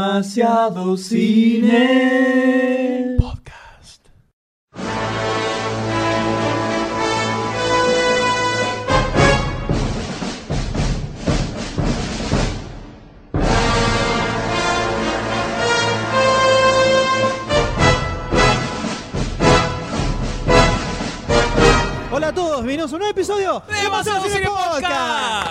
Demasiado cine. Podcast. Hola a todos, bienvenidos a un nuevo episodio de ¡Demasiado Cine Podcast!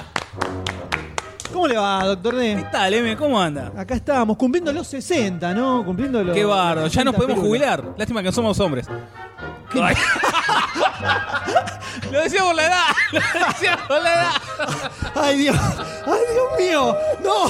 ¿Cómo le va, doctor ¿Qué D? tal, M? ¿Cómo anda? Acá estamos, cumpliendo los 60, ¿no? Cumpliendo los. Qué barro, ya 60 nos podemos perulas. jubilar. Lástima que no somos hombres. Ay. Lo decía por la edad, lo decía por la edad. ¡Ay, Dios! ¡Ay, Dios mío! ¡No!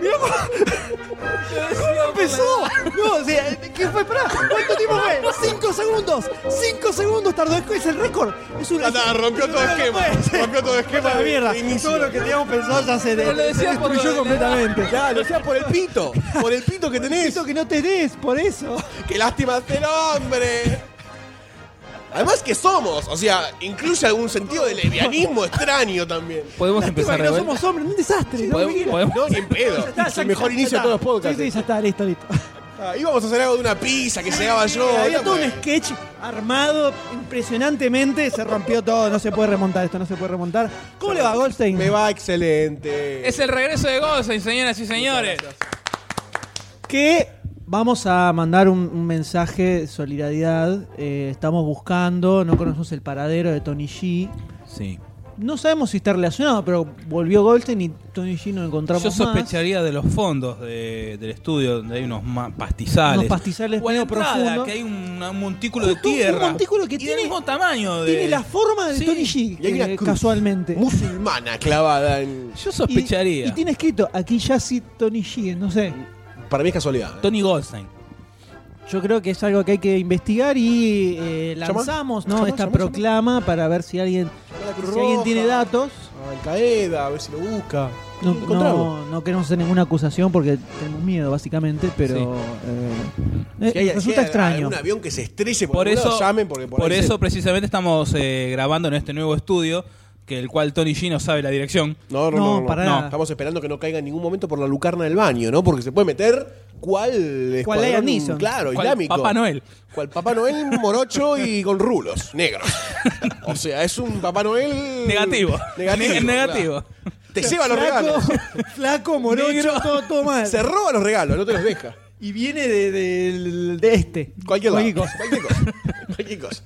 Mirá cómo Lo decía por la empezó. No, o sea, ¿qué fue? Pará, ¿cuánto tiempo fue? ¡Cinco segundos! ¡Cinco segundos tardó! Es- ¡Es el récord! Es un. Anda, Ah, rompió todo esquema. Rompió todo esquema. La de- mierda. de inicio. Todo lo que teníamos pensado ya se, de- Pero lo se decía por lo destruyó de la edad. completamente. Claro, o sea, Ah, por el pito. Por el pito que tenés. Eso que no tenés, por eso. Qué lástima ser hombre. Además que somos, o sea, incluye algún sentido de levianismo extraño también. Podemos Lástima empezar que de no vuelta. somos hombres, un desastre. no, Podemos- mira. podemos- No, ni en pedo. Ya está, Es ya- el mejor ya inicio de está. todos los podcasts. Sí, sí, ya está, listo, listo. Ah, íbamos a hacer algo de una pizza que se daba yo. Había ¿no? todo un sketch armado impresionantemente, se rompió todo, no se puede remontar esto, no se puede remontar. ¿Cómo le va, Goldstein? Me va excelente. Es el regreso de Goldstein, señoras y señores. Que vamos a mandar un, un mensaje de solidaridad. eh, estamos buscando, no conocemos el paradero de Tony G. Sí. No sabemos si está relacionado, pero volvió Goldstein y Tony G no encontramos Yo más. sospecharía de los fondos de- del estudio donde hay unos ma- pastizales. Unos pastizales O en la medio entrada, profundo. que hay un, un montículo Justo de un tierra. montículo que y tiene- del mismo tamaño. De... Tiene la forma de Sí. Tony G, Y hay una eh, cruz casualmente. Musulmana clavada en. Yo Y- sospecharía. Y, tiene escrito, aquí ya sí Tony G, no sé. Para mí es casualidad. ¿eh? Tony Goldstein. Yo creo que es algo que hay que investigar y eh, Llama. lanzamos ¿no? Llama, esta llama, proclama para ver si alguien, Llama a la si Cruz alguien Roja. ah, tiene datos. Al Qaeda, a ver si lo busca. No, no, Encontramos. no queremos hacer ninguna acusación porque tenemos miedo, básicamente, pero Sí. eh, Si hay- eh, resulta si hay extraño. algún avión que se estrelle por, Por algún lado, eso, llamen porque por, por ahí eso precisamente estamos eh, grabando en este nuevo estudio, que el cual Tony G no sabe la dirección. se- No, no, no, No, no. para No, nada. Estamos esperando que no caiga en ningún momento por la lucarna del baño, ¿no? Porque se puede meter Cual cuál Liam escuadrón, Neeson. Claro, Cual islámico. Papá Noel. Cual Papá Noel morocho y con rulos negros. O sea, es un Papá Noel Negativo. Negativo. Ne- negativo. claro. Te lleva los flaco, regalos. flaco, morocho, Negro. todo, todo mal. Se roba los regalos, no te los deja. Y viene de, del- de este. Cualquier lado. cosa. Cualquier cosa. Cualquier cosa.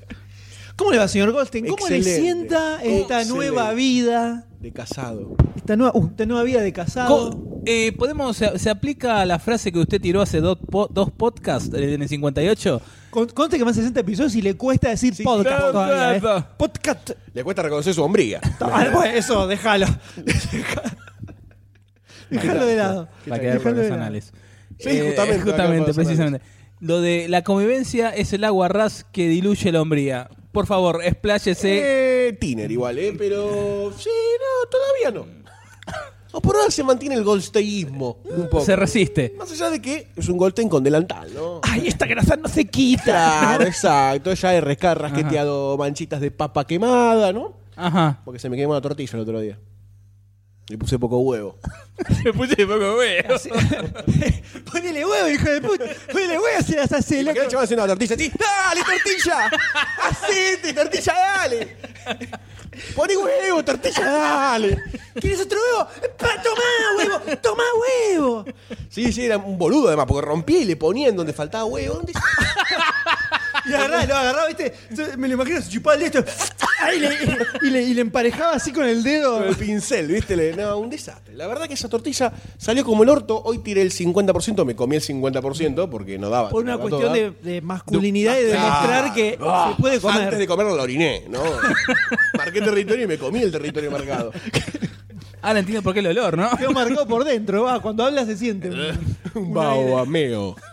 ¿Cómo le va, señor Goldstein? ¿Cómo le Excelente. sienta esta Excelente. nueva vida? De casado. Esta nueva, uh, esta nueva vida de casado. Co- eh, podemos se, se aplica la frase que usted tiró hace dos, po- dos podcasts eh, en el 58. Con- Conste que más de 60 episodios y le cuesta decir podcast claro, todavía. ¿eh? claro. Podcast. Le cuesta reconocer su hombría. Ah, bueno, eso, déjalo. déjalo de lado. Va a quedar Déjalo para los de lado. anales. Eh, Sí, justamente, va a quedar para justamente, los anales. precisamente. Lo de la convivencia es el agua ras que diluye la hombría. Por favor, expláyese. Eh, Tiner igual, ¿eh? Pero. Sí, no, todavía no. O por ahora se mantiene el golsteísmo un poco. se resiste. Más allá de que es un Golstein con delantal, ¿no? Ay, esta grasa no se Claro, exacto. Ya he resca- rasqueteado manchitas de papa quemada, ¿no? Ajá. Porque se me quemó la tortilla el otro día. Le puse poco huevo. Me puse de poco huevo. Ponele huevo, hijo de puta. Ponele huevo, se las hace ¿Por qué el loco. chaval haciendo una tortilla así? ¡Dale, tortilla! ¡Hacete, tortilla, dale! ¡Poné huevo, tortilla, dale! ¿Quieres otro huevo? Pa, tomá huevo, tomá huevo. Sí, sí, era un boludo además, porque rompía y le ponía en donde faltaba huevo. ¿Dónde Y agarrá, lo agarraba, viste. Yo Me lo imagino, se chupaba el de esto. Ah, y, le, y le- y le emparejaba así con el dedo. Con el pincel, ¿viste? Le- No, un desastre. La verdad que esa tortilla salió como el orto. Hoy tiré el 50%, me comí el 50% porque no daba. Por una daba cuestión toda. de, de masculinidad y de Claro. demostrar que Ah, se puede comer. Antes de comerlo la oriné, ¿no? Marqué territorio y me comí el territorio marcado. Ahora entiendo por qué el olor, ¿no? Quedó marcado por dentro, va. Cuando habla se siente. un Un aire. baobameo.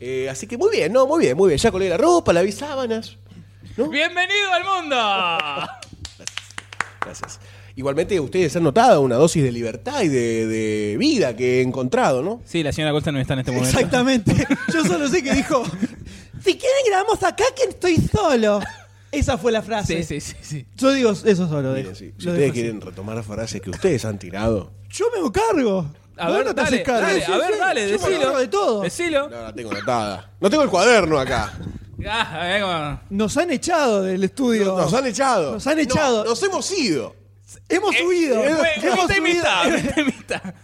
Eh, así que muy bien, no, muy bien, muy bien. Ya colgué la ropa, la vi sábanas. ¿no? ¡Bienvenido al mundo! Gracias. Igualmente ustedes han notado una dosis de libertad y de, de vida que he encontrado, ¿no? Sí, la señora Goldstein no está en este momento. Exactamente. Yo solo sé que dijo, si quieren grabamos acá que estoy solo. Esa fue la frase. Sí, sí, sí, sí. Yo digo eso solo. Miren, dejo. si, si Lo ustedes dejo así. quieren retomar frases que ustedes han tirado, Yo me hago cargo. A Vos ver, no te dale, haces cargo. dale, Sí, a sí, ver, sí. dale, Yo me decilo. acuerdo de todo. Decilo. No, la tengo anotada. No tengo el cuaderno acá. Ah, a ver cómo- Nos han echado del estudio. Nos han echado. Nos han No, echado. nos hemos ido. Hemos huido. Eh, fue- fue hemos, mitad y huido. mitad, mitad y mitad.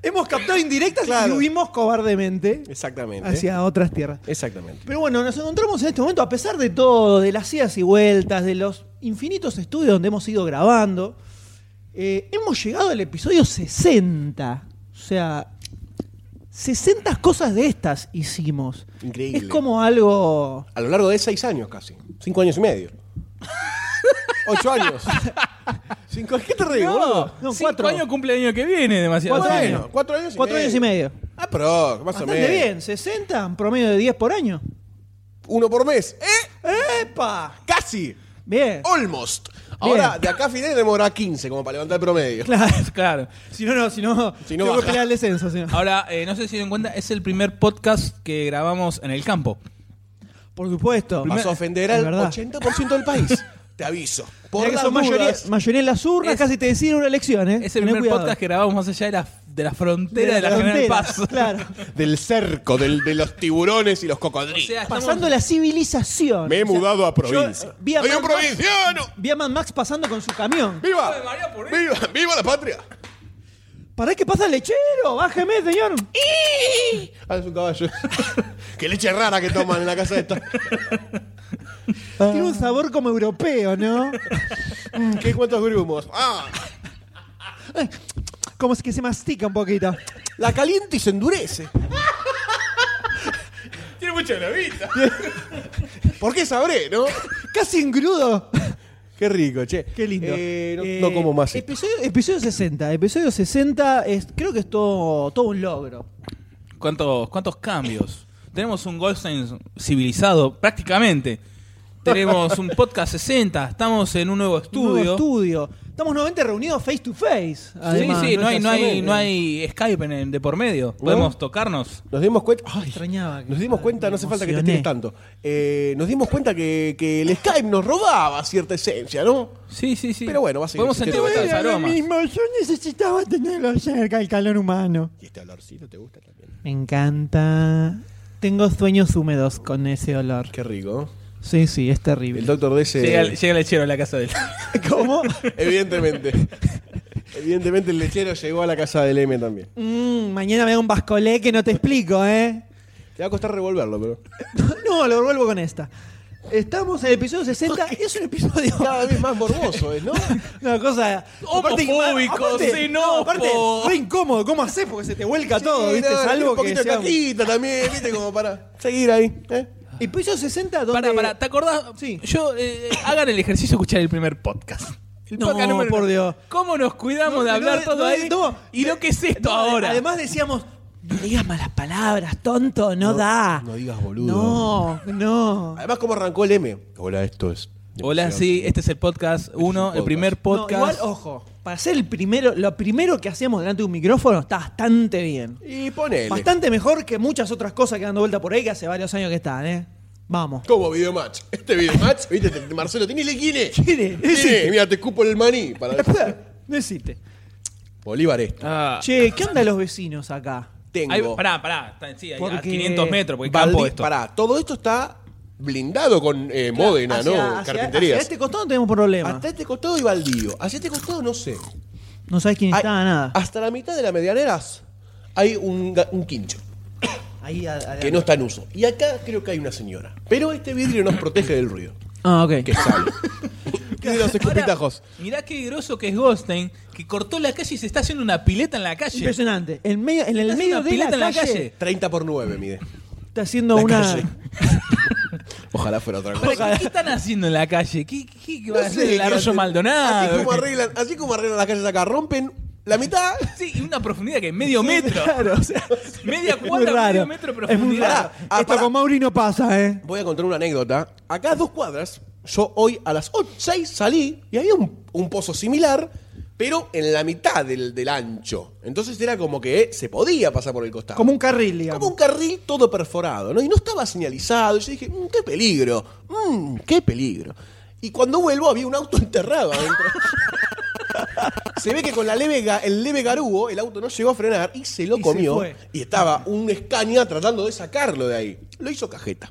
Hemos captado indirectas y Claro. huimos cobardemente Exactamente. hacia otras tierras. Exactamente. Pero bueno, nos encontramos en este momento, a pesar de todo, de las idas y vueltas, de los infinitos estudios donde hemos ido grabando, eh, hemos llegado al episodio 60. O sea, 60 cosas de estas hicimos. Increíble. Es como algo... A lo largo de seis años casi. Cinco años y medio. Ocho años. Cinco, ¿Qué te ríes, boludo? No, cinco cuatro. años cumple el año que viene, demasiado. Cuatro Bueno, años. Cuatro años y Cuatro medio. años y medio. Ah, pero más o Bastante menos. bien, 60, un promedio de 10 por año. Uno por mes. ¡Eh! ¡Epa! ¡Casi! Bien. Oh. Almost. Ahora, Bien. de acá a final demora 15 como para levantar el promedio. Claro. Claro. Si no, no, si no, Si tengo no, que baja. Ah. pelear el descenso. si no. Ahora, eh, no sé si se dieron cuenta, es el primer podcast que grabamos en el campo. Por supuesto. Vas a ofender Es al verdad. 80% del país. Te aviso. Por Mirá que las son mayoría, dudas. mayoría en las urnas, Es- casi te deciden una elección, ¿eh? Es el Tené primer cuidado. podcast que grabamos más allá de la, de la frontera de la, General frontera, Paz. Claro. Del cerco, del, de los tiburones y los cocodrilos. O sea, estamos- Pasando la civilización. Me he O sea, mudado yo a eh, provincia. vi a ¡Soy un Mad Max- provinciano! Vi a Mad Max pasando con su camión. ¡Viva! Ave María, por ¡Viva! ¡Viva la patria! ¿Para qué pasa el lechero? Bájeme, señor. Ah, es un caballo. Qué leche rara que toman en la casa esta. Tiene un sabor como europeo, ¿no? Mm, ¿Qué cuántos grumos? Ah, Como es que se mastica un poquito. la caliente y se endurece. Tiene mucha gravita. ¿Por qué sabré, no? Casi engrudo. Qué rico, che. Qué lindo. Eh, no, Eh, no como más. esto. Episodio, episodio 60. Episodio 60 es, creo que es todo, todo un logro. ¿Cuántos, ¿Cuántos cambios? Tenemos un Goldstein civilizado, prácticamente. Tenemos un podcast 60, estamos en un nuevo Un nuevo estudio. estudio. Estamos nuevamente reunidos face to face. además, sí, sí, no hay, es eh. no, hay, así. no hay Skype en- en- de por medio. Podemos tocarnos. Nos dimos cuenta. Ay, Extrañaba que- nos dimos cuenta, me no hace falta que te emocioné. tires tanto. Eh, nos dimos cuenta que, que el Skype nos robaba cierta esencia, ¿no? Sí, sí, sí. Pero bueno, va a seguir Podemos sentir existiendo. vuestros Era lo aromas. mismo, yo necesitaba tenerlo cerca, el calor humano. Y este olorcito te gusta también. Me encanta. Tengo sueños húmedos con ese olor. Qué rico. Sí, sí, es El terrible. doctor D se. Llega, el- llega el lechero a la casa de él. ¿Cómo? Evidentemente. Evidentemente el lechero llegó a la casa del M también. Mm, mañana me da un bascolé que no te explico, ¿eh? Te va a costar revolverlo, pero. No, lo vuelvo con esta. Estamos en el episodio 60. Es un episodio. Cada vez más morboso, ¿eh? ¿no? Una cosa. aparte que- Homofóbico, xenófobo. aparte, re incómodo. ¿Cómo haces? Porque se te vuelca todo, Sí, ¿viste? no, Salvo que. un poquito de sea un- caquita también, ¿viste? Como para seguir ahí. ¿eh? Episodio 60, donde. Para, para, ¿te acordás? Sí. Yo, eh, hagan el ejercicio de escuchar el primer podcast. El No, podcast número por uno. Dios. ¿Cómo nos cuidamos No, de no, hablar no, todo no, ahí? no, ¿Y lo que es No, esto eh, ahora? Además decíamos, no digas malas palabras, tonto, no, da. no digas boludo. No, no. Además, ¿cómo arrancó el M? Hola, esto es. Hola, sí, este es el podcast uno, el podcast. primer podcast. No, igual, ojo, para ser el primero, lo primero que hacíamos delante de un micrófono está bastante bien. Y ponele. Bastante mejor que muchas otras cosas que dando vuelta por ahí que hace varios años que están, ¿eh? Vamos. Como videomatch. Este videomatch, viste, te- Marcelo, tiene le quiere. ¿Quién es? Tiene, mira, te escupo el maní. Para... Espera, No existe. Bolívar esto. Ah, Che, ¿qué onda los vecinos acá? Tengo. hay- pará, pará. está- Sí, hay a Porque- 500 metros, porque Baldi- campo esto. Pará, todo esto está blindado con eh, Módena, Hacia- ¿no? hacia- Carpinterías. hacia este costado no tenemos problema. Hasta este costado y baldío. Hacia este costado no sé. No sabes quién Hay- está, nada. Hasta la mitad de la medianeras hay un, ga- un quincho Ahí, a- a- que no está en uso. Y acá creo que hay una señora. Pero este vidrio nos protege del ruido Ah, ok. que sale. de los escupitajos. Ahora, mirá qué groso que es Goldstein, que cortó la calle y se está haciendo una pileta en la calle. Impresionante. En, medio, en el Estás medio una de la pileta en la calle, calle. 30 por 9 mide. está haciendo La una. calle. Ojalá fuera otra cosa. Ahora, ¿Qué, qué están haciendo en la calle? ¿Qué, qué, qué va No a sé, hacer el ¿qué arroyo hacen? Maldonado? Así como arreglan, así como arreglan las calles acá, rompen la mitad. Sí, y una profundidad que es medio metro. Claro, o sea, Media es muy cuadra, raro. medio metro de Es muy profundidad. raro. Ah, Esto pará. con Mauri no pasa, ¿eh? Voy a contar una anécdota. Acá a dos cuadras, yo hoy a las 8, 6 salí y había un, un pozo similar, pero en la mitad del, del ancho. Entonces era como que eh, se podía pasar por el costado. Como un carril, digamos. Como un carril todo perforado, ¿no? Y no estaba señalizado. Yo dije, "Mm, qué peligro, mm, qué peligro. Y cuando vuelvo había un auto enterrado adentro. Se ve que con la leve ga- el leve garúo el auto no llegó a frenar y se lo Y se comió. fue. y estaba un Scania tratando de sacarlo de ahí. Lo hizo cajeta.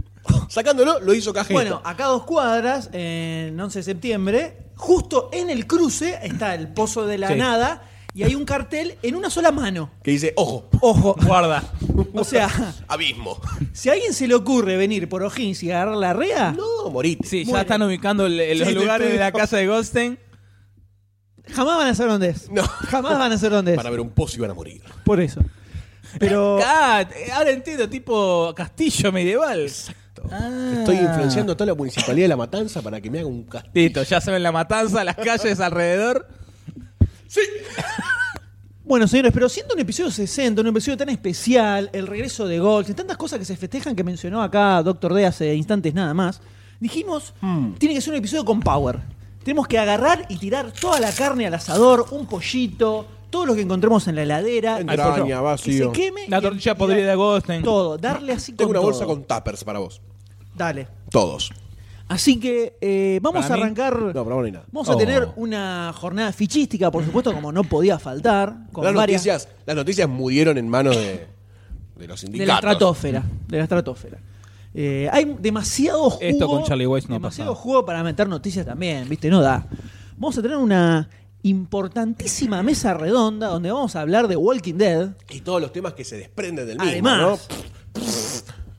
Sacándolo, lo hizo cajeta. Bueno, acá a dos cuadras, en 11 de septiembre, justo en el cruce está el pozo de la Sí. nada y hay un cartel en una sola mano. que dice, ojo, Ojo, Guarda. o sea, abismo. si a alguien se le ocurre venir por O'Higgins y agarrar la rea, No, morite. Sí, Bueno. ya están ubicando el- el- los Sí, te lugares de la pido. casa de Goldstein. jamás van a saber dónde es. No. Jamás van a saber dónde es. Para ver un pozo iban a morir. Por eso. Pero Ah, eh, ahora entiendo, tipo castillo medieval. Ah. Estoy influenciando a toda la municipalidad de La Matanza para que me haga un castillo. Listo, ya se ven la matanza, las calles alrededor. Bueno, señores, pero siendo un episodio 60, un episodio tan especial, el regreso de Gold, tantas cosas que se festejan que mencionó acá Doctor D hace instantes nada más, dijimos, Hmm. tiene que ser un episodio con power. Tenemos que agarrar y tirar toda la carne al asador, un pollito, todo lo que encontremos en la heladera, Entraña, que se vacío. queme La y- tortilla y podrida dar- de Goldstein. Todo, darle así con Tengo una todo. bolsa con tuppers para vos. Dale. Todos. Así que eh, vamos Para a mí- arrancar. No, para vos no hay nada. Vamos a Oh. tener una jornada fichística, por supuesto, como no podía faltar. Con Las varias... noticias, las noticias murieron en manos de, de los De la sindicatos. estratosfera. De la estratosfera. Eh, hay demasiado jugo. Esto con Charlie Weiss no ha Demasiado pasado. jugo para meter noticias también, ¿viste? No da. Vamos a tener una importantísima mesa redonda donde vamos a hablar de Walking Dead. y todos los temas que se desprenden del mismo, ¿no? Además,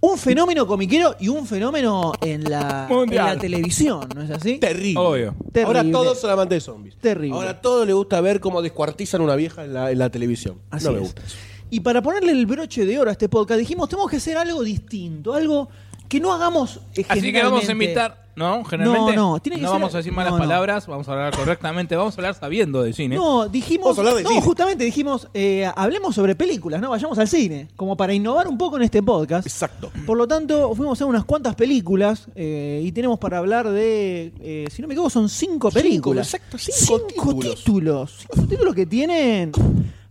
un fenómeno comiquero y un fenómeno en la, en Mundial. la televisión, ¿no es así? Terrible. Obvio. Terrible. Ahora todos son amantes de zombies. Terrible. Ahora todos les gusta ver cómo descuartizan una vieja en la, en la televisión. Así no me es. gusta. eso. Y para ponerle el broche de oro a este podcast, dijimos, tenemos que hacer algo distinto, algo que no hagamos eh, Así que vamos a generalmente. invitar. No, generalmente. No, no, tiene que ser- vamos a decir malas no, no. palabras, vamos a hablar correctamente, vamos a hablar sabiendo de cine. No, dijimos. Vamos a hablar de no, cine. justamente dijimos, eh, hablemos sobre películas, ¿no? Vayamos al cine, como para innovar un poco en este podcast. Exacto. Por lo tanto, fuimos a unas cuantas películas eh, y tenemos para hablar de, eh, si no me equivoco, son cinco películas. exacto, cinco títulos. títulos. Cinco títulos que tienen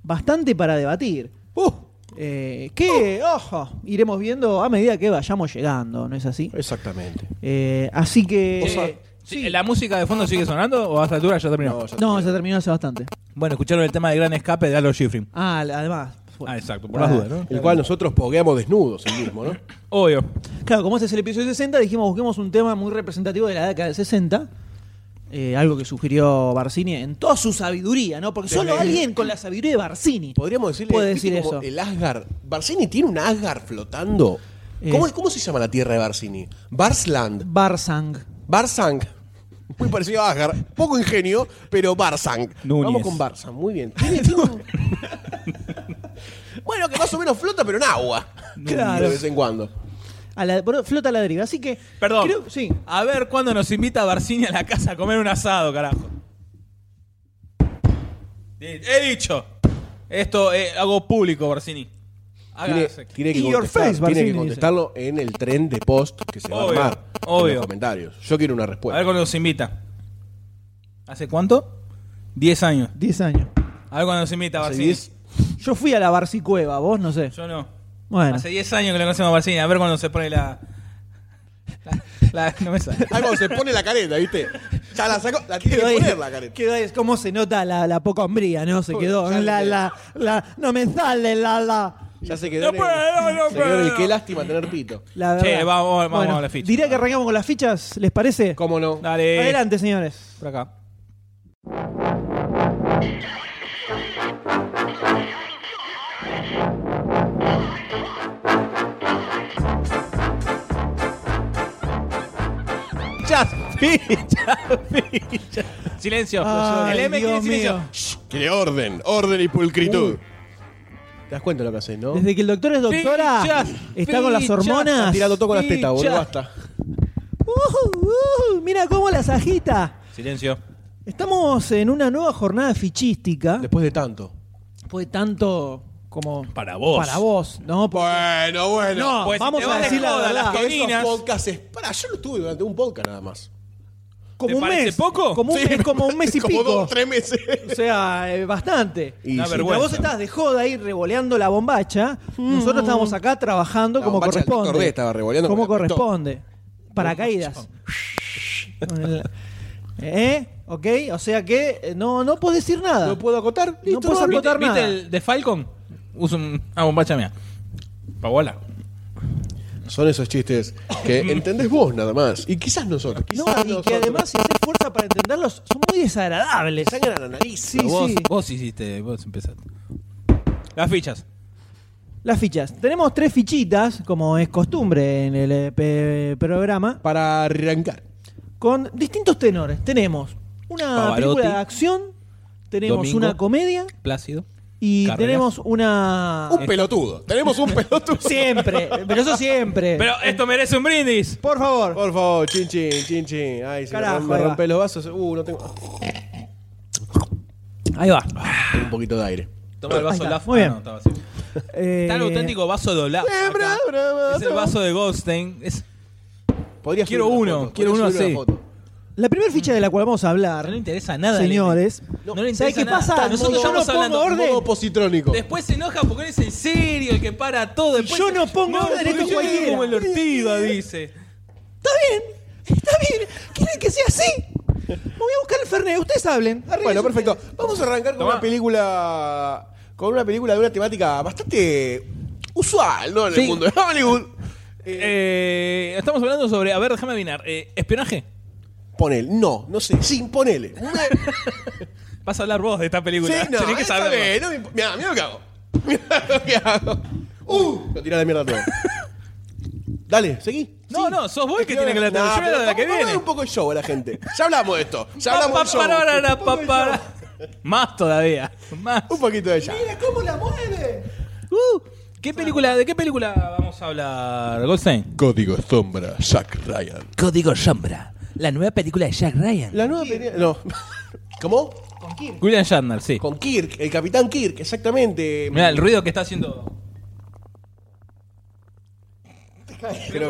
bastante para debatir. Uh, Eh, que, ojo, iremos viendo a medida que vayamos llegando, ¿no es así? exactamente. Eh, así que... Eh, sí, ¿La música de fondo sigue sonando o a esta altura ya terminó? No, ya- No, se terminó hace bastante. Bueno, escucharon el tema de Gran Escape de Alo Schifrin. Ah, además. bueno. Ah, exacto, por las dudas, ¿no? El cual nosotros pogueamos desnudos el mismo, ¿no? Obvio. Claro, como este es el episodio 60, dijimos busquemos un tema muy representativo de la década del 60. eh, algo que sugirió Barcini en toda su sabiduría, ¿no? Porque solo Desde- alguien con la sabiduría de Barcini Podríamos decirle puede ¿viste decir como eso. el Asgard. Barcini tiene un Asgard flotando. Eh. ¿Cómo, ¿Cómo se llama la tierra de Barcini? Barsland. Barzang. Barsang. Muy parecido a Asgard. Poco ingenio, pero Barsang. Núñez. Vamos con Barsang, muy bien. Tiene- tiene un- bueno, que más o menos flota, pero en agua. Claro. De vez en cuando. A la- por- flota a la deriva. Así que. Perdón. creo- sí. A ver cuándo nos invita Barcini a la casa a comer un asado, carajo. Eh, He dicho. Esto eh, hago público, Barcini. Tiene, Hágase. tiene que In your contestar- face, tiene que Barcini, dice. contestarlo en el tren de post que se Obvio, va a armar. en obvio. los comentarios. Yo quiero una A respuesta. ver cuándo nos invita. ¿Hace cuánto? 10 años. 10 años. A ver cuándo nos invita Hace Barcini. diez- Yo fui a la Barcicueva, vos no sé. Ah, Yo no. Bueno. Hace 10 años que lo conocemos a Barcini. A ver cuándo se pone la. la- la- no me sale. Ahí cuando se pone la careta, ¿viste? Ya la sacó, la tiene que Quedó ahí, poner la careta. quedó ahí, cómo se nota la, la poca hombría, ¿no? Se quedó. Ya La, le- la, la, no me sale la, la. Ya se quedó No en puedo, el, no se quedó en el puedo. qué lástima tener pito. la Che, verdad. vamos- vamos a la ficha. Diría que arrancamos con las fichas, ¿les parece? ¿Cómo no? Dale. Adelante, señores. Por acá. Fichas, fichas, fichas. Silencio. Ay, el M quiere Dios silencio. mío. Quiere orden, orden y pulcritud. ¿Te das cuenta lo que haces, no? Uh. Desde que el doctor es doctora, Fichas, está con las fichas. hormonas. Tirando todo con las tetas, boludo, Ya. basta. Uh, uh, mira cómo las agita. Silencio. Estamos en una nueva jornada fichística. Después de tanto. Después de tanto como Para vos. Para vos, ¿no? Bueno, bueno. No, pues si vamos te a vas de decir la joda, verdad. las Esos Minas. podcasts es- Pará, yo no estuve durante un podcast nada más. Como ¿Te un parece mes. poco? Como un, Sí, mes, como un mes y Como pico. dos, tres meses. O sea, eh, bastante. Y Una sí. Pero vergüenza. vos estás de joda ahí revoleando la bombacha. Nosotros estábamos acá trabajando La como bombacha del Dr. corresponde. D estaba revoleando como con la corresponde. Paracaídas. Con el- ¿Eh? ¿Ok? O sea que eh, no, no puedo decir nada. ¿No puedo acotar? Listo, puedo hablo. acotar. ¿Viste, votar viste nada. el de Falcon? Usa un- una bombacha mía. Paola. Son esos chistes que entendés vos nada más. Y quizás nosotros. Mm. No, quizás y que nosotros. además, si haces fuerza para entenderlos, son muy desagradables. Sangran la nariz. Sí, Pero vos, sí. vos hiciste, vos empezaste. Las fichas. Las fichas. Tenemos tres fichitas, como es costumbre en el eh, pe- programa, Para arrancar. con distintos tenores. Tenemos una Pavarotti. película de acción, tenemos Domingo. una comedia Plácido. y Carreras. tenemos una... Un pelotudo. Tenemos un pelotudo. Siempre, pero eso siempre. Pero esto merece un brindis. Por favor. Por favor, chin, chin, chin, chin. Ay, se me Carajo, rom- me ahí va. rompe los vasos. Uh, no tengo. Ahí va. Ah, Tengo un poquito de aire. Toma el vaso Ahí está, Laf. muy Ah, bien. Eh, no, está vacío. Está el auténtico vaso de Olaf. acá. Es el vaso de Goldstein. Es Podrías Quiero subir una uno, foto, quiero podrías uno subir así. una foto. La primera ficha de la cual vamos a No hablar, le interesa nada. señores. No, no le interesa ¿Sabes qué nada. pasa? Nosotros Yo ya no estamos pongo hablando. orden. Modo positrónico. Después se enoja porque eres el serio, el que para todo. Después yo no pongo orden, porque esto yo soy cualquiera. como el Ortiga, dice. Está bien, está bien. ¿Quieren que sea así? Me voy a buscar el Fernet, ustedes hablen. Arreglen Bueno, ustedes. perfecto. Vamos a arrancar con Tomá. una película. Con una película de una temática bastante usual, ¿no? En el Sí. mundo de Hollywood. Eh, estamos hablando sobre, a ver, déjame adivinar. eh, ¿Espionaje? Ponele. No, no sé. Sin ponele. Vas a hablar vos de esta Sí, película. no, Tenés que esa saberlo. vez, no me imp- Mirá, mirá lo que hago. Mirá lo que hago. Uh, lo tiré a la mierda todo. Dale, seguí. No, Sí. no, sos vos el que tiene que la No, atención pero era la que vamos a darle viene. un poco de show a la gente. Ya hablamos de esto. Ya Pa, hablamos pa, de show. para, para, Un poco pa, de para. show. Más todavía. Más. Un poquito de ya. Mira cómo la mueve. Uh, ¿Qué película, ¿De qué película vamos a hablar, Goldstein? Código Sombra, Jack Ryan. Código Sombra. La nueva película de Jack Ryan. La nueva película. No. ¿Cómo? ¿Con quién? William Shatner, sí. Con Kirk, el capitán Kirk, exactamente. Mira el ruido que está haciendo. Creo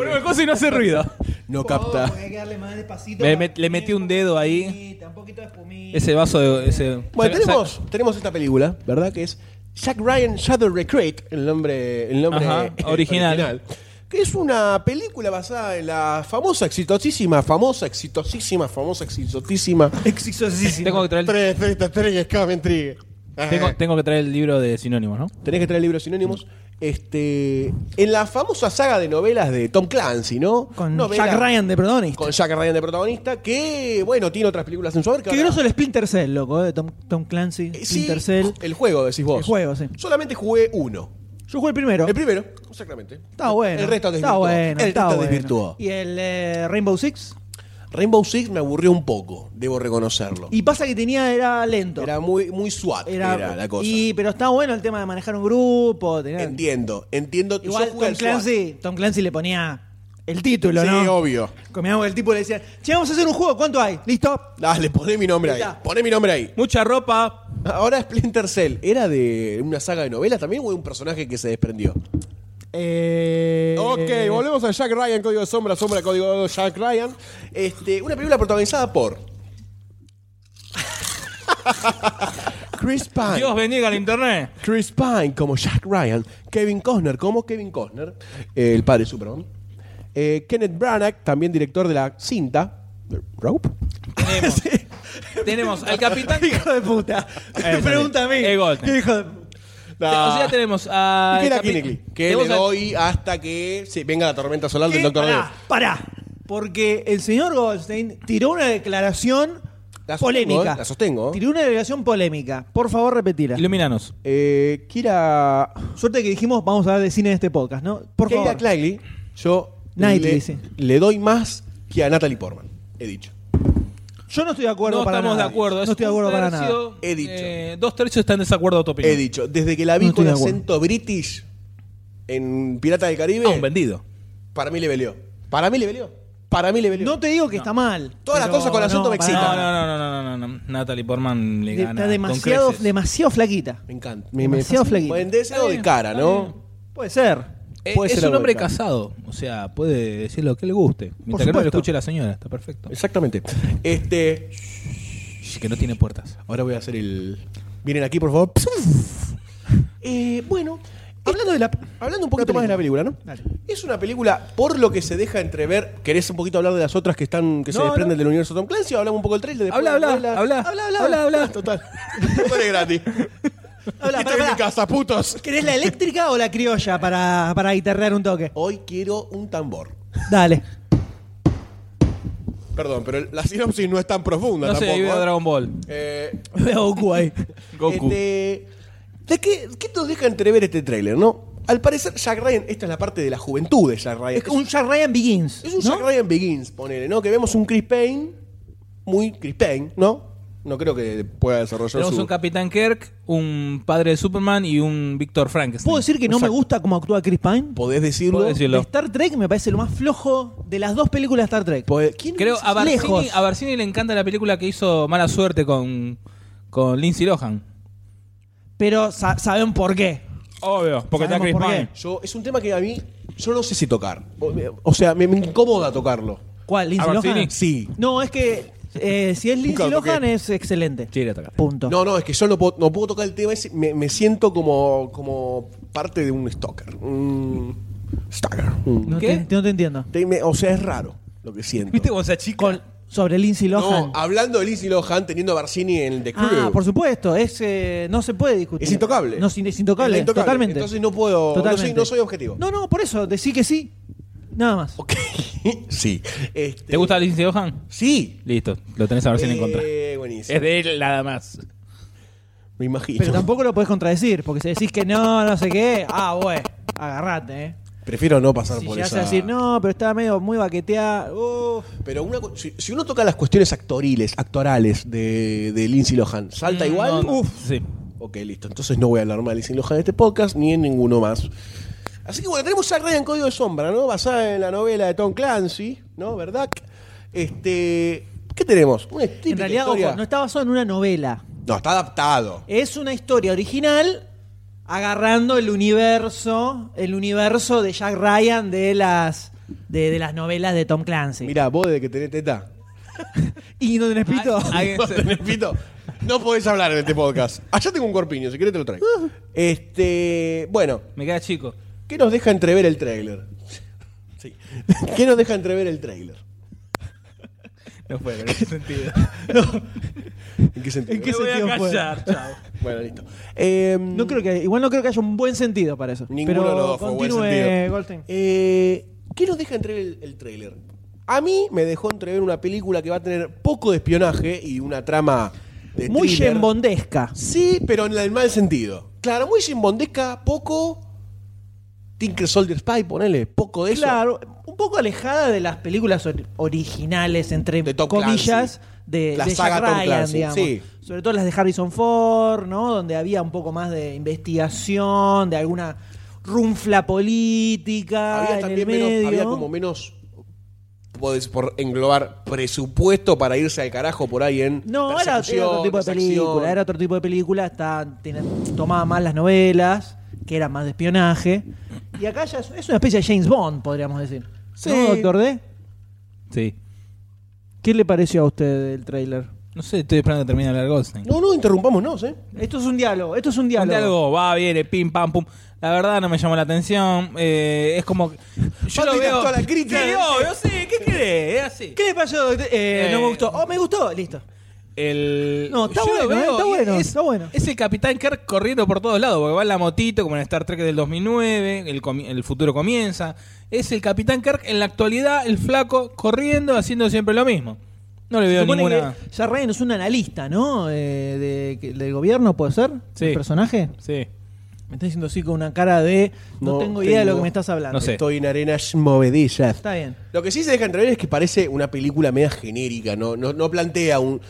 Pero que el coso y no hace ruido. no capta. hay que darle más despacito. Me- me- le metí un dedo ahí. Un poquito de espumita. Ese vaso de. Ese, Bueno, saca- tenemos, tenemos esta película, ¿verdad? Que es Jack Ryan Shadow Recruit, el nombre, el nombre Ajá, original. Que es una película basada en la famosa, exitosísima, famosa, exitosísima, famosa, exitosísima. saca- Tengo que traer, Tres, tres, tres, tres, Coventry. Ajá. tengo, tengo que traer el libro de sinónimos, ¿no? Tenés que traer libros sinónimos. Este, en la famosa saga de novelas de Tom Clancy, ¿no? Con Novela- Jack Ryan de protagonista. Con Jack Ryan de protagonista, que, bueno, tiene otras películas en su haber. que Qué ahora- groso el Splinter Cell, loco, eh, Tom, Tom Clancy. Eh, sí, Splinter Cell. el juego, decís vos. El juego, sí. Solamente jugué uno. Yo jugué el primero. El primero, exactamente. Está bueno. El resto Está desvirtuó. bueno. el está resto bueno. desvirtuó. Y el eh, Rainbow Six. Rainbow Six me aburrió un poco, debo reconocerlo. Y pasa que tenía, era lento. Era muy, muy SWAT, era, la cosa. Y, pero está bueno el tema de manejar un grupo. tener- Entiendo, entiendo. Igual Yo jugué Tom al SWAT. Clancy, Tom Clancy le ponía el título, Sí, ¿no? obvio. Comíamos el tipo le decía, che, vamos a hacer un juego, ¿cuánto hay? ¿Listo? Dale, poné mi nombre ahí. Mirá. Poné mi nombre ahí. Mucha ropa. Ahora Splinter Cell, ¿era de una saga de novelas también o de un personaje que se desprendió? Eh, Ok, volvemos a Jack Ryan, Código de Sombra, Sombra, Código de Jack Ryan. Este, una película protagonizada por... Chris Pine. Dios bendiga el internet. Chris Pine como Jack Ryan, Kevin Costner como Kevin Costner, eh, el padre de Superman, eh, Kenneth Branagh, también director de la cinta Rope. Tenemos, tenemos al capitán. Hijo de puta. Eh, Me pregunta a mí. eh, Goldstein. Qué hijo de- O sea, tenemos a. Ah. Y Keira Knightley, que le doy hasta que se venga la tormenta solar del ¿Qué? Doctor Pará, D. pará. Porque el señor Goldstein tiró una declaración La sostengo, polémica. eh, la sostengo. Tiró una declaración polémica. Por favor, repetila. Iluminanos. Eh, Kira, Suerte que dijimos, vamos a hablar de cine en este podcast, ¿no? Por Keira favor. Knightley, yo Knightley, le, sí. le doy más que a Natalie Portman, he dicho. Yo no estoy de acuerdo No para estamos nada. de acuerdo. No Es estoy de un acuerdo para nada. tercio, He dicho. eh, dos tercios están en desacuerdo de tu opinión. He dicho, desde que la vi No estoy con de acuerdo. acento british en Pirata del Caribe, Ah, un vendido. Para mí le peleó. Para mí le peleó. Para mí le peleó. No te digo que está mal. Todas las pero cosas con acento no, mexicano. para No, nada. no, no, no, no, no, no. Natalie Portman le gana. Está con demasiado, creces. demasiado flaquita. Me encanta. Me, Demasiado fascina. flaquito. Bueno, demasiado Está de bien, cara, está ¿no? bien. Puede ser. Eh, Puede es ser un hombre algo de cara. casado. O sea, puede decir lo que le guste. Mientras que no lo supuesto. escuche la señora. Está perfecto. Exactamente. Este. Shh, Que no tiene puertas. Ahora voy a hacer el. Vienen aquí, por favor. Eh, bueno. Hablando de la. Hablando un poquito más de la película, ¿no? Dale. Es una película, por lo que se deja entrever. ¿Querés un poquito hablar de las otras que están que se No, desprenden no. del universo Tom Clancy o hablamos un poco del trailer? después Habla, habla, de las- habla, Habla, habla, habla. Total. Total es gratis. Habla, Estoy pará, en pará. mi casa, putos. ¿Querés la eléctrica o la criolla para, para guitarrear un toque? Hoy quiero un tambor. Dale. Perdón, pero la sinopsis no es tan profunda No sé, tampoco. ahí veo ¿eh? Dragon Ball. Eh, Veo a Goku ahí. Goku. Este, ¿de qué, qué nos deja entrever este tráiler, no? Al parecer, Jack Ryan, esta es la parte de la juventud de Jack Ryan. Es un Jack Ryan Begins. Es un ¿no? Jack Ryan Begins, ponele, ¿no? Que vemos un Chris Payne, muy Chris Payne, ¿no? No creo que pueda desarrollar Tenemos su... un Capitán Kirk, un padre de Superman y un Víctor Frankenstein. ¿Puedo decir que no me gusta cómo actúa Chris Pine? ¿Podés decirlo? Podés decirlo. De Star Trek me parece lo más flojo de las dos películas de Star Trek. Podés- ¿Quién Creo es? a Barcini, Lejos. a Barcini le encanta la película que hizo Mala Suerte con, con Lindsay Lohan. Pero sa- saben por qué. Obvio, porque está Sabemos Chris por qué. Pine. Yo, es un tema que a mí, yo no sé si tocar. O, o sea, me, me incomoda tocarlo. ¿Cuál? ¿Lindsay ¿A Barcini? Lohan? Sí. No, es que eh, si es Lindsay Claro, Lohan porque- es excelente. Sí, la tocaste. Punto. No, no, es que yo no puedo, no puedo tocar el tema ese. Me, me siento como, como parte de un stalker. Un stalker. un- No ¿Qué? Te, no te entiendo. te- me- o sea, es raro lo que siento. ¿Viste cómo se achica? Con- sobre Lindsay Lohan. no, hablando de Lindsay Lohan teniendo a Barcini en The Crew. ah, por supuesto. Es, eh, no se puede discutir. Es intocable. No, es es intocable. Es intocable. Totalmente. Entonces no puedo- no soy- no soy objetivo. No, no, por eso. Decí que sí. Nada más. Ok. sí. Este, ¿Te gusta Lindsay Lohan? Sí. Listo, lo tenés a Barcini en contra. Eh, buenísimo. de él nada más. Me imagino. Pero tampoco lo podés contradecir, porque si decís que no, no sé qué, ah, güey, agarrate, eh. Prefiero no pasar Si por llegás eso. a decir, no, pero estaba medio muy baqueteada, uff. Pero una cu- si, si uno toca las cuestiones actoriles, actorales de, de Lindsay Lohan, ¿salta Mm, igual? Uf. Mm, Sí. Ok, listo. Entonces no voy a hablar más de Lindsay Lohan en este podcast ni en ninguno más. Así que bueno, tenemos Jack Ryan Código de Sombra, ¿no? Basada en la novela de Tom Clancy, ¿no? ¿Verdad? Este. ¿Qué tenemos? Una típica En realidad, historia- ojo, no está basado en una novela. No, está adaptado. Es una historia original agarrando el universo, el universo de Jack Ryan de las de, de las novelas de Tom Clancy. Mirá, vos desde que tenés teta. Y no tenés pito. Ah, Alguien Vos se- tenés pito. No podés hablar en este podcast. Allá tengo un corpiño, si querés te lo traigo. Este. Bueno, Me queda chico. ¿qué nos deja entrever el tráiler? Sí. ¿Qué nos deja entrever el tráiler? No fue, en ese sentido. ¿En qué sentido? ¿En qué Me voy a sentido fue? callar, chao. Bueno, listo. Eh, No creo que, igual no creo que haya un buen sentido para eso. Ninguno pero de los dos fue buen continúe, sentido. Goldstein. Eh, ¿Qué nos deja entrever el, el tráiler? A mí me dejó entrever una película que va a tener poco de espionaje y una trama de Muy Eh, thriller. shembondesca. Sí, pero en el mal sentido. Claro, muy simbondesca, poco. Tinker Soldier Spy, ponele, poco de eso. Claro, un poco alejada de las películas or- originales, entre De Tom comillas, Clancy. de, La de saga Jack Tom Ryan, Clancy, digamos. sí. Sobre todo las de Harrison Ford, ¿no? Donde había un poco más de investigación, de alguna runfla política. Había en también el menos, medio. había como menos. podés por englobar presupuesto para irse al carajo por ahí en. No, era, persecución, era otro tipo de desacción. película, era otro tipo de película, está, tiene- tomaba más las novelas, que eran más de espionaje. Y acá ya es, es una especie de James Bond, podríamos decir. Sí. ¿No, doctor D? Sí. ¿Qué le pareció a usted el tráiler? No sé, estoy esperando que termine hablar Goldstein. No, no, interrumpámonos, ¿eh? Esto es un diálogo, esto es un Un diálogo. diálogo va, viene, pim, pam, pum. La verdad no me llamó la atención. eh, es como. que- Yo Pato lo veo. directo a la crítica. Sí, obvio, sí. ¿Qué querés? Es así. ¿Qué le pasó, doctor? Eh, Eh, No me gustó. Oh, me gustó, listo. El... No, está yo lo bueno, eh, está y bueno, es, está bueno. Es el Capitán Kirk corriendo por todos lados, porque va en la motito, como en Star Trek del 2009, el, comi- el futuro comienza. Es el Capitán Kirk en la actualidad, el flaco, corriendo, haciendo siempre lo mismo. No le veo Supone ninguna... que Jack Ryan es un analista, ¿no? Eh, de- que- del gobierno, ¿puede ser? Sí. ¿El personaje? Sí, Me está diciendo así con una cara de no, No tengo idea de lo tengo- que me estás hablando. No sé. Estoy en arenas movedizas. Está bien. Lo que sí se deja entrever es que parece una película media genérica, no, no, no plantea un.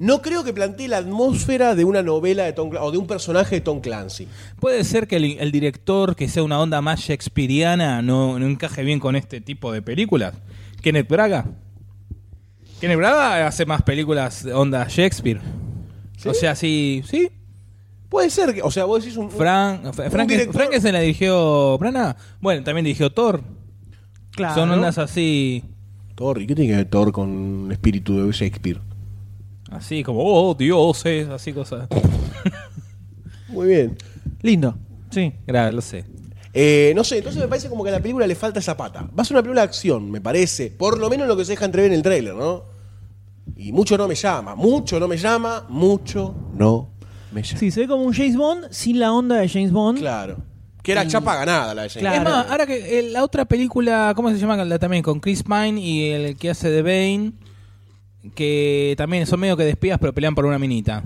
No creo que plantee la atmósfera de una novela de Tom Clancy o de un personaje de Tom Clancy. Puede ser que el, el director, que sea una onda más shakespeariana, no, no encaje bien con este tipo de películas. Kenneth Braga. Kenneth Braga hace más películas de onda Shakespeare. O sea, sí, sí. Puede ser que, o sea, vos decís un. Frank, Frank, director- se la dirigió Brana. Bueno, también dirigió Thor. Claro. Son ondas así, Thor, ¿y qué tiene que ver Thor con el espíritu de Shakespeare? así como, oh, dioses, así cosas. Muy bien. Lindo. Sí. Grave, lo sé. Eh, no sé, entonces me parece como que a la película le falta esa pata. Va a ser una película de acción, me parece. Por lo menos lo que se deja entrever en el tráiler, ¿no? Y mucho no me llama, mucho no me llama, mucho no me llama. Sí, se ve como un James Bond sin la onda de James Bond. Claro. Que era chapa ganada la de James Claro. Es más, ahora que eh, la otra película, ¿cómo se llama? La también con Chris Pine y el que hace de Bane, que también son medio que despías, pero pelean por una minita.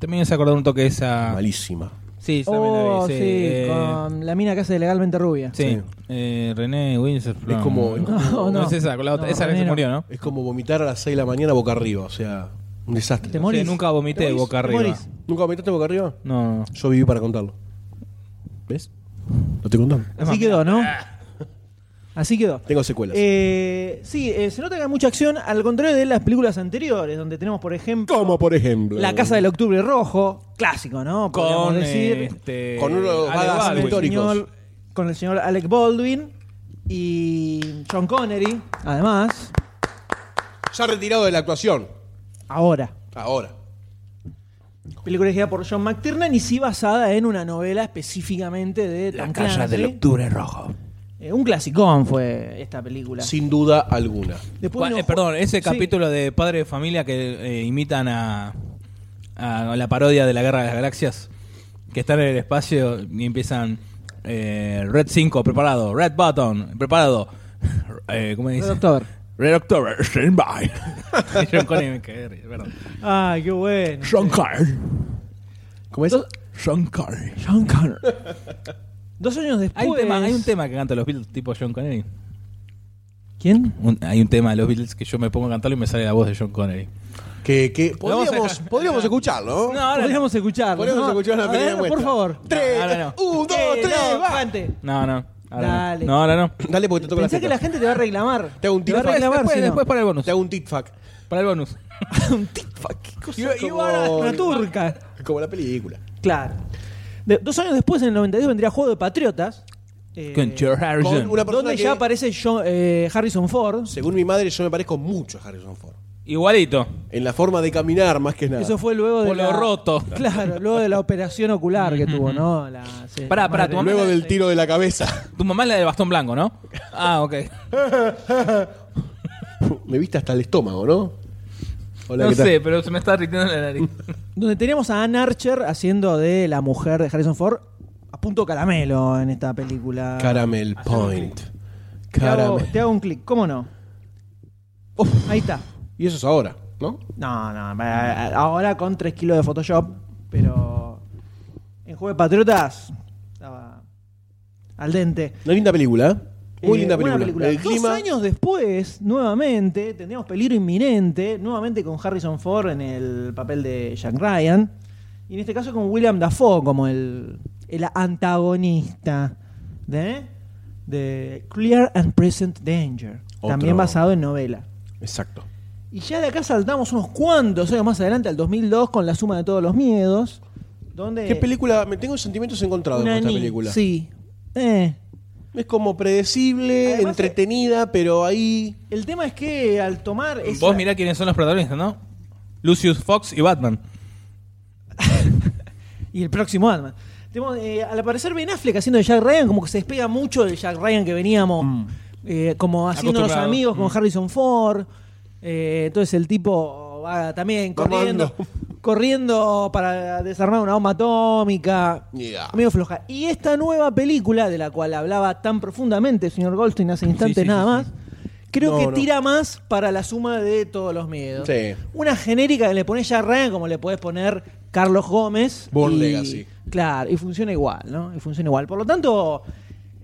También se acordó un toque esa. Malísima. Sí, yo también la Oh, vi, sí, sí, eh, con la mina que hace de legalmente rubia. sí. sí. Eh, René Winsor. Es como- No, no. es esa, con la otra- No, esa que se René no. murió, ¿no? Es como vomitar a las 6 de la mañana boca arriba, o sea, un desastre. Te morís. Sí, nunca vomité Te morís, boca te arriba. morís. ¿Nunca vomitaste boca arriba? No, no. Yo viví para contarlo. ¿Ves? No te contamos. Así quedó, ¿no? Así quedó. Tengo secuelas. Eh, sí, eh, se nota que hay mucha acción, al contrario de las películas anteriores, donde tenemos, por ejemplo, como por ejemplo. La Casa del Octubre Rojo, clásico, ¿no? Podríamos Con, decir. este, Con uno de los Ale badass Baldwin. históricos. señor- con el señor Alec Baldwin y John Connery, además, Ya retirado de la actuación. ahora. Ahora. Película dirigida por John McTiernan y sí basada en una novela específicamente de Tom Clancy. octubre rojo. Eh, un clasicón fue esta película. Sin duda alguna. Después Cua- no- eh, perdón, ese pues, Sí. capítulo de Padre de Familia que eh, imitan a, a la parodia de la Guerra de las Galaxias, que están en el espacio y empiezan eh, Red 5 preparado, Red Button preparado, eh, ¿cómo dice? Red October. Red October, stand by. John Connery me cagué de risa, perdón. Ay, qué bueno. John Connery. ¿Cómo es? John Connery. John Connery. Dos años después. Hay un, tema, Pues- hay un tema que cantan los Beatles tipo John Connery. ¿Quién? Un- hay un tema de los Beatles que yo me pongo a cantarlo y me sale la voz de John Connery. Que, que vamos a podríamos, dejar. podríamos escucharlo. No, ahora- Podríamos escucharlo. Podríamos ¿no? escuchar A una pequeña ver, muestra. Por favor. Tres, Ahora no. un, dos, Eh, tres, no, va. Aguante. No, no. ahora Dale. No, No, ahora no. Dale porque te toca la Pensé que la fiesta. gente te va a reclamar. Te hago un Te va a tip. reclamar. después, si no. después para el bonus. Te hago un tit-fuck. Para el bonus. un tic-tac. Qué cosa You- you como- are- una turca. Como la película. Claro. De- dos años después, en el 92, vendría Juego de Patriotas. eh, Con George Harrison. Con una persona donde que, ya aparece John- eh, Harrison Ford. según mi madre, yo me parezco mucho a Harrison Ford. Igualito. En la forma de caminar, más que nada. Eso fue luego de Por lo la, roto. Claro, luego de la operación ocular que tuvo, ¿no? La, sí, Pará, la pará, madre. tu mamá- Luego del tiro de la cabeza. Tu mamá es la del bastón blanco, ¿no? Ah, ok. me viste hasta el estómago, ¿no? Hola, no ¿qué tal? sé, pero se me está rindiendo la nariz. Donde teníamos a Ann Archer haciendo de la mujer de Harrison Ford a punto caramelo en esta película. Caramel Point. Te hago, Caramel. te hago un clic, ¿cómo no? Ahí está. Y eso es ahora, ¿no? No, no, eh, ahora con 3 kilos de Photoshop, pero en Juego de Patriotas estaba al dente. Una linda película. ¿eh? Muy Eh, linda buena película. El Dos clima. años después, nuevamente, tendríamos peligro inminente, nuevamente con Harrison Ford en el papel de Jack Ryan, y en este caso con William Dafoe como el, el antagonista de, de Clear and Present Danger, Otro. también basado en novela. Exacto. Y ya de acá saltamos unos cuantos años más adelante, al 2002, con la suma de todos los miedos, donde... ¿Qué película? Me tengo sentimientos encontrados una con esta ni- película. Sí. Eh, Es como predecible, Además, eh, entretenida, pero ahí. El tema es que al tomar... esa- Vos mirá quiénes son los protagonistas, ¿no? Lucius Fox y Batman. Y el próximo Batman. Tenemos, eh, al aparecer Ben Affleck haciendo de Jack Ryan, como que se despega mucho del Jack Ryan que veníamos, eh, como haciéndonos Acostumbrado. amigos con Mm. Harrison Ford. Eh, entonces el tipo va también corriendo, corriendo para desarmar una bomba atómica. Yeah. Medio floja. Y esta nueva película, de la cual hablaba tan profundamente el señor Goldstein hace instantes Sí, sí, nada sí, más, creo No, que no. tira más para la suma de todos los miedos. Sí. Una genérica que le pones ya Ryan, como le podés poner Carlos Gómez, Born y- Legacy. Claro, y funciona igual, ¿no? Y funciona igual. Por lo tanto,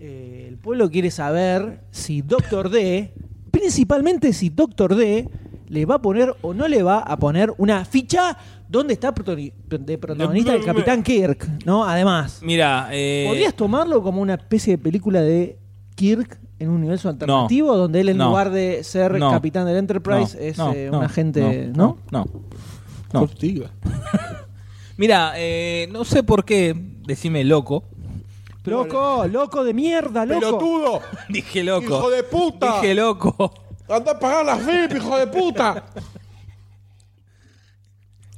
eh, el pueblo quiere saber si Doctor D, principalmente si Doctor D, le va a poner o no le va a poner una ficha donde está protoni- de protagonista el Capitán Kirk, ¿no? Además, Mira, eh. ¿podrías tomarlo como una especie de película de Kirk en un universo alternativo donde él en no, lugar de ser no, capitán del Enterprise no, es no, eh, no, un agente, ¿no? No. No. no. Hostia. Mira, eh, no sé por qué, decime loco. Loco, loco de mierda, loco. ¡Pelotudo! Dije loco. ¡Hijo de puta! Dije loco. ¡Anda a pagar las VIP, hijo de puta!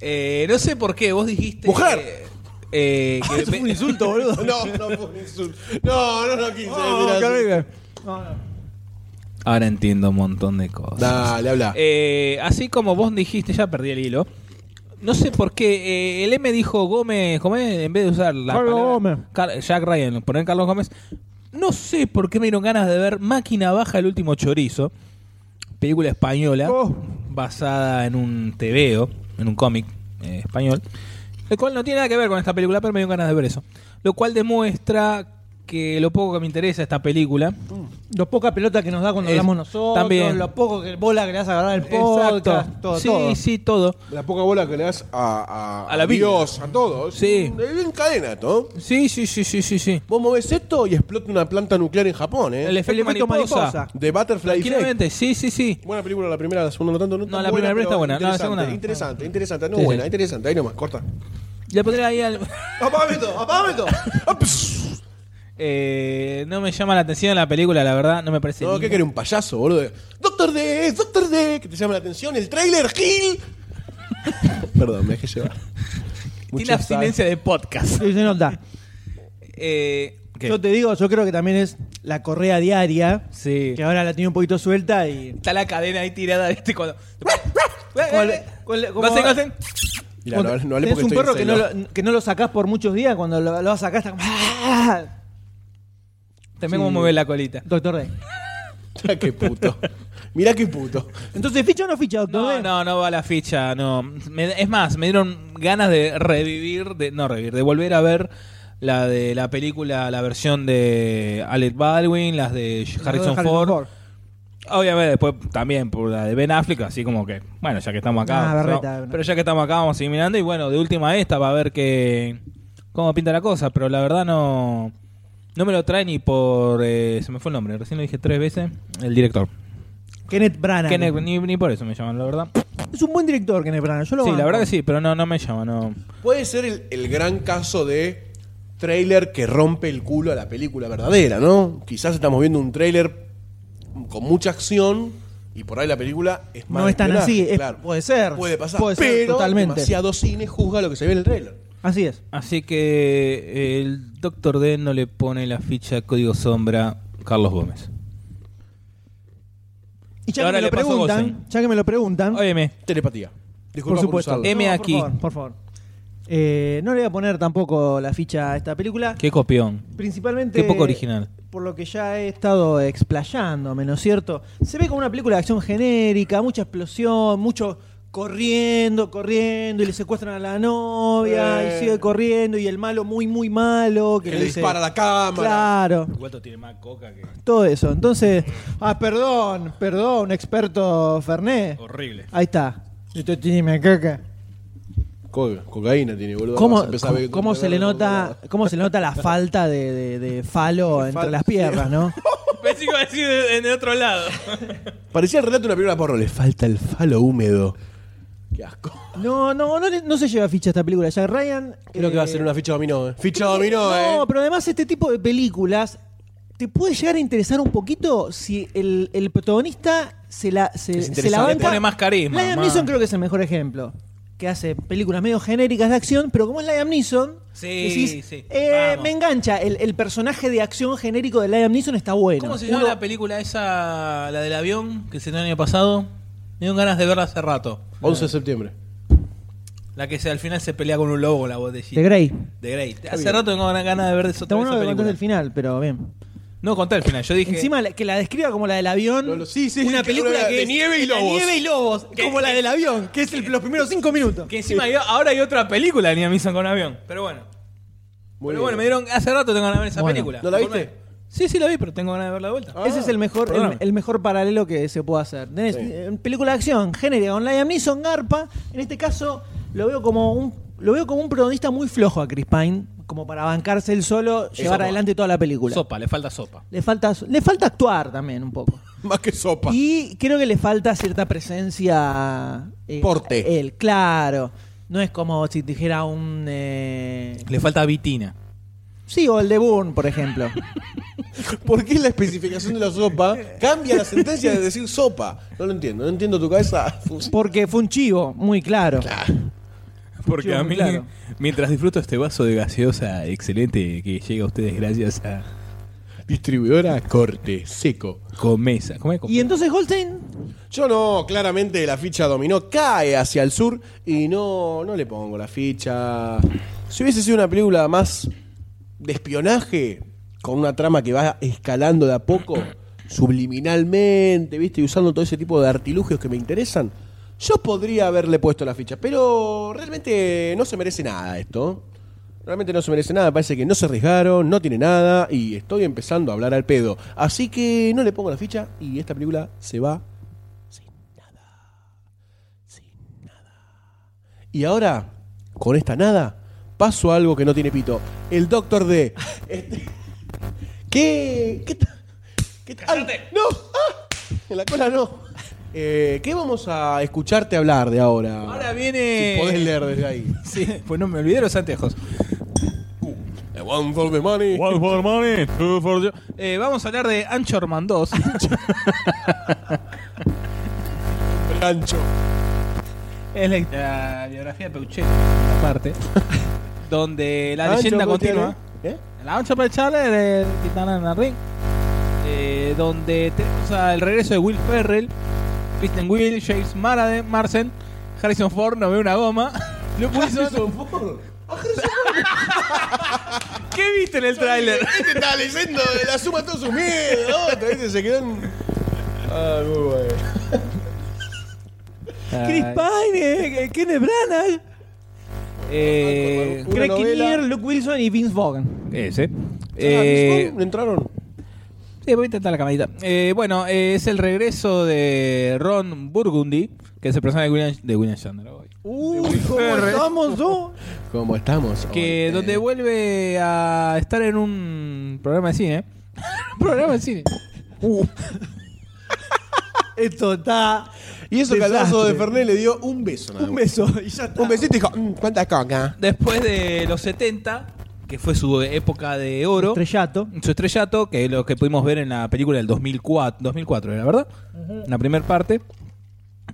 Eh, no sé por qué, vos dijiste. Mujer. eh, eh, que Eso fue un ve- insulto, boludo. No, no fue un insulto. No, no lo quise decir así. Ahora entiendo un montón de cosas. Dale, habla. Eh, así como vos dijiste, ya perdí el hilo. No sé por qué eh, el M dijo Gómez, ¿cómo es? en vez de usar la Carlos palabra- Gómez. Car- Jack Ryan, poner Carlos Gómez. No sé por qué me dieron ganas de ver Máquina Baja el último chorizo, película española Oh. basada en un tebeo, en un cómic eh, español, el cual no tiene nada que ver con esta película, pero me dieron ganas de ver eso. Lo cual demuestra que lo poco que me interesa esta película Lo poca pelota que nos da cuando Es- hablamos nosotros. también. Lo poco que bola que le vas a agarrar al podcast. Exacto. Todo, sí, todo. sí, todo. La poca bola que le das a, A la Dios, a todos. Sí. En cadena, ¿no? Sí, sí, sí, sí, sí, sí. Vos movés esto y explota una planta nuclear en Japón, ¿eh? El efecto, efecto mariposa. mariposa. de Butterfly Effect. Tranquilamente, sí, sí, sí. Buena película, la primera, la segunda no tanto. No, tan No, la primera pero está buena, no, la Interesante, segunda no. interesante, interesante. No Sí, sí. buena, interesante. Ahí nomás, corta. Le pondré ahí al... ¡Apágame esto! ¡Apágame esto! Ah, pss. Eh, no me llama la atención la película, la verdad, no me parece... no, ¿qué linda. querés? Un payaso, boludo. ¡Doctor D! ¡Doctor D! Que te llama la atención. ¡El trailer Hill! Perdón, me dejé llevar. Tiene abstinencia de podcast. Sí, se nota. Eh, ¿qué? Yo te digo, yo creo que también es la correa diaria. Sí. Que ahora la tiene un poquito suelta y. Está la cadena ahí tirada, ¿viste? Cuando... Cuál- cuál- ¿Lo cómo- hacen, lo hacen? Mirá, no, no hablé Tenés porque un estoy en perro que no, celo. lo, que no lo sacás por muchos días. Cuando lo, lo sacás, está como. ¡Ah! También Sí. como mueve la colita. Doctor D. Mirá qué puto. Mirá qué puto. Entonces, ¿ficha o no ficha, doctor No, D? no, no va la ficha, no. Me- es más, me dieron ganas de revivir, de, no revivir, de volver a ver la de la película, la versión de Alec Baldwin, las de Harrison, Ford. Obviamente después también por la de Ben Affleck, así como que, bueno, ya que estamos acá, Ah, no, berreta, no. pero ya que estamos acá vamos a seguir mirando y bueno, de última esta va a ver que cómo pinta la cosa, pero la verdad no no me lo trae ni por eh, se me fue el nombre, recién lo dije tres veces, el director. Kenneth Branagh. Que ni- ni- ni por eso me llaman, la verdad. Es un buen director, Kenneth Branagh. Yo lo Sí, la banco. verdad que sí, pero no, no me llama, no. Puede ser el, el gran caso de trailer que rompe el culo a la película verdadera, ¿no? Quizás estamos viendo un trailer con mucha acción y por ahí la película es más No es tan espionaje, así, es- claro. puede ser, Puede pasar, puede ser, pero totalmente. demasiado cine juzga lo que se ve en el trailer. Así es. Así que eh, el Doctor D no le pone la ficha Código Sombra Carlos Gómez. Y ya Y que ahora me lo le pasó preguntan, Gosen. ya que me lo preguntan, Óyeme, Telepatía. Disculpa por supuesto. usarlo. Eh, M No, aquí. Por favor, por favor. Eh, no le voy a poner tampoco la ficha a esta película. qué copión. Principalmente. Qué poco original. Por lo que ya he estado explayándome, ¿no es cierto? Se ve como una película de acción genérica, mucha explosión, mucho corriendo, corriendo, y le secuestran a la novia, Eh. y sigue corriendo, y el malo muy, muy malo. Que Que le dispara a la cámara. Claro, Guato tiene más coca que todo eso. Entonces, ah, perdón, perdón, experto Ferné. horrible. Ahí está. Esto tiene mi caca. Co- cocaína tiene, boludo. Vas ¿Cómo, a empezar a ver- cómo se le nota, cómo se le nota la falta de, de- de falo entre las piernas, no? Pensé que iba a decir en el otro lado. Parecía el relato de una película porno. Le falta el falo húmedo. Qué asco. No, no, no, le- no se lleva ficha esta película. Jack Ryan. Creo que va a ser una ficha dominó, ¿eh? Ficha dominó, ¿eh? No, pero además este tipo de películas te puede llegar a interesar un poquito si el, el protagonista se la, se, Es se la interesante. banca. Pone más carisma, Liam más. Neeson creo que es el mejor ejemplo. Que hace películas medio genéricas de acción, pero como es Liam Neeson, Sí, decís, sí. eh, Vamos. me engancha. El, el personaje de acción genérico de Liam Neeson está bueno. ¿Cómo se llama Uno- la película esa, la del avión, que se dio el año pasado? Me dieron ganas de verla hace rato. 11 de septiembre. La que se- al final se pelea con un lobo con la botellita. De Grey. De Grey. Hace rato tengo ganas de ver eso, Está bueno esa lo que película. contaste el final, pero bien. No conté el final, yo dije... Encima la- que la describa como la del avión. No, lo- sí, sí, una sí, que película una- que de es- nieve y de lobos. nieve y lobos, Que- como la que- del avión, que es el- los primeros cinco minutos. Que encima hay- ahora hay otra película de Liam Neeson con avión. Pero bueno. pero Muy bien. bueno, me dieron. Hace rato tengo ganas de ver esa Bueno. película. ¿No la Por viste? me- Sí, sí la vi, pero tengo ganas de verla de vuelta. Ese es el mejor, perdóname. el, el mejor paralelo que se puede hacer. Tenés, Ah, Sí. eh, película de acción, genérica, con Liam Neeson, Garpa. En este caso, lo veo como un, lo veo como un protagonista muy flojo a Chris Pine, como para bancarse él solo, llevar no. adelante toda la película. Sopa, le falta sopa. Le falta, le falta actuar también un poco. Más que sopa. Y creo que le falta cierta presencia. eh, Porte. a Él, claro. No es como si dijera un. eh, Le falta vitina. sí, o el de Bourne, por ejemplo. ¿Por qué la especificación de la sopa cambia la sentencia de decir sopa? No lo entiendo, no entiendo tu cabeza. Porque fue un chivo, muy claro. Porque Chum, a mí, claro. mientras disfruto este vaso de gaseosa excelente que llega a ustedes gracias a Distribuidora corte seco. Comesa. ¿Cómo es? Y entonces Goldstein, Yo no, claramente la ficha dominó, cae hacia el sur y no, no le pongo la ficha. Si hubiese sido una película más de espionaje, con una trama que va escalando de a poco, subliminalmente, ¿viste? Y usando todo ese tipo de artilugios que me interesan, yo podría haberle puesto la ficha. Pero realmente no se merece nada esto. Realmente no se merece nada, parece que no se arriesgaron, no tiene nada y estoy empezando a hablar al pedo. Así que no le pongo la ficha y esta película se va Y ahora, con esta nada, paso a algo que no tiene pito. El Doctor D. Este- ¿Qué? ¿Qué? ta- ¿Qué? ta- ay, ¡No! ¡Ah! En la cola no. Eh, ¿Qué vamos a escucharte hablar de ahora? Ahora Si viene. podés leer desde ahí. Sí, pues no me olvidé los anteojos. One for the money. Eh, vamos a hablar de Anchorman 2. Gancho. es la, la biografía de Peuchet, en parte. donde la Gancho, leyenda ¿cómo continúa. tiene? ¿Eh? La ancha para echarle de Titana en el ring. Eh, donde tenemos al regreso de Will Ferrell, Kristen Will, James Marade, Marcen, Harrison Ford, no veo una goma. Luke Wilson. ¿Qué viste en el tráiler? Este estaba leyendo de la suma de todos sus miedos. Otra vez se quedó en... Ah, muy bueno. Chris Pine, eh, Kenneth Branagh, Eh, Una Greg novela. Kinnear, Luke Wilson y Vince Vaughn. ese. Ah, Eh, ¿viste? ¿Entraron? Sí, voy a intentar la camarita. Eh, bueno, eh, es el regreso de Ron Burgundy, que es el personaje de William, de William Shatner, hoy. Uy, ¿cómo estamos, no? ¿Cómo estamos? Que hoy? eh, donde vuelve a estar en un programa de cine. programa de cine. Uh. Esto está. Y eso que al Desastre. vaso de Fernet le dio un beso. nada Un más. beso y ya está. Un besito y dijo, "Mm, ¿cuántas cocas? Después de los 70, que fue su época de oro. Estrellato. Su estrellato, que es lo que pudimos ver en la película del 2004, 2004 era, ¿verdad? La primera parte.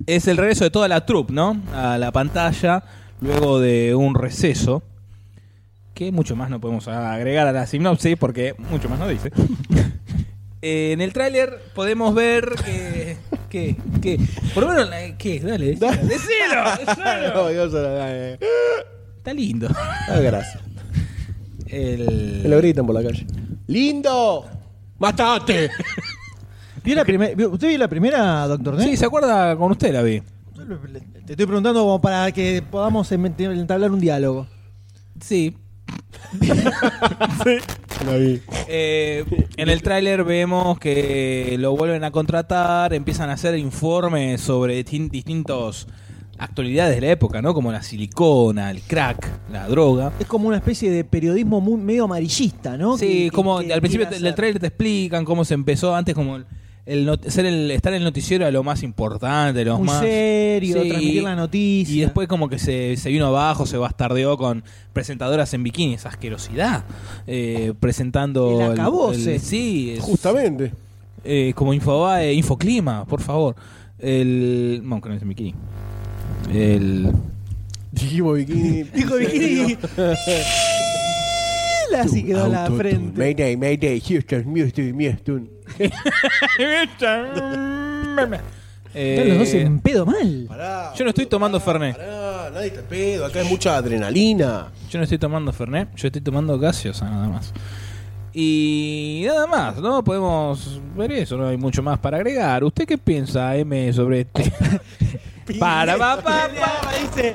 Es el regreso de toda la troupe, ¿no? A la pantalla, luego de un receso. Que mucho más no podemos agregar a la sinopsis porque mucho más no dice. Eh, en el tráiler podemos ver que... que, que por lo menos... la- ¿Qué? Dale. decilo, No, decilo. yo se la- eh, Está lindo. ah, gracias. El... Me lo gritan por la calle. ¡Lindo! ¡Matate! ¿Vio la primer- vio- ¿Usted vio la primera, doctor D? Sí, ¿se acuerda? Con usted la vi. Te estoy preguntando como para que podamos em- entablar un diálogo. Sí, La vi. Eh, en el tráiler vemos que lo vuelven a contratar, empiezan a hacer informes sobre tin- distintos actualidades de la época, ¿no? Como la silicona, el crack, la droga. Es como una especie de periodismo muy, medio amarillista, ¿no? Sí, Que- como que- que al principio quiere te- del hacer. tráiler te explican cómo se empezó antes como el, el not- ser el- estar en el noticiero era lo más importante, lo Muy más serio, Sí, transmitir la noticia. Y después como que se, se vino abajo, se bastardeó con presentadoras en bikini, esa asquerosidad. Eh, presentando... El acabose. sí, es- Justamente. eh, como Infobae, Infoclima, por favor. El. No, que no es Mickey. El. Dijimos bikini. Dijo Bikini. Así quedó la Autotune. frente. Mayday, Mayday, Houston, Houston, Houston. Eh, Están los dos en pedo mal. Pará. yo no estoy tomando Fernet. Pará, nadie está en pedo. Acá hay mucha adrenalina. Yo no estoy tomando Fernet, yo estoy tomando gaseosa nada más. Y nada más, ¿no? Podemos ver eso, no hay mucho más para agregar. ¿Usted qué piensa, M, sobre este? para, pa, pa, pa. dice,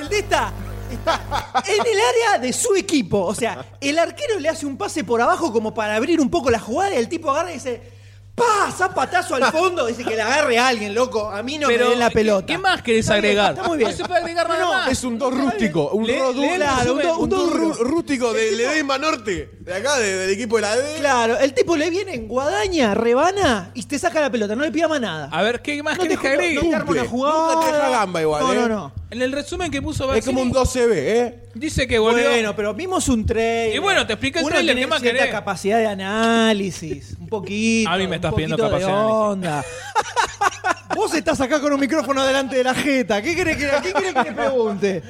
el de esta está en el área de su equipo. O sea, el arquero le hace un pase por abajo como para abrir un poco la jugada y el tipo agarra y dice, ¡pa! Zapatazo al fondo. Dice que la agarre a alguien, loco. A mí no me den la ¿qué- pelota. ¿Qué más querés agregar? está muy bien. No se puede agregar nada No, más. Es un dos rústico. Un Le- ro- le- claro, un do- un un dos duro. rú- rústico de Ledesma Norte. De acá, de- del equipo de la D. Claro, el tipo le viene en guadaña, rebana y te saca la pelota. No le pida más nada. A ver, ¿qué más no te, querés que agregue? no te arma una Cumple. jugada. Nunca te deja gamba igual, No, ¿eh? no, no. En el resumen que puso Es Barcini, como un 2CB, ¿eh? dice que volvió. Bueno, pero vimos un trailer. Y bueno, te explica el Uno trailer, tiene ¿qué más cierta querés? capacidad de análisis, un poquito. A mí me estás un pidiendo poquito capacidad de de análisis. onda. Vos estás acá con un micrófono delante de la jeta. ¿Qué querés que, ¿qué querés que le pregunte?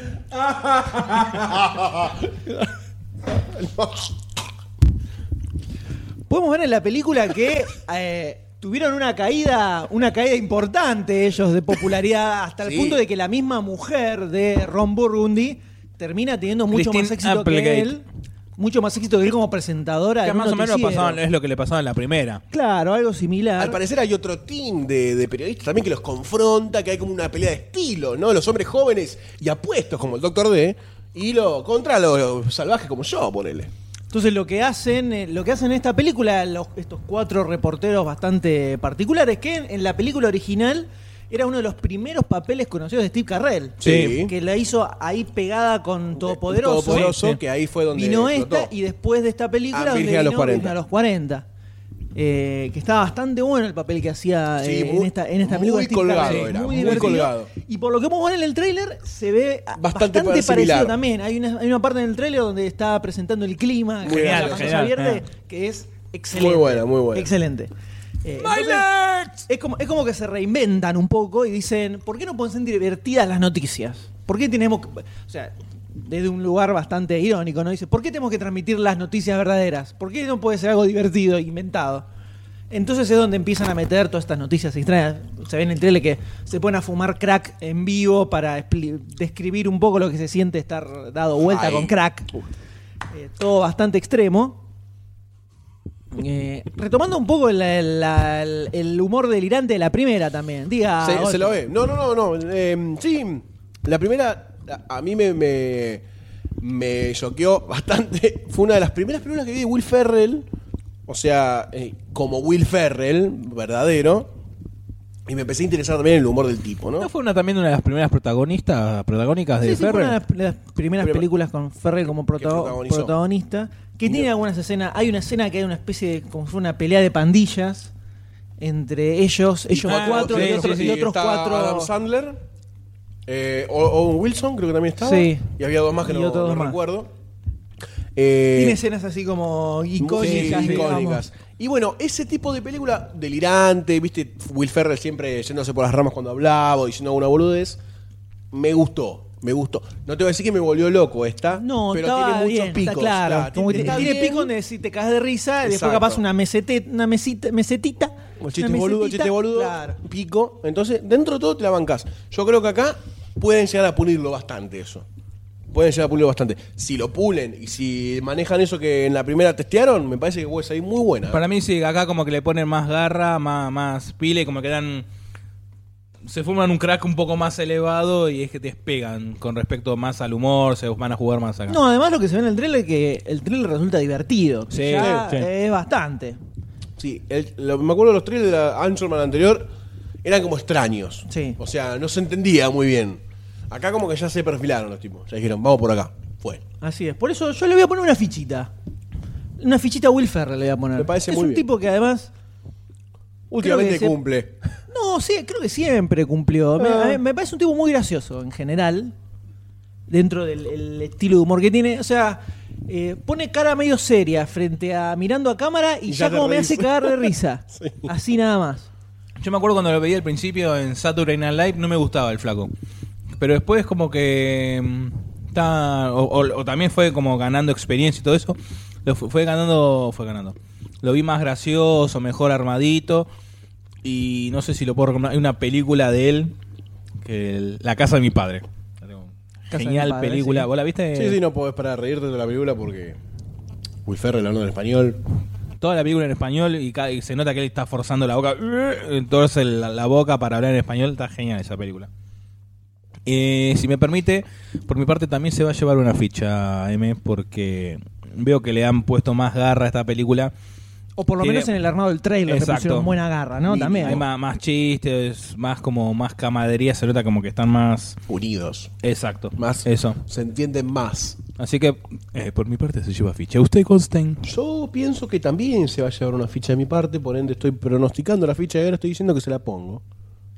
Podemos ver en la película que eh, tuvieron una caída, una caída importante ellos de popularidad, hasta el Sí. punto de que la misma mujer de Ron Burgundy termina teniendo mucho Christine más éxito Applegate. que él. Mucho más éxito que él como presentadora. Que en un más o menos noticiero. pasaban- es lo eh. que le pasaba en la primera. Claro, algo similar. Al parecer hay otro team de, de periodistas también que los confronta, que hay como una pelea de estilo, ¿no? Los hombres jóvenes y apuestos como el Doctor D y lo contra los, los salvajes como yo, ponele. Entonces lo que hacen, eh, lo que hacen en esta película, los- estos cuatro reporteros bastante particulares, que en, en la película original era uno de los primeros papeles conocidos de Steve Carrell, Sí. que la hizo ahí pegada con Todopoderoso. Todopoderoso, Sí, sí. que ahí fue donde Vino explotó. esta y después de esta película Ah, donde Virgen a los vino 40. Virgen a los 40. Eh, que estaba bastante bueno el papel que hacía Sí, eh, en muy- esta, en esta muy película. de Steve colgado Carell. era, muy divertido. colgado. Y por lo que podemos ver en el tráiler, se ve ah, Bastante bastante, similar. parecido también. Hay una, hay una parte en el tráiler donde está presentando el clima, Muy en genial, Ah. la pantalla genial, verde, eh. que es excelente. Muy buena, muy buena. Excelente. Eh, entonces, es como, es como que se reinventan un poco y dicen, ¿por qué no pueden ser divertidas las noticias? ¿Por qué tenemos que, o sea, desde un lugar bastante irónico, ¿no? Dice, ¿por qué tenemos que transmitir las noticias verdaderas? ¿Por qué no puede ser algo divertido, e inventado? Entonces es donde empiezan a meter todas estas noticias extrañas. Se ve en el tele que se ponen a fumar crack en vivo para expli- describir un poco lo que se siente estar dado vuelta Ay. con crack. Eh, todo bastante extremo. Eh, retomando un poco el, el- el- el humor delirante de la primera también. Diga. se, Golfi. se lo ve. No, no, no, no. Eh, sí, la primera a, a mí me me me choqueó bastante. Fue una de las primeras películas que vi de Will Ferrell, o sea, eh, como Will Ferrell verdadero. Y me empecé a interesar también en el humor del tipo, ¿no? ¿No fue una, también una de las primeras protagonistas, protagónicas de Sí, sí, fue Ferrer? una de las, de las primeras Prima- películas con Ferrell como protago- protagonizó. protagonista. Que tiene Mira. algunas escenas. Hay una escena que hay una especie de. como si fuera una pelea de pandillas. Entre ellos, ellos Ah, cuatro sí, y, otro- sí, sí, y otros está cuatro. Adam Sandler, eh, O- Owen Wilson, creo que también estaba. Sí. Y había dos más que Y no, otros no dos más. recuerdo. Eh, Tiene escenas así como icónicas. Sí, digamos. icónicas. Y bueno, ese tipo de película delirante, viste, Will Ferrell siempre yéndose por las ramas cuando hablaba o diciendo alguna boludez, me gustó, me gustó. No te voy a decir que me volvió loco esta, No, pero estaba tiene muchos bien, está picos. claro. está- como que está tiene bien. picos donde si te caes de risa, y después Exacto. capaz una mesete, una mesita, mesetita. O chiste una boludo, mesetita, chiste boludo, Claro. pico. Entonces, dentro de todo te la bancás. Yo creo que acá pueden llegar a pulirlo bastante eso. Pueden llegar a pulirlo bastante. Si lo pulen y si manejan eso que en la primera testearon, me parece que puede salir muy buena. Para mí sí, acá como que le ponen más garra, más, más pile, como que dan... Se forman un crack un poco más elevado y es que despegan con respecto más al humor, se van a jugar más acá. No, además lo que se ve en el trailer es que el trailer resulta divertido. que Sí, ya sí. es bastante. Sí, el- lo- me acuerdo los trailers de la Anchorman anterior eran como extraños. Sí. O sea, no se entendía muy bien. Acá como que ya se perfilaron los tipos. Ya dijeron, vamos por acá. Fue. Así es. Por eso yo le voy a poner una fichita. Una fichita a Will Ferrell le voy a poner. Me parece es muy un bien. tipo que además. Creo que Últimamente se- Eh. cumple. No, sí, creo que siempre cumplió. Me, a mí me parece un tipo muy gracioso en general, dentro del el estilo de humor que tiene. O sea, eh, pone cara medio seria frente a mirando a cámara y, Y ya ya, te como me reís. hace cagar de risa. Sí. Así nada más. Yo me acuerdo cuando lo veía al principio en Saturday Night Live, no me gustaba el flaco. Pero después como que... mm, Está, o, o- o también fue como ganando experiencia y todo eso. Lo fu- fue ganando... Fue ganando. Lo vi más gracioso, mejor armadito. Y no sé si lo puedo recomendar. Hay una película de él, que el- La casa de mi padre. Casa de Genial mi padre, película. sí. ¿Vos la viste? Sí, sí, no podés parar de reírte de la película porque Will Ferrell hablando en español. Toda la película en español y, ca- y se nota que él está forzando la boca. Entonces la, la boca para hablar en español. Está genial esa película. Eh, si me permite, por mi parte también se va a llevar una ficha, M, porque veo que le han puesto más garra a esta película. O por lo Tiene- menos en el armado del trailer le Exacto. pusieron buena garra, ¿no? Y También. Hay más, más chistes, más como más camadería. Se nota como que están más. Unidos. Exacto. Más. Eso. Se entienden más. Así que, eh, por mi parte, se lleva ficha. ¿Usted, Constein? Yo pienso que también se va a llevar una ficha de mi parte, por ende estoy pronosticando la ficha y ahora estoy diciendo que se la pongo.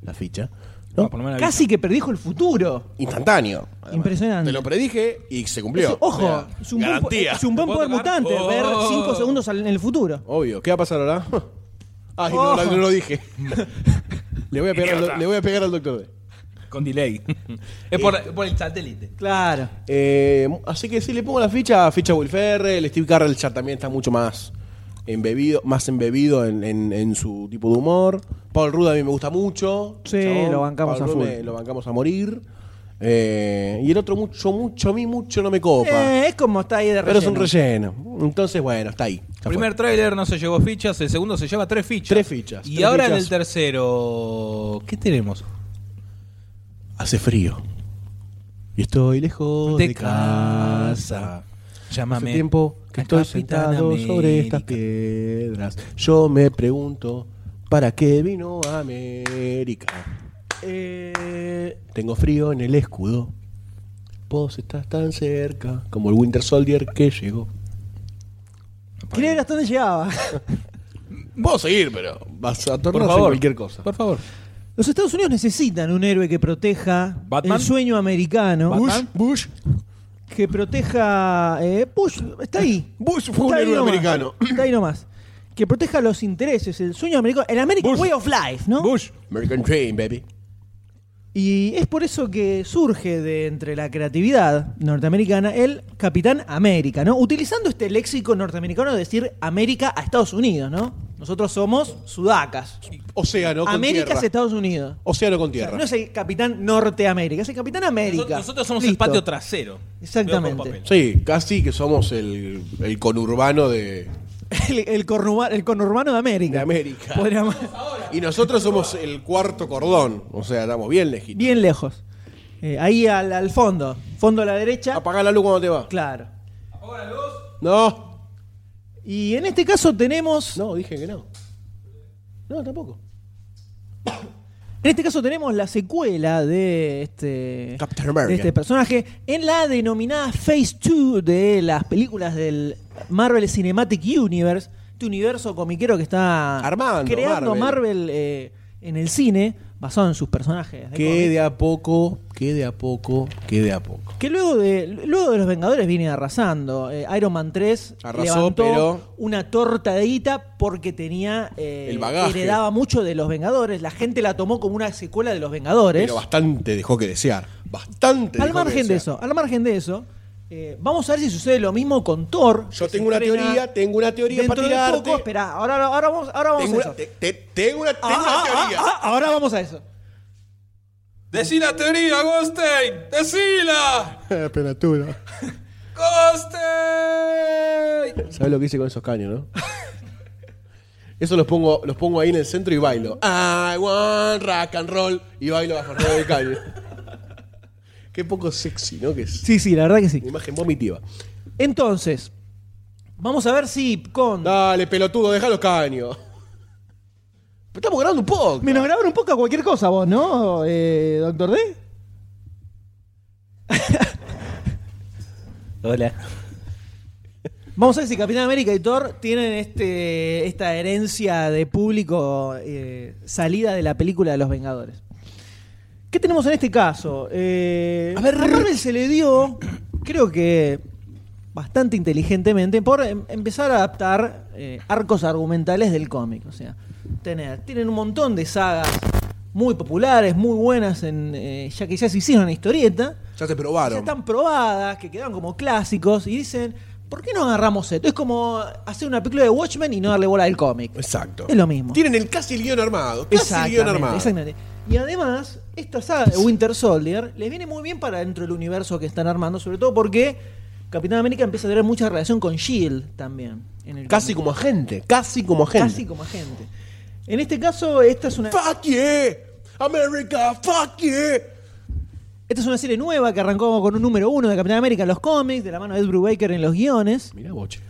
La ficha. ¿No? Ah, por lo menos la Casi que predijo el futuro. Instantáneo. además. Impresionante. Te lo predije y se Es- cumplió. ojo, O sea, es un buen, po- garantía. es un buen ¿Puedo poder tocar? mutante ver Oh. 5 segundos al- en el futuro. Obvio. ¿Qué va a pasar ahora? Ay, no, Ojo. la- no lo dije. Le voy a pegar, al, do- Idiota. le voy a pegar al doctor D. Con delay. es por, por el satélite. Claro. Eh, así que sí, le pongo la ficha a ficha a Will Ferrell. Steve Carrell ya también está mucho más embebido, más embebido en, en- en su tipo de humor. Paul Rudd a mí me gusta mucho. Sí, lo bancamos Paul a Rudd full. me- lo bancamos a morir. Eh, y el otro mucho, mucho, a mí mucho no me copa. Eh, es como está ahí de pero es un relleno. relleno. Entonces, bueno, está ahí. Ya fue. Primer tráiler no se llevó fichas, el segundo se lleva tres fichas. Tres fichas, Y tres ahora en fichas. el tercero, ¿qué tenemos? Hace frío. Y estoy lejos de, De casa. casa. Llámame. Hace tiempo que al estoy Capitán sentado América. sobre estas piedras. Yo me pregunto, ¿para qué vino a América? Eh, tengo frío en el escudo. Vos estás tan cerca como el Winter Soldier que llegó. Quería ver hasta dónde llegaba. Vos seguir, pero vas a Por tornarse favor. cualquier cosa. Por favor. Los Estados Unidos necesitan un héroe que proteja ¿Batman? el sueño americano. ¿Batman? Bush, Que proteja. eh, Bush, está ahí. Bush fue un Está ahí héroe nomás. americano. Está ahí nomás. Que proteja los intereses, el sueño americano, el American Bush. Way of Life, ¿no? Bush. American Dream, baby. Y es por eso que surge de entre la creatividad norteamericana el Capitán América, ¿no? Utilizando este léxico norteamericano de decir América a Estados Unidos, ¿no? Nosotros somos sudacas. Océano con América es tierra. Estados Unidos. Océano con O sea, tierra. no es el Capitán Norteamérica, es el Capitán América. Nosotros, nosotros somos el Listo. patio trasero. Exactamente. Veo con papel. Sí, casi que somos el, el conurbano de, El, el cornuba- el conurbano de América. de América. Podríamos- Y nosotros somos el cuarto cordón. O sea, estamos bien lejitos. bien lejos. Eh, ahí al, al fondo. Fondo a la derecha. Apagá la luz cuando te va. Claro. No. Y en este caso tenemos. No, dije que no. No, tampoco. En este caso tenemos la secuela de este, Captain America. de este personaje en la denominada Phase 2 de las películas del Marvel Cinematic Universe, este universo comiquero que está Armando creando Marvel. Marvel, eh, en el cine, basado en sus personajes. de Que cómic. de a poco, que de a poco, que de a poco. Que luego de, luego de los Vengadores viene arrasando. Eh, Iron Man 3 Arrasó, levantó pero- una torta de guita porque tenía. eh, El bagaje. Heredaba mucho de los Vengadores. La gente la tomó como una secuela de los Vengadores. Pero bastante dejó que desear. Bastante. Al dejó que margen de desear. eso, al margen de eso, eh, vamos a ver si sucede lo mismo con Thor. Yo que tengo se una estrena teoría, tengo una teoría dentro para de tirarte. poco. Espera, ahora, ahora vamos, ahora vamos tengo, a una, eso. te- te- tengo una, tengo Ah, una ah, teoría. ah, ah, ahora vamos a eso. Decí la teoría, Gostein. Decila. Temperatura. Gostein. ¿Sabes lo que hice con esos caños, no? Eso los pongo, los pongo ahí en el centro y bailo. I want rock and roll. Y bailo bajo el ruedo del caño. Qué poco sexy, ¿no? Que es Sí, sí, la verdad que sí. una imagen vomitiva. Entonces, vamos a ver si con. Dale, pelotudo, deja los caños. Pero estamos grabando un poco. Menos grabar un poco a cualquier cosa vos, ¿no, eh, doctor D? Hola. Vamos a ver si Capitán América y Thor tienen este, esta herencia de público eh, salida de la película de Los Vengadores. ¿Qué tenemos en este caso? Eh, a ver, Marvel se le dio, creo que bastante inteligentemente, por em- empezar a adaptar eh, arcos argumentales del cómic. O sea, tener, tienen un montón de sagas muy populares, muy buenas, en, eh, ya que ya se hicieron una historieta Ya se ya probaron. están probadas, que quedaron como clásicos, y dicen, ¿por qué no agarramos esto? Es como hacer una película de Watchmen y no darle bola al cómic. Exacto. Es lo mismo. Tienen el casi el guión armado. Casi el Exactamente, guión armado. exactamente. Y además, esta saga de Winter Soldier les viene muy bien para dentro del universo que están armando, sobre todo porque Capitán América empieza a tener mucha relación con S.H.I.E.L.D. E también. en el Casi cómic. como agente. Casi como agente. Casi como agente. En este caso, esta es una... Fuck yeah. America, fuck yeah. Esta es una serie nueva que arrancó con un número uno de Capitán América en los cómics, de la mano de Ed Brubaker en los guiones. Mirá, boche.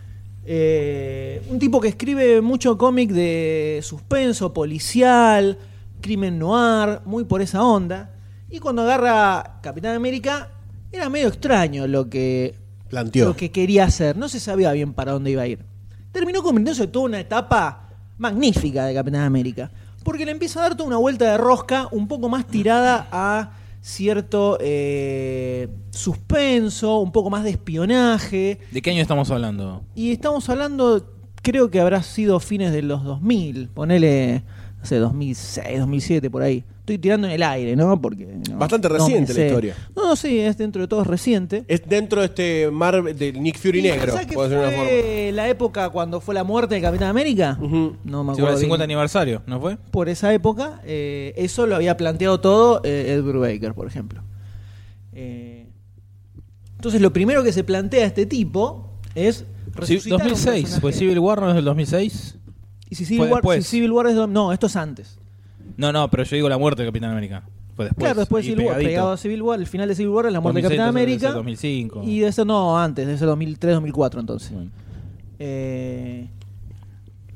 Eh, un tipo que escribe mucho cómic de suspenso, policial, crimen noir, muy por esa onda. Y cuando agarra Capitán América, era medio extraño lo que, Planteó. lo que quería hacer. No se sabía bien para dónde iba a ir. Terminó convirtiéndose en toda una etapa magnífica de Capitán América. Porque le empieza a dar toda una vuelta de rosca un poco más tirada a cierto eh, suspenso, un poco más de espionaje. ¿De qué año estamos hablando? Y estamos hablando, creo que habrá sido fines de los 2000, ponele hace 2006, 2007, por ahí. Estoy tirando en el aire, ¿no? Porque. no- Bastante no me reciente la sé. historia. No, no, sí, es dentro de todo reciente. Es dentro de este Marvel, del Nick Fury Y negro, pensá que por decirlo de una forma. fue la época cuando fue la muerte de Capitán América. Ujú. No me Sí, acuerdo. por el 50 bien. aniversario, ¿no fue? Por esa época, eh, eso lo había planteado todo eh, Ed Brubaker, por ejemplo. Eh, entonces, lo primero que se plantea este tipo es. Sí, resucitar un 2006, personaje. ¿fue Civil War no es el 2006? Y si Civil, Fue War, si después. Civil War es. do- No, esto es antes. No, no, pero yo digo la muerte de Capitán América. Fue después. claro, después ahí de Civil War, pegadito. pegado a Civil War, el final de Civil War es la muerte 2006, de Capitán entonces, América. debe ser 2005. Y de eso no, antes, de eso 2003, 2004 entonces. Bueno. Eh,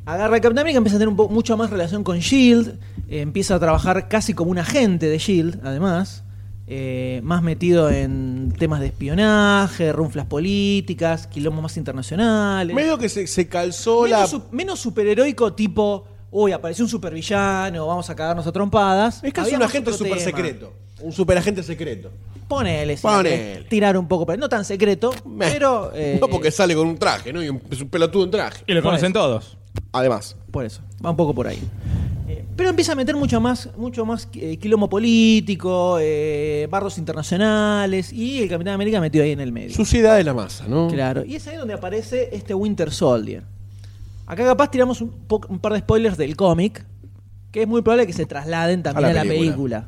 agarra a Capitán América, empieza a tener un po- mucha más relación con Shield, eh, empieza a trabajar casi como un agente de Shield, E además, eh, más metido en temas de espionaje, runflas políticas, quilombos más internacionales. Medio que se, se calzó menos, la. su- menos superheroico tipo, uy, apareció un supervillano, vamos a cagarnos a trompadas. Es casi Había un más agente otro super tema. secreto. Un superagente secreto. Ponele, sí, eh, Ponele. tirar un poco, pero no tan secreto, Meh. pero... eh, no porque sale con un traje, ¿no? Y un- es un pelotudo en traje. Y lo conocen todos. Además. Por eso, va un poco por ahí. Eh, Pero empieza a meter mucho más, mucho más eh, quilombo político, eh, barros internacionales y el Capitán América metido ahí en el medio. Suciedad de la masa, ¿no? Claro, y es ahí donde aparece este Winter Soldier. Acá capaz tiramos un, po- un par de spoilers del cómic, que es muy probable que se trasladen también A a la la, película. película.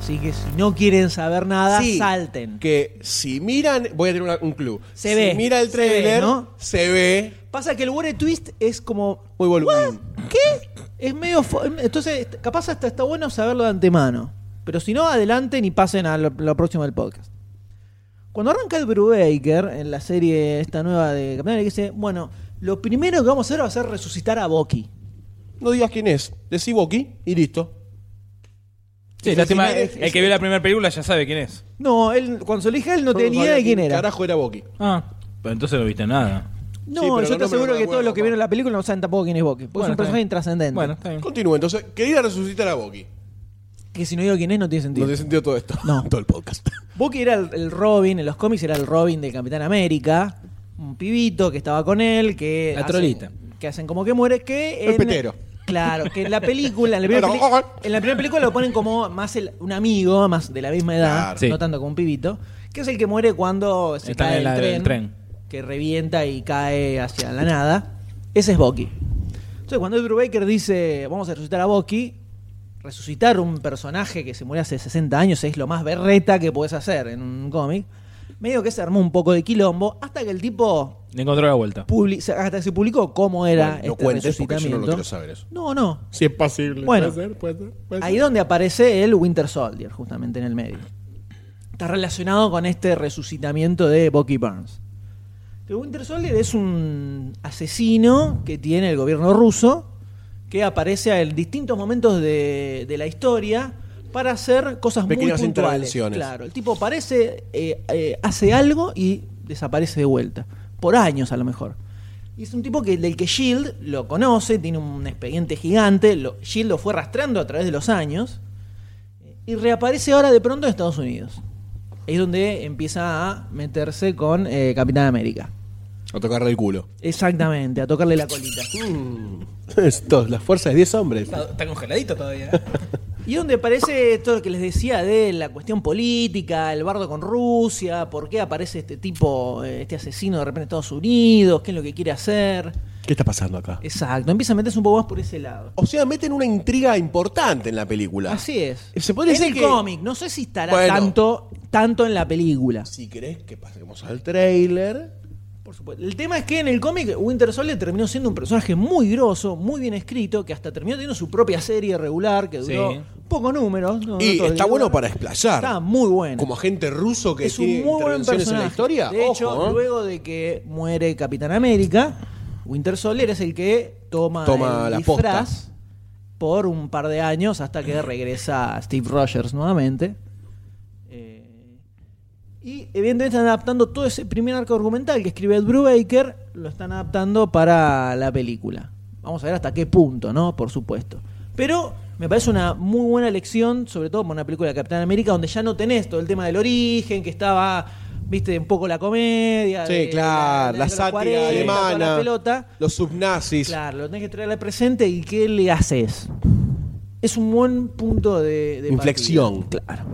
Así que si no quieren saber nada, Sí, salten. Que si miran. Voy a tener una- un club. Se si ve, mira el se ve, trailer, ¿no? se ve. Pasa que el War Twist es como Muy volumen. ¿Qué? Es medio. fo- Entonces, capaz hasta está bueno saberlo de antemano. Pero si no, adelanten y pasen a lo, lo próximo del podcast. Cuando arranca el Brubaker en la serie esta nueva de Capitán América, dice: Bueno, lo primero que vamos a hacer va a ser resucitar a Bucky. No digas quién es. Decí Boki y listo. Sí, lástima. El que vio la primera película ya sabe quién es. No, él, cuando se lo dije, a él no tenía idea de quién era. Carajo era Boki. Ah. Pero entonces no viste nada. No, Sí, yo pero no me te aseguro lo que todos los que acuerdo, vieron la película no saben tampoco quién es Bucky. Porque es Bueno, un está personaje bien. intrascendente. Bueno, está bien. Continúa, entonces. Quería ir a resucitar a Boki. Que si no digo quién es, no tiene No sentido. te sentido todo esto. No. Todo el podcast. Bucky era el, el Robin, en los cómics era el Robin del Capitán América, un pibito que estaba con él, que... La hacen- trolita. que hacen como que muere, que... El petero. Claro, que en la película, en la primera, peli- en la primera película lo ponen como más el- un amigo, más de la misma edad, Claro. Sí. no tanto como un pibito, que es el que muere cuando se Está cae en la- el, tren, el tren. que revienta y cae hacia la nada. Ese es Bucky. Entonces cuando Drew Baker dice, vamos a resucitar a Bucky, resucitar un personaje que se murió hace 60 años es lo más berreta que puedes hacer en un cómic. Medio que se armó un poco de quilombo hasta que el tipo Le encontró la vuelta. publi- se- hasta que se publicó cómo era Bueno, no este cuentes porque yo no resucitamiento. lo quiero saber eso. No, no. Si es posible. Bueno. Puede ser, puede ser, puede Ahí ser. donde aparece el Winter Soldier, justamente en el medio. Está relacionado con este resucitamiento de Bucky Barnes. El Winter Soldier es un asesino que tiene el gobierno ruso, que aparece en distintos momentos de, de la historia para hacer cosas Pequeñas muy puntuales. intervenciones. Claro, el tipo aparece, eh, eh, hace algo y desaparece de vuelta. Por años a lo mejor. Y es un tipo que, del que Shield E lo conoce, tiene un expediente gigante, lo, Shield E lo fue arrastrando a través de los años y reaparece ahora de pronto en Estados Unidos. Ahí Es donde empieza a meterse con eh, Capitán América. A tocarle el culo. Exactamente, a tocarle la colita. Esto, la fuerza de 10 hombres. Está congeladito todavía. Y donde aparece todo lo que les decía de la cuestión política, el bardo con Rusia, por qué aparece este tipo, eh, este asesino de repente en Estados Unidos, qué es lo que quiere hacer. ¿Qué está pasando acá? Exacto, empieza a meterse un poco más por ese lado. O sea, meten una intriga importante en la película. Así es. Se podría en decir el que- cómic, no sé si estará Bueno. tanto, tanto en la película. Si querés que pasemos al trailer. Por supuesto. El tema es que en el cómic Winter Soldier terminó siendo un personaje muy grosso, muy bien escrito, que hasta terminó teniendo su propia serie regular, que duró Sí. pocos números. no- no y todo el está lugar. bueno para explayar. Está muy bueno. Como agente ruso que es tiene un muy buen intervenciones personaje. en la historia. de hecho, Ojo, ¿eh? luego de que muere Capitán América, Winter Soldier es el que toma, Toma el la disfraz por un par de años hasta que regresa Steve Rogers nuevamente. Eh, y evidentemente están adaptando todo ese primer arco argumental que escribe Ed Brubaker, lo están adaptando para la película. Vamos a ver hasta qué punto, ¿no? Por supuesto. Pero me parece una muy buena elección, sobre todo para una película de Capitán América, donde ya no tenés todo el tema del origen, que estaba, viste, un poco la comedia. Sí, de- claro, de la los sátira 40, toda la alemana, pelota. los subnazis. Claro, lo tenés que traer al presente y qué le haces. es un buen punto de, de Inflexión. partida. Claro.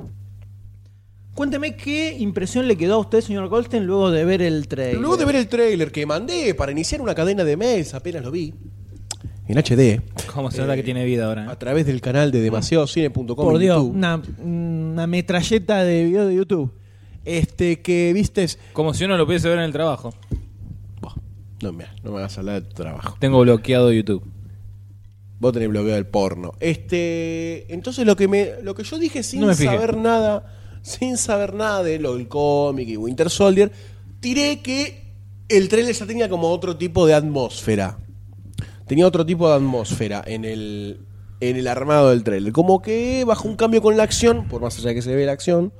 Cuénteme qué impresión le quedó a usted, señor Goldstein, luego de ver el trailer. Luego de ver el trailer que mandé para iniciar una cadena de mails, apenas lo vi, en HD, Como se nota que tiene vida ahora. a ¿eh? través del canal de demasiadocine.com. en Por Dios, YouTube, una, una metralleta de video de YouTube. Este que vistes. Como si uno lo pudiese ver en el trabajo. Buah, No, me no me hagas hablar de trabajo. Tengo bloqueado YouTube. Vos tenés bloqueado el porno. Este. Entonces lo que me. Lo que yo dije sin No me fijé. saber nada. Sin saber nada de lo del cómic y Winter Soldier. Tiré que el trailer ya tenía como otro tipo de atmósfera. Tenía otro tipo de atmósfera en el. en el armado del trailer. Como que bajó un cambio con la acción. Por más allá de que se ve la acción.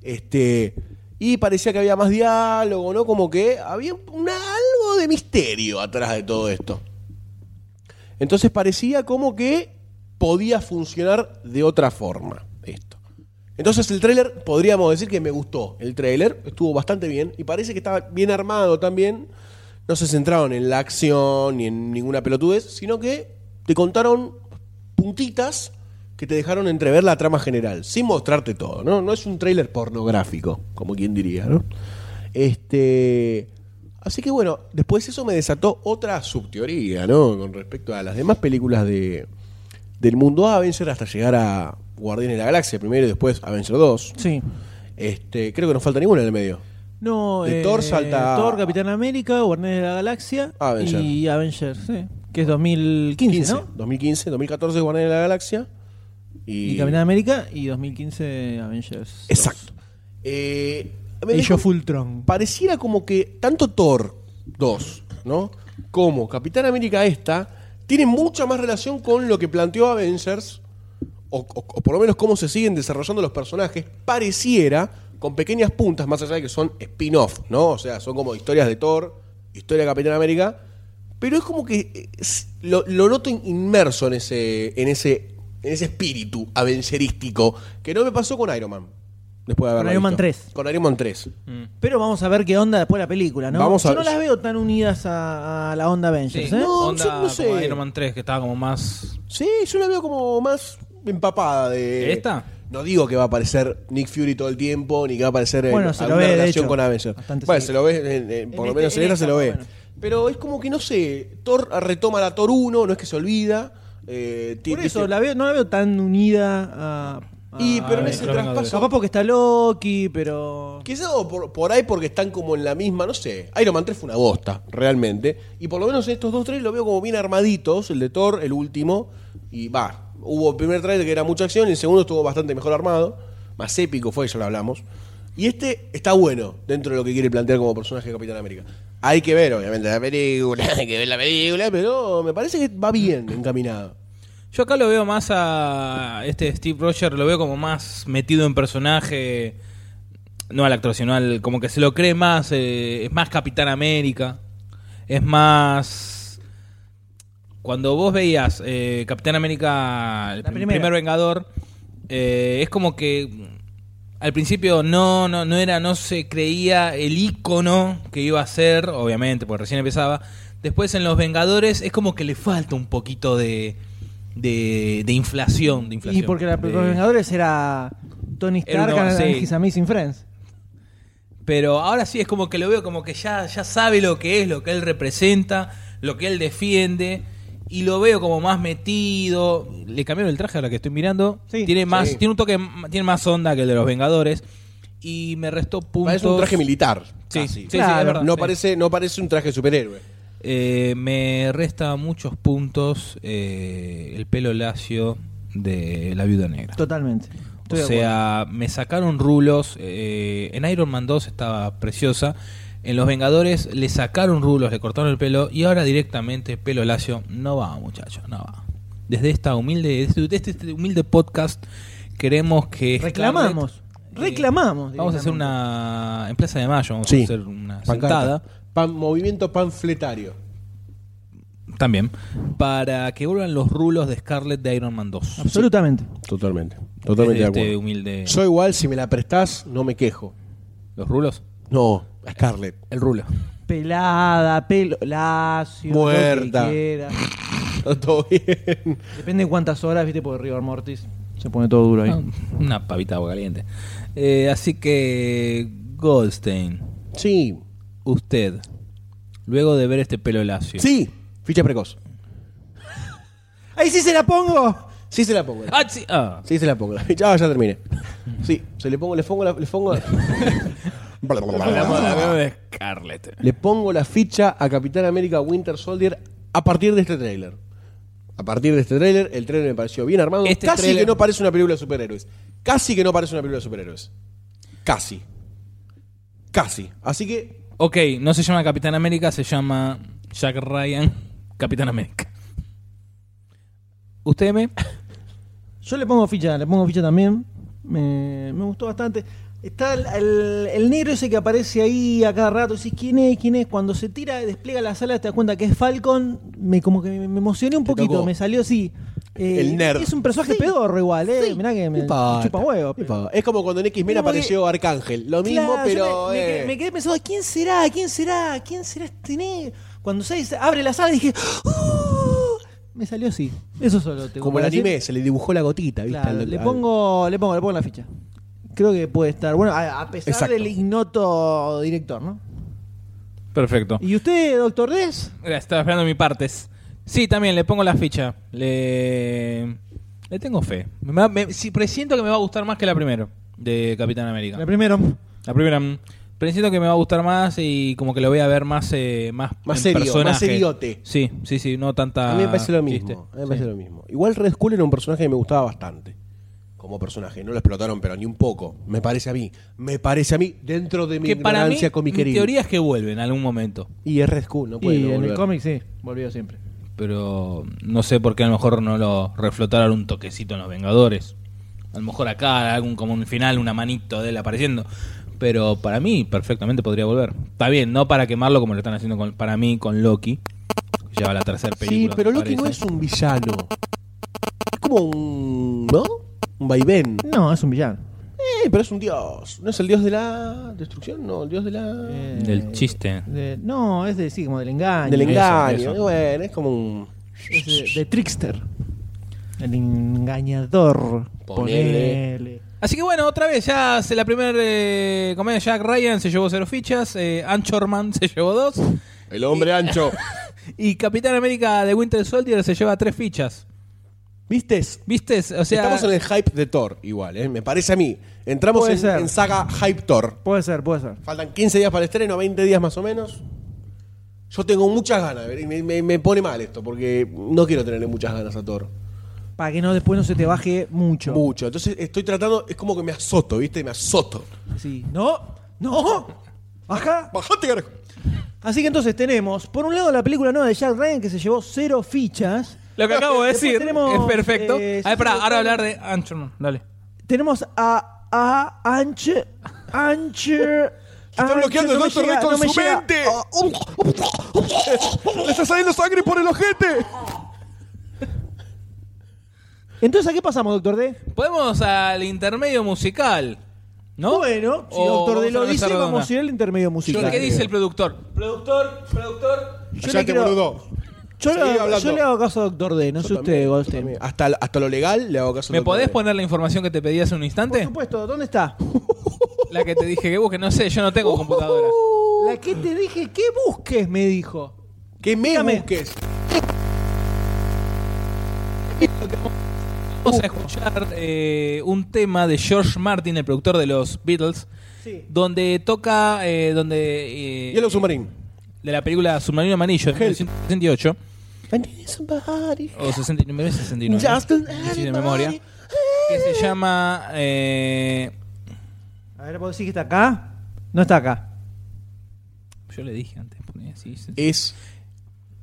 Este. Y parecía que había más diálogo, ¿no? Como que había una- algo de misterio atrás de todo esto. Entonces parecía como que podía funcionar de otra forma esto. Entonces el tráiler, podríamos decir que me gustó. El tráiler estuvo bastante bien y parece que estaba bien armado también. No se centraron en la acción ni en ninguna pelotudez, sino que te contaron puntitas que te dejaron entrever la trama general, sin mostrarte todo, ¿no? No es un tráiler pornográfico, como quien diría, ¿no? Este. Así que bueno, después eso me desató otra subteoría, ¿no? Con respecto a las demás películas de, del mundo Avenger hasta llegar a Guardianes de la Galaxia primero y después Avenger 2. Sí. Este, creo que no falta ninguna en el medio. No, eh, De Thor salta- Thor, Capitán América, Guardianes de la Galaxia Avenger. y Avengers, sí, que es 2015, ¿no? 2015, 2014 Guardianes de la Galaxia y, Y Capitán América y 2015 Avengers. Exacto. Eh, me Y yo dejó- Fultron. pareciera como que tanto Thor 2, ¿no? Como Capitán América esta, tiene mucha más relación con lo que planteó Avengers, o, o- o por lo menos cómo se siguen desarrollando los personajes, pareciera, con pequeñas puntas, más allá de que son spin-off, ¿no? O sea, son como historias de Thor, historia de Capitán América, pero es como que eh, s- lo, lo noto in- inmerso en ese, en ese, en ese espíritu avengerístico, que no me pasó con Iron Man. Después de Con haberla Iron Man visto. 3. Con Iron Man 3. Pero vamos a ver qué onda después de la película, ¿no? Vamos a Yo no ver. las veo tan unidas a, a la onda Avengers, ¿eh? No, Onda yo no sé. como Iron Man 3, que estaba como más. Sí, yo la veo como más empapada de. ¿Esta? No digo que va a aparecer Nick Fury todo el tiempo, ni que va a aparecer en Bueno, se lo alguna ve, de relación hecho. con Avengers. Bastante Bueno, seguido. se lo ve, en- en- por En lo menos este- en en esta esta, se lo por lo ve. menos. Pero es como que no sé, Thor retoma la Thor 1, no es que se olvida. eh, ti- Por eso dice- la veo, no la veo tan unida a. a- Y pero en Ah, ese lo vengo de traspaso. Capaz porque está Loki, pero. Quizás o por, por ahí porque están como en la misma, no sé. Iron Man 3 fue una bosta, realmente. Y por lo menos estos dos tres lo veo como bien armaditos, el de Thor, el último. Y va, hubo el primer trailer que era mucha acción, el segundo estuvo bastante mejor armado, más épico fue, ya lo hablamos. Y este está bueno dentro de lo que quiere plantear como personaje de Capitán América. Hay que ver, obviamente, la película, hay que ver la película, pero me parece que va bien encaminado. Yo acá lo veo más a este Steve Rogers, lo veo como más metido en personaje, no al actor, sino al, como que se lo cree más, eh, es más Capitán América, es más... Cuando vos veías eh, Capitán América, el La prim- primera. primer Vengador, eh, es como que al principio no, no, no era, no se creía el ícono que iba a ser, obviamente, porque recién empezaba. Después en Los Vengadores es como que le falta un poquito de, de, de inflación, de inflación. Y porque la, De- los Vengadores era Tony Era Stark una- and sí. His Amazing Friends. Pero ahora sí es como que lo veo como que ya, ya sabe lo que es, lo que él representa, lo que él defiende. Y lo veo como más metido. Le cambiaron el traje ahora que estoy mirando. Sí. tiene más, Sí. tiene un toque, tiene más onda que el de los Vengadores. Y me restó puntos. Parece Ah, un traje militar. Sí, casi. sí, sí, Claro, es verdad, no, sí. parece, no parece un traje de superhéroe. Eh, me resta muchos puntos eh, el pelo lacio de la viuda negra. Totalmente. O Estoy de sea, me sacaron rulos. eh, en Iron Man 2 estaba preciosa. En Los Vengadores le sacaron rulos, le cortaron el pelo. Y ahora directamente pelo lacio. No va, muchachos, no va. Desde esta humilde, desde este, este humilde podcast queremos que... Reclamamos, Scarlett, reclamamos Vamos a hacer una... En Plaza de Mayo vamos Sí. a hacer una Pancarta. sentada. Pan- movimiento panfletario. También. Para que vuelvan los rulos de Scarlett de Iron Man 2. Absolutamente. Totalmente. Desde Totalmente de este acuerdo. eh, humilde... Yo igual, si me la prestás, no me quejo. ¿Los rulos? No, a Scarlett. El rulo. Pelada, pelo lacio, lo que Muerta. quiera. está todo bien. Depende de cuántas horas, viste, porque River Mortis se pone todo duro ahí. Ah, Una pavita de agua caliente. Eh, así que, Goldstein, Sí. usted, luego de ver este pelo lacio. Sí. Ficha precoz. ¡Ahí sí se la pongo! Sí se la pongo. Ah, sí. ah. Sí se la pongo. La ficha. Ah, ya terminé. Sí. Se le pongo, le pongo, la- le pongo. Hablamos hablamos de Scarlett. Le pongo la ficha a Capitán América Winter Soldier a partir de este tráiler. A partir de este tráiler, el tráiler me pareció bien armado. Este Casi tráiler- que no parece una película de superhéroes. Casi que no parece una película de superhéroes. Casi. Casi. Así que Ok, no se llama Capitán América, se llama Jack Ryan, Capitán América. ¿Usted me? Yo le pongo ficha, le pongo ficha también. Me, me gustó bastante. Está el, el- el negro ese que aparece ahí a cada rato. Decís, ¿quién es? ¿Quién es? Cuando se tira, despliega la sala, te das cuenta que es Falcon. Me, como que me, me emocioné un poquito. tocó. Me salió así. Eh, El nerd. Es un personaje pedorro igual, ¿eh? Mirá que me, me Epa, chupa huevo. epa. Es como cuando en X-Men Como que- apareció Arcángel. Lo mismo, Claro, pero. yo Me, me eh, quedé, me quedé pensando, ¿quién será? ¿Quién será? ¿Quién será este negro? Cuando se se abre la sala, dije. "Uh". Me salió así. Eso solo te como el anime, se le dibujó la gotita, ¿viste? Claro, Al- le, al- pongo, le pongo, le pongo la ficha. Creo que puede estar. Bueno, a, a pesar Exacto. del ignoto director, ¿no? Perfecto. ¿Y usted, doctor Des? Mira, Estaba esperando mi partes. Sí, también le pongo la ficha. Le, le tengo fe. Me va- me- sí, presiento que me va a gustar más que la primera de Capitán América. La, primera. primera. mm, Presiento que me va a gustar más y como que lo voy a ver más eh, más, Más en serio, personaje. más seriote. Sí, sí, sí, no tanta A mí me parece lo mismo. chiste. a mí me parece Sí. lo mismo. Igual Red Skull era un personaje que me gustaba bastante. Como personaje. No lo explotaron, pero ni un poco. Me parece a mí. Me parece a mí dentro de mi Que para mí, ignorancia con mi mi querido. teoría es que vuelve en algún momento. Y es Red Skull, no puede y no en el volver. cómic, sí, volvió siempre. Pero no sé por qué a lo mejor no lo reflotaron un toquecito en los Vengadores. A lo mejor acá, algún, como un final, una manito de él apareciendo. Pero para mí, perfectamente podría volver. Está bien, no para quemarlo como lo están haciendo con- para mí con Loki. que Ya va la tercera Sí, película. pero me Loki no parece. es un villano. Es como un. ¿No? Un vaivén. No, es un villano. Eh, pero es un dios. ¿No es el dios de la destrucción? No, el dios de la. Eh, Del chiste. de- no, es de, sí, como del engaño. del eso, engaño. eso. Y Bueno, es como un. Es de, de trickster. El engañador. Ponele. Ponele. Así que bueno, otra vez, ya se- la primera eh, comedia Jack Ryan se llevó cero fichas. eh, Anchorman se llevó dos. El hombre ancho. Y Capitán América de Winter Soldier se lleva tres fichas. ¿Viste? ¿Viste? O sea, Estamos en el hype de Thor, igual, ¿eh? me parece a mí. Entramos Puede en, ser. en saga Hype Thor. Puede ser, puede ser. Faltan 15 días para el estreno, 20 días más o menos. Yo tengo muchas ganas, de ver, y me, me- me pone mal esto, porque no quiero tenerle muchas ganas a Thor. Para que no después no se te baje mucho. Mucho. Entonces estoy tratando, es como que me azoto, ¿viste? Me azoto. Sí. No, no. Baja. Bajate, carajo. Así que entonces tenemos, por un lado, la película nueva de Jack Ryan que se llevó cero fichas. Lo que acabo de Después decir tenemos, es perfecto. eh, a ver, pará, sí, ahora sí. hablar de Anchorman, dale. Tenemos a, a Anche. Anche. Está Ah, bloqueando el Dr. D con su mente. Oh. ¡Le está saliendo sangre por el ojete! Entonces, ¿a qué pasamos, Doctor D? Podemos al intermedio musical, ¿no? Bueno, si O Doctor D vamos a lo la dice, mesa vamos a ir redonda. al intermedio musical. ¿Qué dice el productor? Productor, productor. Yo Cállate, le quiero- boludo. Yo, Seguí le, hablando. yo le hago caso a Doctor D, no sé usted, También, Goldstein. también. Hasta, hasta lo legal le hago caso. al ¿Me doctor podés D. poner la información que te pedí hace un Por instante? supuesto, ¿dónde está? La que te dije que busque, no sé, yo no tengo computadora. La que te dije que busques, me dijo. Que me Dígame. busques. Vamos a escuchar eh, un tema de George Martin, el productor de los Beatles, Sí. donde toca, eh, donde... eh, Yellow Submarine. de la película Submarino Amarillo de 1968. I need somebody. O 69, 69. Just an Sí, de memoria. Que se llama. eh, A ver, ¿puedo decir que está acá? No está acá. yo le dije antes. ponía así, sí. Es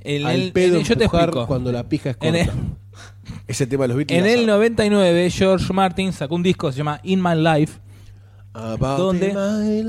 En al el- pedo en el- yo te empujar explico. cuando la pija es en corta. el, Ese tema de los Beatles. en la el sabe. 99, George Martin sacó un disco que se llama In My Life. About ¿Dónde? my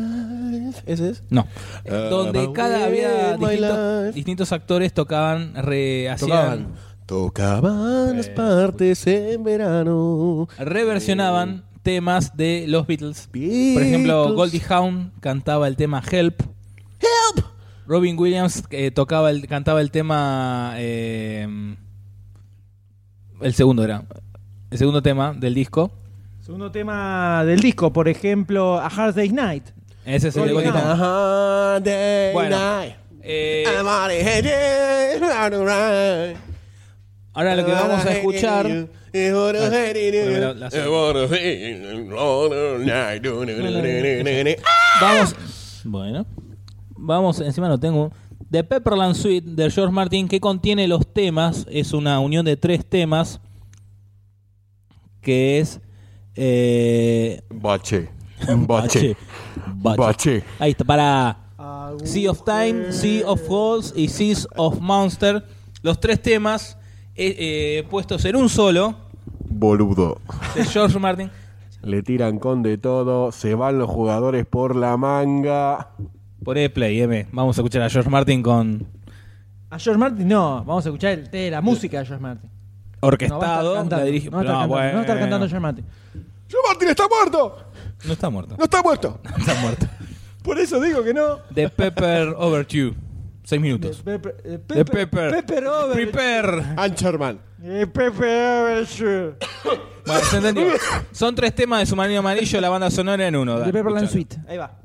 life. ¿Ese es? No. Eh, donde about cada había in my life. distintos, distintos actores tocaban, re, Tocaban. hacían, Tocaban Eh. las partes en verano. reversionaban Eh. temas de los Beatles. Por Beatles. ejemplo, Goldie Hawn cantaba el tema Help. ¡Help! Robin Williams eh, tocaba el, cantaba el tema eh, El segundo era. El segundo tema del disco. Segundo tema del disco, por ejemplo, A Hard Day's Night. Ese es el Rolling de Stone. Gotita. Ajá, day Bueno. night. Eh, I'm on it, hey, yeah, I'm on it. ahora lo que vamos a escuchar. Ah, la- Vamos. Bueno. Vamos, encima lo tengo. The Pepperland Suite de George Martin, que contiene los temas. Es una unión de tres temas. Que es. eh, Bache. Bache. Bache. Bache. Ahí está, para. Ah, Sea of Time, Sea of Goals y Seas of Monster. Los tres temas eh, eh, puestos en un solo Boludo. de George Martin. Le tiran con de todo. Se van los jugadores por la manga. Por play, M. Vamos a escuchar a George Martin con A George Martin no, vamos a escuchar el, té, la música de George Martin. No va a estar orquestado. cantando, la dirige- no va a estar cantando, no va a estar bueno. cantando George Martin. Yo, Martín, está muerto. No está muerto. No está muerto. No está muerto. Por eso digo que no. The Pepper Overture. Seis minutos. Pepper, eh, The Pepper, Pepper. Pepper Over. Prepare. Ancherman. Eh, Pepper Over. Bueno, se entendió. Son tres temas de su marino amarillo, la banda sonora en uno. The dale, Pepperland escuchalo. Suite. Ahí va.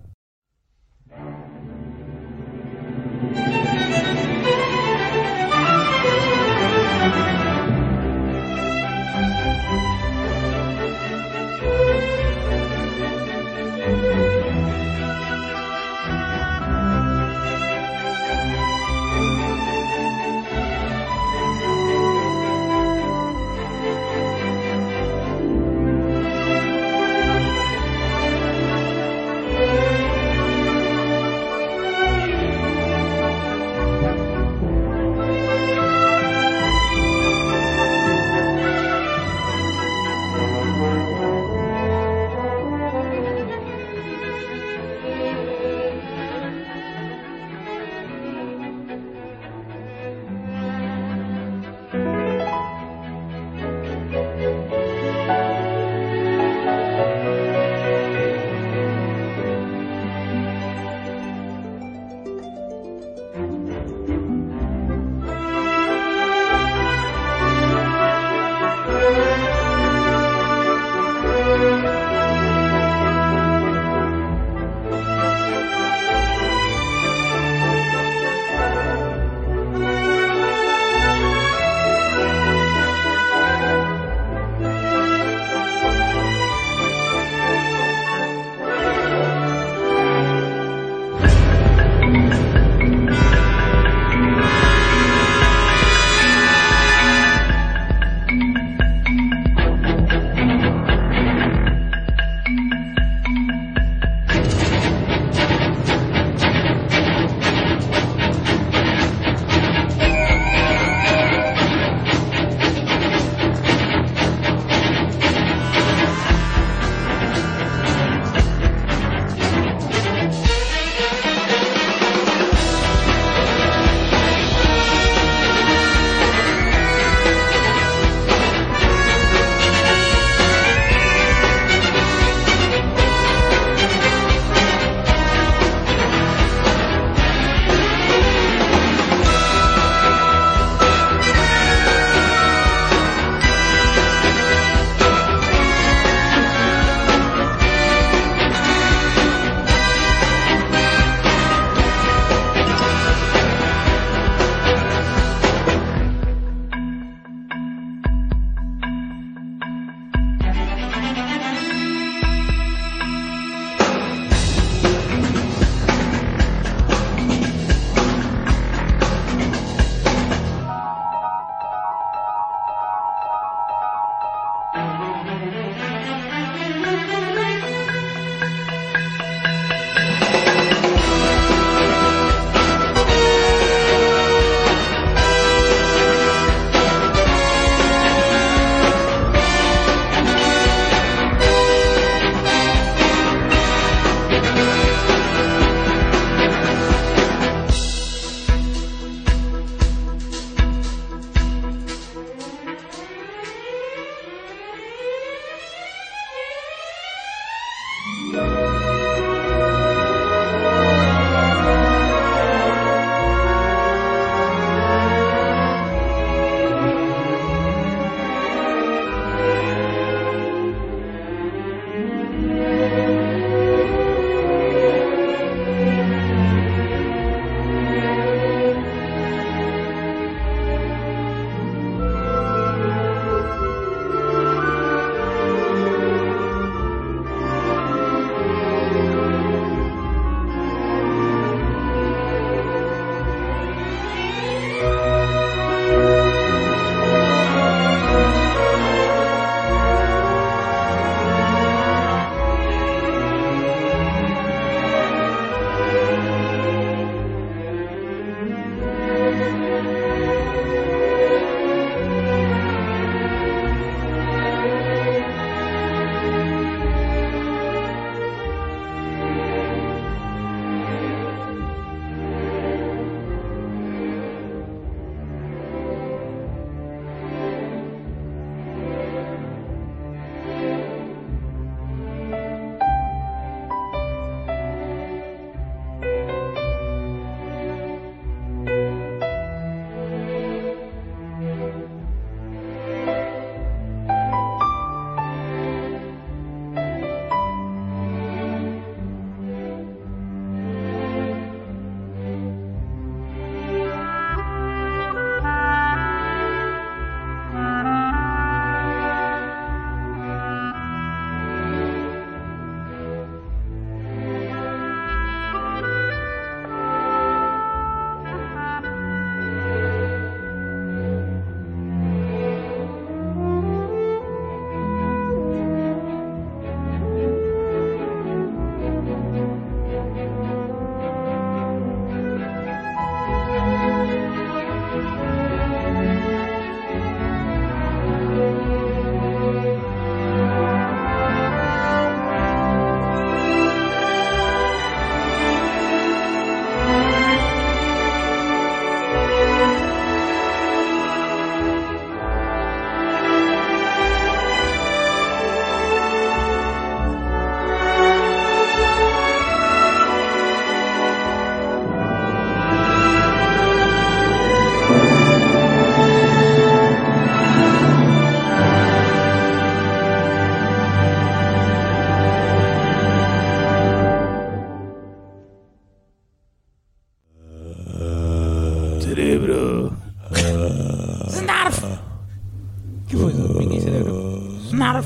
Narf.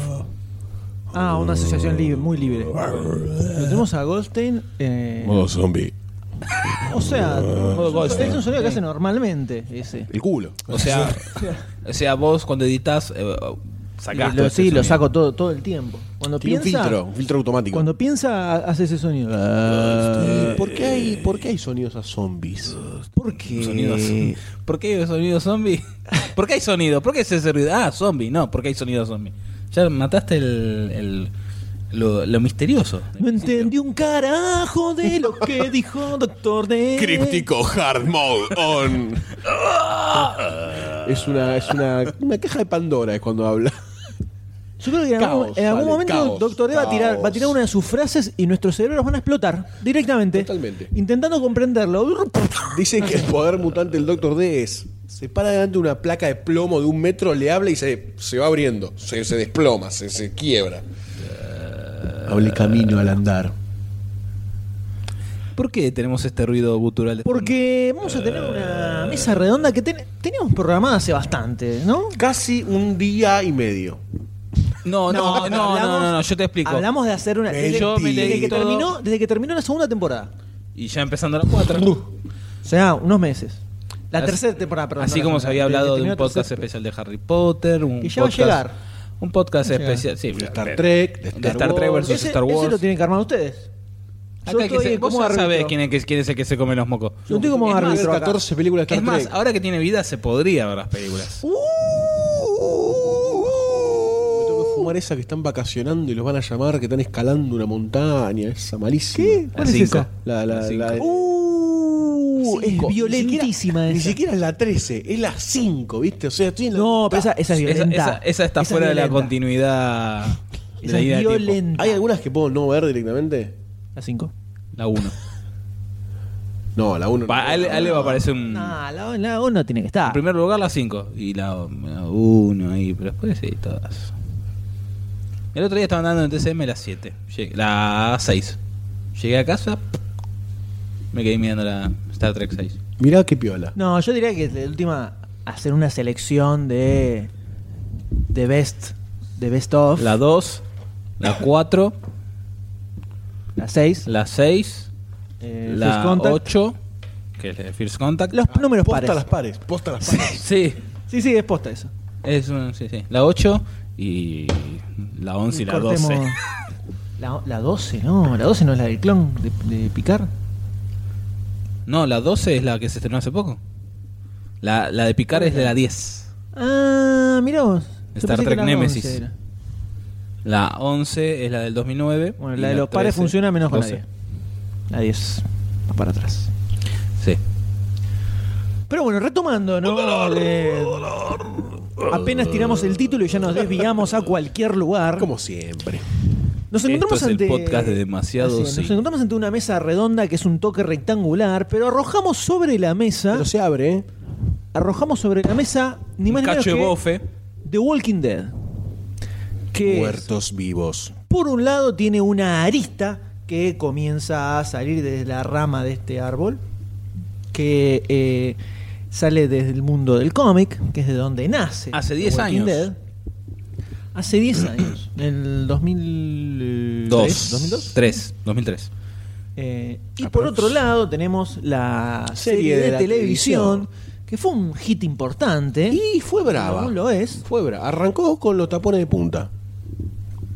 Ah, una asociación libre, muy libre. Lo tenemos a Goldstein. eh, Modo zombie. o sea, es un sonido que hace normalmente ese. El culo. O sea, o sea, vos cuando editas, eh, sacás. todo Lo, ese sí, lo sonido. saco todo, todo el tiempo. Cuando Tiene piensa, un filtro, un filtro automático. cuando piensa, hace ese sonido. Eh, ¿Por, qué hay, ¿Por qué hay sonidos a zombies? ¿Por qué? Sonido zombi. ¿Por qué hay sonido zombie? ¿Por qué hay sonido? ¿Por qué ese ruido? Ah, zombie, no, ¿por qué hay sonido zombie? Ya mataste el, el- lo, lo misterioso. No entendí un carajo de lo que dijo Doctor D. hard mode on. es una, es una, una caja de Pandora es cuando habla. Yo creo que en Caos, algún, en algún vale, momento caos, Doctor D va a, tirar, caos. va a tirar una de sus frases y nuestros cerebros van a explotar directamente. Totalmente. Intentando comprenderlo. Dicen que el poder mutante del Doctor D es. Se para delante de una placa de plomo de un metro, le habla y se, se va abriendo. Se, se desploma, se, se quiebra. Hable camino al andar. ¿Por qué tenemos este ruido gutural? de fondo? Porque vamos a tener una mesa redonda que ten- teníamos programada hace bastante, ¿no? Casi un día y medio. No, no, no, no, hablamos- no, no, yo te explico. Eh, Hablamos de hacer una. Desde, Yo me desde leí que todo. terminó, Uh, desde que terminó la segunda temporada. Y ya empezando la cuatro. O sea, unos meses. La Así- tercera temporada, perdón. Así no la como segunda, se había desde que hablado de terminó la un podcast tercera. especial de Harry Potter, un Que ya va a podcast- llegar. Un podcast Va a llegar. especial, sí, De Star de- Trek, de de Star, Star Trek versus Ese- Star Wars. Ese lo tienen que armar ustedes. Yo Acá que estoy se- vos como ya árbitro. sabés quién es, quién es el que se come los mocos. Yo estoy como Es más, árbitro acá. 14 películas de Es Star más, Trek. ahora que tiene vida se podría ver las Uh, películas. Me tengo que fumar esa que están vacacionando y los van a llamar, que están escalando una montaña, esa malísima. ¿Qué? La ¿Cuál es cinco. esa? La, la, La la, cinco. de- Uh, Cinco. es violentísima Ni siquiera, ni esa. siquiera es la 13, es la 5, ¿viste? O sea, estoy en la No, mitad. pero esa, esa es Esa, violenta. esa- esa Esa está es fuera de la violenta. continuidad de Esa es la línea de tiempo. violenta. ¿Hay algunas que puedo no ver directamente? La 5. La 1. No, la 1. A él a él le va a aparecer un. No, la, la 1 tiene que En estar. Mm. primer lugar, la 5. Y la 1 ahí, pero después sí, todas. El otro día estaban dando en TCM la 7. Llegué- La 6. Llegué a casa, me quedé mirando la Star Trek 6. Mirá qué piola. No, yo diría que de última hacer una selección de de best, de best of, La 2, la 4, la 6, la 6, eh, First la Contact. 8, que es la de First Contact. los números posta pares. las pares, posta las pares. Sí, Sí, sí, es posta eso. es un- sí, sí. La 8 y la 11 y la Cortemos- 12. La, la 12, no, la 12 no es la del clon de, de Picar. No, la 12 es la que se estrenó hace poco. La, la de picar es de la 10. Ah, mirá vos. Yo Star pensé que Trek la 11 Nemesis. era. La 11 es la del 2009. Bueno, y la de los pares 13, funciona menos con 12. la 10. La 10 va para atrás. Sí. Pero bueno, retomando, ¿no? De- Apenas tiramos el título y ya nos desviamos a cualquier lugar. Como siempre. Nos encontramos Esto es el ante. podcast de demasiado, Así es, sí. Nos encontramos ante una mesa redonda que es un toque rectangular, pero arrojamos sobre la mesa. Pero se abre, ¿eh? Arrojamos sobre la mesa ni Un más ni menos cacho de que bofe. The Walking Dead. Que Muertos vivos. por un lado tiene una arista que comienza a salir desde la rama de este árbol, que eh, sale desde el mundo del cómic, que es de donde nace. Hace The 10 Walking años. Dead. Hace 10 años, en el 2002. 2. 2002. 3. 2003. Eh, y por otro lado tenemos la serie, de, de la televisión, televisión. que fue un hit importante. Y fue brava. Aún ¿Eh? lo es. Fue brava. Arrancó con los tapones de punta.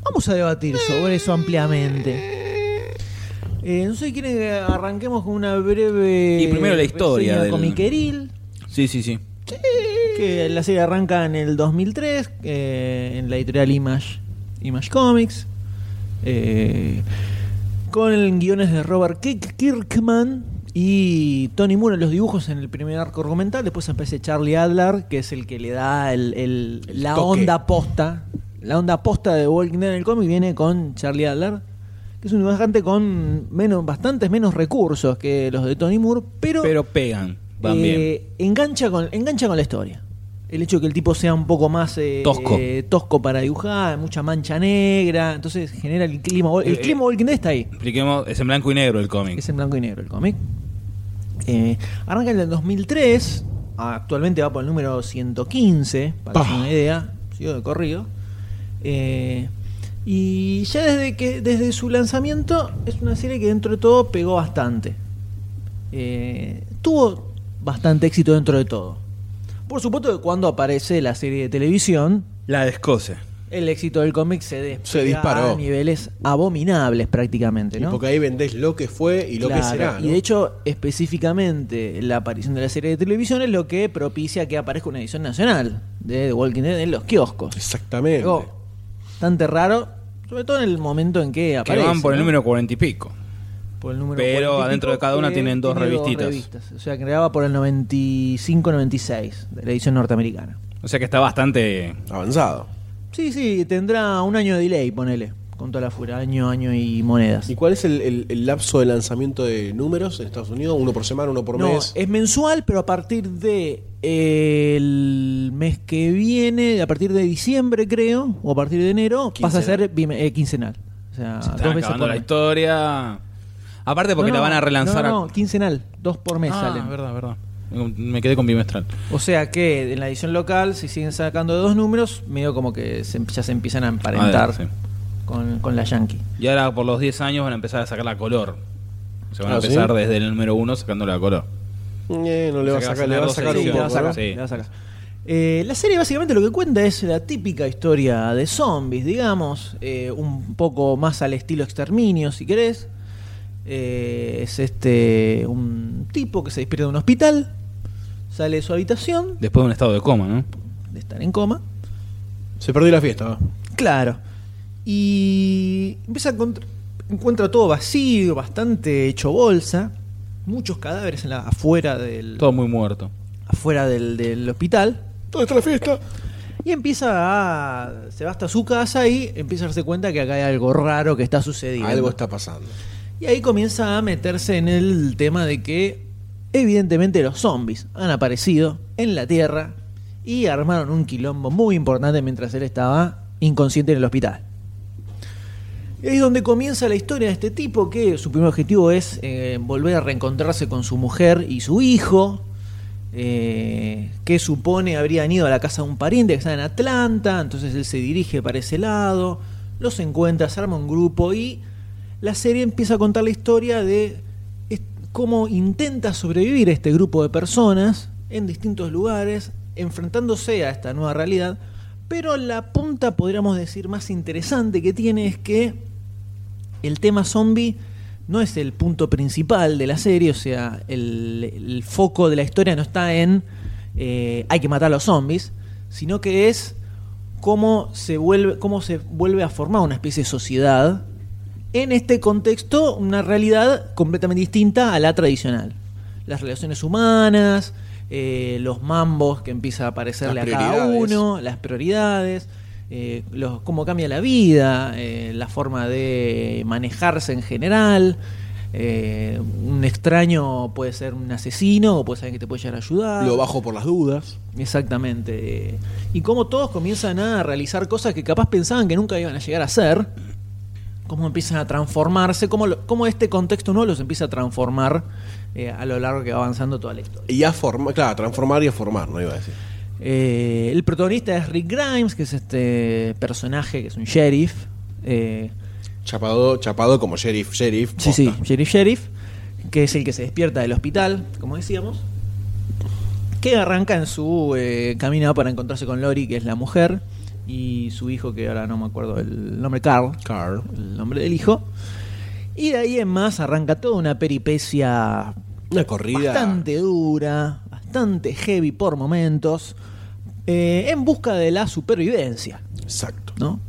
Vamos a debatir sobre eso ampliamente. Eh, no sé si quieren que arranquemos con una breve. Y primero la historia reseña del- Comiqueril. Sí, sí, sí. Que la serie arranca en el 2003 eh, en la editorial Image, Image Comics. eh, con guiones de Robert Kirk- Kirkman y Tony Moore en los dibujos en el primer arco argumental. Después aparece Charlie Adler, que es el que le da el- el- El la toque. onda posta. La onda posta de Walking Dead en el cómic viene con Charlie Adler, que es un dibujante con menos, bastantes menos recursos que los de Tony Moore, Pero pegan. Van bien. eh, Engancha con, engancha con la historia. El hecho de que el tipo sea un poco más eh, Tosco. eh, tosco para dibujar, mucha mancha negra, entonces genera el clima. El Eh, clima Walking Dead está ahí. Expliquemos, es en blanco y negro el cómic. Es en blanco y negro el cómic. Eh, arranca en el 2003. Actualmente va por el número 115, para Pa. hacer una idea. Sigo de corrido. Eh, y ya desde que desde su lanzamiento es una serie que dentro de todo pegó bastante. Eh, tuvo bastante éxito dentro de todo. Por supuesto que cuando aparece la serie de televisión, La de Escocia. el éxito del cómic se, despega Se disparó. a niveles abominables prácticamente, Y ¿no? Porque ahí vendés lo que fue y lo que Claro, será. Y ¿no? de hecho, específicamente, la aparición de la serie de televisión es lo que propicia que aparezca una edición nacional de The Walking Dead en los kioscos. Exactamente. Algo bastante raro, sobre todo en el momento en que Que aparece. van por el ¿no? número cuarenta y pico. Por el número pero 40 y adentro de pico, cada una que tienen dos tiene revistitas. O sea, que grababa por el 95-96 de la edición norteamericana. O sea que está bastante. Avanzado. Sí, sí, tendrá un año de delay, ponele, con toda la furia. Año, año y monedas. ¿Y cuál es el, el- el lapso de lanzamiento de números en Estados Unidos? ¿Uno por semana, uno por no, eh, mes? es mensual, pero a partir de eh, el mes que viene, a partir de diciembre creo, o a partir de enero, pasa a ser bime- eh, quincenal. O sea, Se dos están veces acabando por la mes. historia. Aparte porque No, la no, van a relanzar. No, no, a- quincenal, dos por mes Ah, salen. verdad, verdad. Me quedé con bimestral. O sea que en la edición local, si siguen sacando dos números, medio como que se- ya se empiezan a emparentar Ah, sí. con, con la Yankee. Y ahora por los 10 años van a empezar a sacar la color. Se van a Ah, ¿sí? empezar desde el número 1 sacando la color. Eh, no le va a Se sacar, quedan le va a dos sacar un ediciones. poco. Le va a sacar, ¿no? Sí. le va a sacar. Eh, la serie básicamente lo que cuenta es la típica historia de zombies, digamos, eh, un poco más al estilo exterminio, si querés. Eh, es este un tipo que se despierta de un hospital, sale de su habitación, Después de un estado de coma, ¿no? de estar en coma, Se perdió la fiesta. va. Claro. Y empieza a encontr- encuentra todo vacío, bastante hecho bolsa, muchos cadáveres en la, afuera del Todo muy muerto. afuera del, del hospital ¿Dónde está la fiesta? y empieza a se va hasta su casa y empieza a darse cuenta que acá hay algo raro que está sucediendo. Algo está pasando. Y ahí comienza a meterse en el tema de que evidentemente los zombies han aparecido en la Tierra y armaron un quilombo muy importante mientras él estaba inconsciente en el hospital. Y ahí es donde comienza la historia de este tipo que su primer objetivo es eh, volver a reencontrarse con su mujer y su hijo, eh, que supone habrían ido a la casa de un pariente que está en Atlanta, entonces él se dirige para ese lado, los encuentra, se arma un grupo y la serie empieza a contar la historia de es- cómo intenta sobrevivir este grupo de personas en distintos lugares, enfrentándose a esta nueva realidad. Pero la punta, podríamos decir, más interesante que tiene es que el tema zombie no es el punto principal de la serie, o sea, el, el foco de la historia no está en eh, hay que matar a los zombies, sino que es cómo se vuelve, cómo se vuelve a formar una especie de sociedad en este contexto, una realidad completamente distinta a la tradicional. Las relaciones humanas, eh, los mambos que empieza a aparecerle Las a cada prioridades. uno, las prioridades, eh, los- cómo cambia la vida, eh, la forma de manejarse en general. eh, un extraño puede ser un asesino o puede ser alguien que te puede llegar a ayudar. Lo bajo por las dudas. Exactamente. eh, Y cómo todos comienzan a realizar cosas que capaz pensaban que nunca iban a llegar a hacer. Cómo empiezan a transformarse, cómo, lo- cómo este contexto nuevo los empieza a transformar eh, a lo largo que va avanzando toda la historia. Y a formar, claro, a transformar y a formar, no iba a decir. Eh, el protagonista es Rick Grimes, que es este personaje que es un sheriff. eh, Chapado, chapado como sheriff, sheriff. sí, sí, posta. sheriff, sheriff. Que es el que se despierta del hospital, como decíamos. Que arranca en su eh, camino para encontrarse con Lori, que es la mujer. Y su hijo, que ahora no me acuerdo el nombre, Carl. Carl. El nombre del hijo. Y de ahí en más arranca toda una peripecia Una corrida. Bastante dura, bastante heavy por momentos, eh, en busca de la supervivencia, Exacto. ¿no?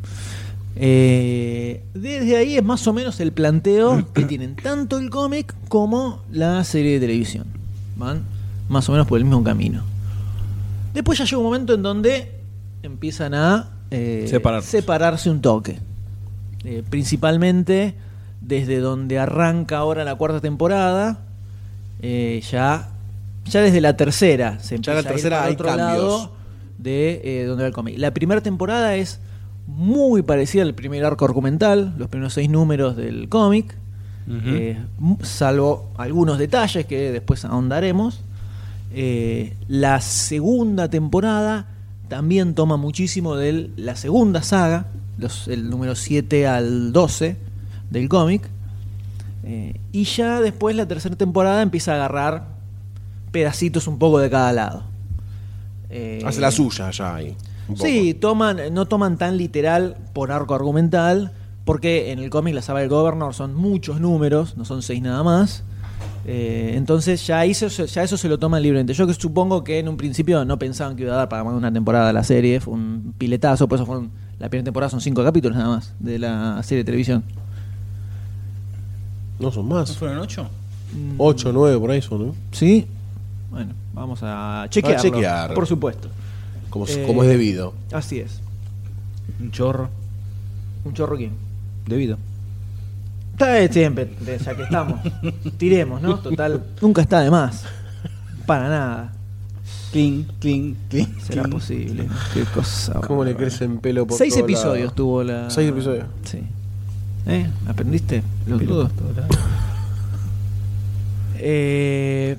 Eh, desde ahí es más o menos el planteo que tienen tanto el cómic como la serie de televisión. Van más o menos por el mismo camino. Después ya llega un momento en donde empiezan a eh, Separarse. separarse un toque. Eh, principalmente desde donde arranca ahora la cuarta temporada, eh, ya, ya desde la tercera se empieza Ya la a ir tercera para hay otro cambios. lado de eh, donde va el cómic. La primera temporada es muy parecida al primer arco argumental, los primeros seis números del cómic, Ujú. eh, m- salvo algunos detalles que después ahondaremos. Eh, la segunda temporada también toma muchísimo de la segunda saga, los- el número 7 al 12 del cómic. Eh, y ya después la tercera temporada empieza a agarrar pedacitos un poco de cada lado. Eh, Hace la suya ya ahí. un poco. Sí, toman, no toman tan literal por arco argumental, porque en el cómic La Saga del Governor son muchos números, no son seis nada más. Eh, entonces ya, hizo, ya eso se lo toman libremente. Yo que supongo que en un principio no pensaban que iba a dar para más de una temporada a la serie, fue un piletazo, por eso fueron, la primera temporada son cinco capítulos nada más de la serie de televisión. No son más. ¿Fueron ocho? 8, 9 por ahí son, ¿no? ¿Sí? Bueno, vamos a chequearlo, chequear. por supuesto. Como, Eh, como es debido. Así es. Un chorro. Un chorro quién. Debido. Está bien, siempre, de- ya que estamos. Tiremos, ¿no? Total, nunca está de más. Para nada. Cling, cling, cling. Será posible. Qué cosa. ¿Cómo le crecen pelo por Seis todo episodios lado? tuvo la. Seis episodios. Sí. ¿Eh? ¿Aprendiste? Los dudos. Eh,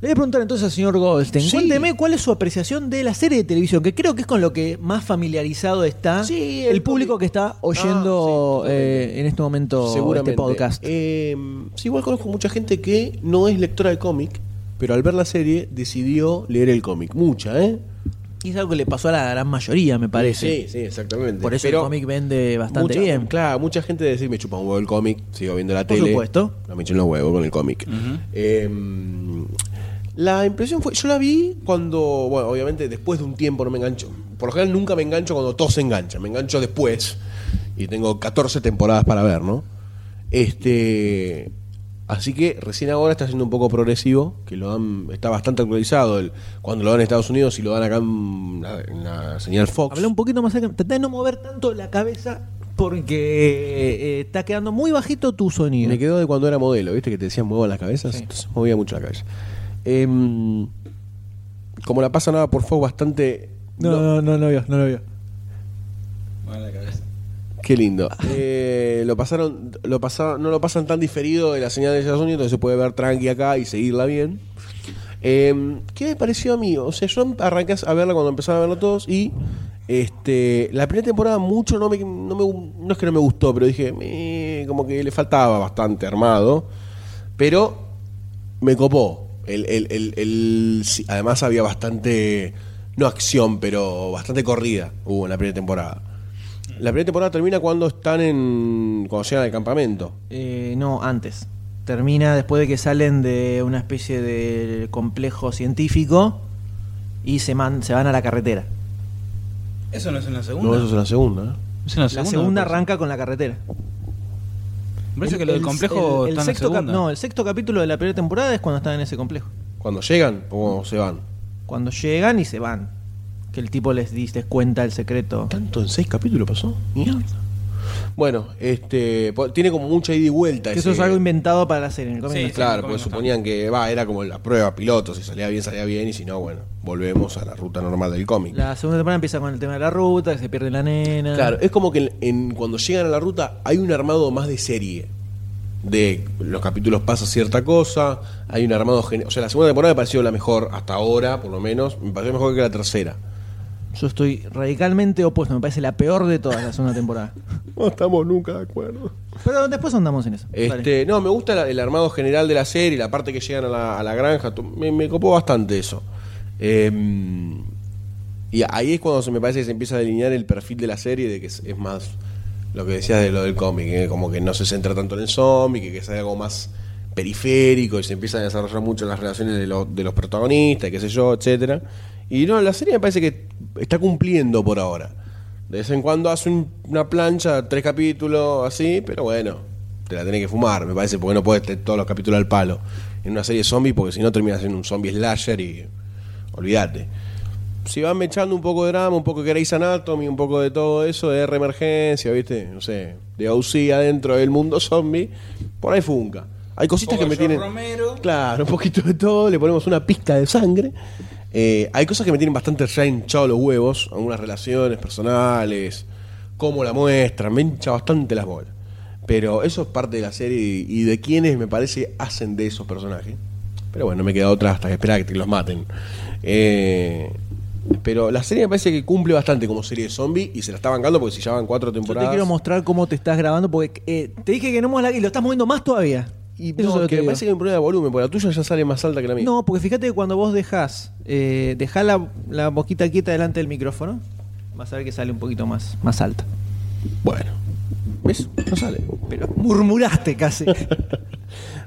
le voy a preguntar entonces al señor Goldstein. Sí. Cuénteme cuál es su apreciación de la serie de televisión, que creo que es con lo que más familiarizado está Sí, el, el público público. que está oyendo Ah, sí, totalmente. eh, en este momento Seguramente. este podcast. Eh, sí, igual conozco mucha gente que no es lectora de cómic, pero al ver la serie decidió leer el cómic. Mucha, ¿eh? Y es algo que le pasó a la gran mayoría, me parece. Sí, sí, exactamente. Por eso Pero el cómic vende bastante mucha- bien. Claro, mucha gente decir, me chupa un huevo el cómic, sigo viendo la Por tele. supuesto. No me chupan los huevos con el cómic. Eh, la impresión fue, yo la vi cuando, bueno, obviamente después de un tiempo no me engancho. Por lo general nunca me engancho cuando todo se engancha, me engancho después. Y tengo 14 temporadas para ver, ¿no? Este. Así que recién ahora está siendo un poco progresivo, que lo dan, está bastante actualizado. el- cuando lo dan en Estados Unidos y lo dan acá en la, en la señal Fox. Habla un poquito más acá. Tratá de no mover tanto la cabeza porque eh, está quedando muy bajito tu sonido. Me quedó de cuando era modelo, ¿viste? Que te decían mueva las cabezas. Entonces movía mucho la cabeza. Em, como la pasa nada por Fox bastante. no- no, no lo vio, no lo vio. Qué lindo. Eh, lo pasaron, lo pasa- no lo pasan tan diferido de la señal de Estados Unidos, entonces se puede ver tranqui acá y seguirla bien. Eh, ¿Qué me pareció a mí? O sea, yo arranqué a verla cuando empezaron a verla todos y este, la primera temporada mucho no me, no me- no es que no me gustó, pero dije, "Eh", como que le faltaba bastante armado, pero me copó. El- el- el- el- sí, además había bastante, no acción, pero bastante corrida hubo en la primera temporada. La primera temporada termina cuando están en. cuando llegan al campamento. Eh, no, antes. Termina después de que salen de una especie de complejo científico y se, man- se van a la carretera. Eso no es en la segunda. No, eso es en la segunda. ¿eh? Es en la La segunda. segunda me parece. arranca con la carretera. Me parece que lo del complejo el- el está en la sexto cap- segunda. No, el sexto capítulo de la primera temporada es cuando están en ese complejo. Cuando llegan o cuando se van. Cuando llegan y se van. Que el tipo les, dice- les cuenta el secreto. ¿Tanto en seis capítulos pasó? Mierda. Bueno, este. po- tiene como mucha ida y vuelta. Que eso es ese- algo inventado para la serie. En el cómic Sí, no sí. está. como Claro, porque no está. suponían que va, era como la prueba piloto, si salía bien, salía bien, y si no, bueno, volvemos a la ruta normal del cómic. La segunda temporada empieza con el tema de la ruta, que se pierde la nena. Claro, es como que en- en- cuando llegan a la ruta hay un armado más de serie. De los capítulos pasa cierta cosa, hay un armado. gene- O sea, la segunda temporada me pareció la mejor hasta ahora, por lo menos. Me pareció mejor que la tercera. Yo estoy radicalmente opuesto. Me parece la peor de todas la segunda temporada. No estamos nunca de acuerdo. Pero después andamos en eso. Dale. Este, no, me gusta la- el armado general de la serie, la parte que llegan a la, a la granja. tu- Me, me copó bastante eso. Em, y ahí es cuando se me parece que se empieza a delinear el perfil de la serie, de que es, es más lo que decías de lo del cómic, que como que no se centra tanto en el zombie, que, que es algo más periférico y se empiezan a desarrollar mucho las relaciones de, los- de los protagonistas, y qué sé yo, etcétera. Y no, la serie me parece que está cumpliendo por ahora. De vez en cuando hace un- una plancha, tres capítulos, así, pero bueno, te la tenés que fumar, me parece, porque no puedes tener todos los capítulos al palo en una serie de zombies, porque si no terminas en un zombie slasher y olvídate si van mechando un poco de drama, un poco de Grey's Anatomy, un poco de todo eso, de R emergencia, ¿viste? No sé, de OC adentro del mundo zombie, por ahí funca. Hay cositas Un poco que me de George tienen. Romero. Claro, un poquito de todo, le ponemos una pizca de sangre. Eh, hay cosas que me tienen bastante ya hinchado los huevos, algunas relaciones personales, cómo la muestran, me hincha bastante las bolas. Pero eso es parte de la serie y, y de quienes me parece hacen de esos personajes. Pero bueno, me queda otra hasta que esperar a que te los maten. Eh, Pero la serie me parece que cumple bastante como serie de zombie y se la está bancando porque si ya van cuatro Yo temporadas. te quiero mostrar cómo te estás grabando porque eh, te dije que no muevas la y lo estás moviendo más todavía. Y Eso no, es lo que te que me digo. parece que hay un problema de volumen, porque la tuya ya sale más alta que la mía. No, porque fíjate que cuando vos dejás, eh, dejá la, la boquita quieta delante del micrófono, vas a ver que sale un poquito más, más alta. Bueno. ¿Ves? No sale. Pero murmuraste casi.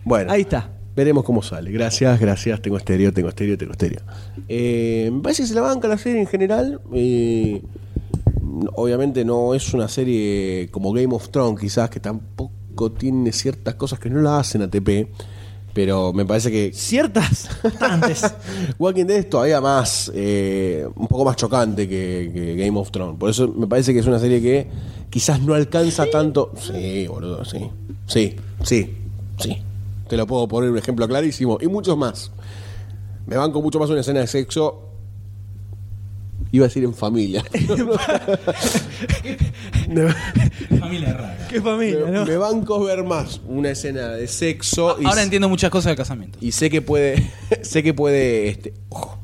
Bueno. Ahí está. Veremos cómo sale. Gracias, gracias. Tengo estéreo, tengo estéreo, tengo estéreo. Eh, me parece que se la banca la serie en general. eh, obviamente no es una serie como Game of Thrones, quizás, que tampoco tiene ciertas cosas que no la hacen ATP. Pero me parece que Ciertas, bastantes. Walking Dead es todavía más, eh, un poco más chocante que, que Game of Thrones. Por eso me parece que es una serie que quizás no alcanza tanto. Sí, boludo, sí. Sí, sí, sí. Te lo puedo poner un ejemplo clarísimo. Y muchos más. Me banco mucho más una escena de sexo. Iba a decir en familia. Familia rara. Qué familia, me, ¿no? me banco ver más una escena de sexo. y Ahora s- entiendo muchas cosas del casamiento. Y sé que puede. sé que puede. Este, ojo.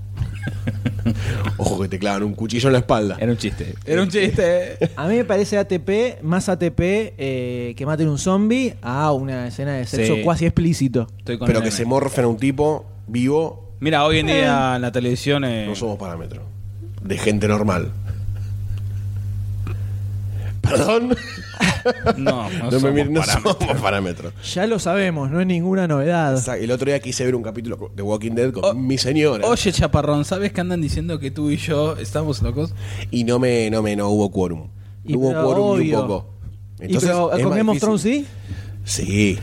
Ojo que te clavan un cuchillo en la espalda. Era un chiste. Era un chiste. A mí me parece ATP, más ATP eh, que maten un zombie a una escena de sexo Sí. cuasi explícito. Estoy con Pero el que meme. se morfen a un tipo vivo, Mira, hoy en día en la televisión. eh, no somos parámetro. De gente normal. Perdón. no, no No, me somos miren, no parámetros. somos parámetro. Ya lo sabemos, no es ninguna novedad. O sea, El otro día quise ver un capítulo de Walking Dead con Oh, mi señora. Oye, chaparrón, ¿sabes que andan diciendo que tú y yo estamos locos? Y no me, no me, no hubo quórum. Y hubo pero quórum ni un obvio. poco. y pero es con más Game of difícil. Thrones sí. Sí.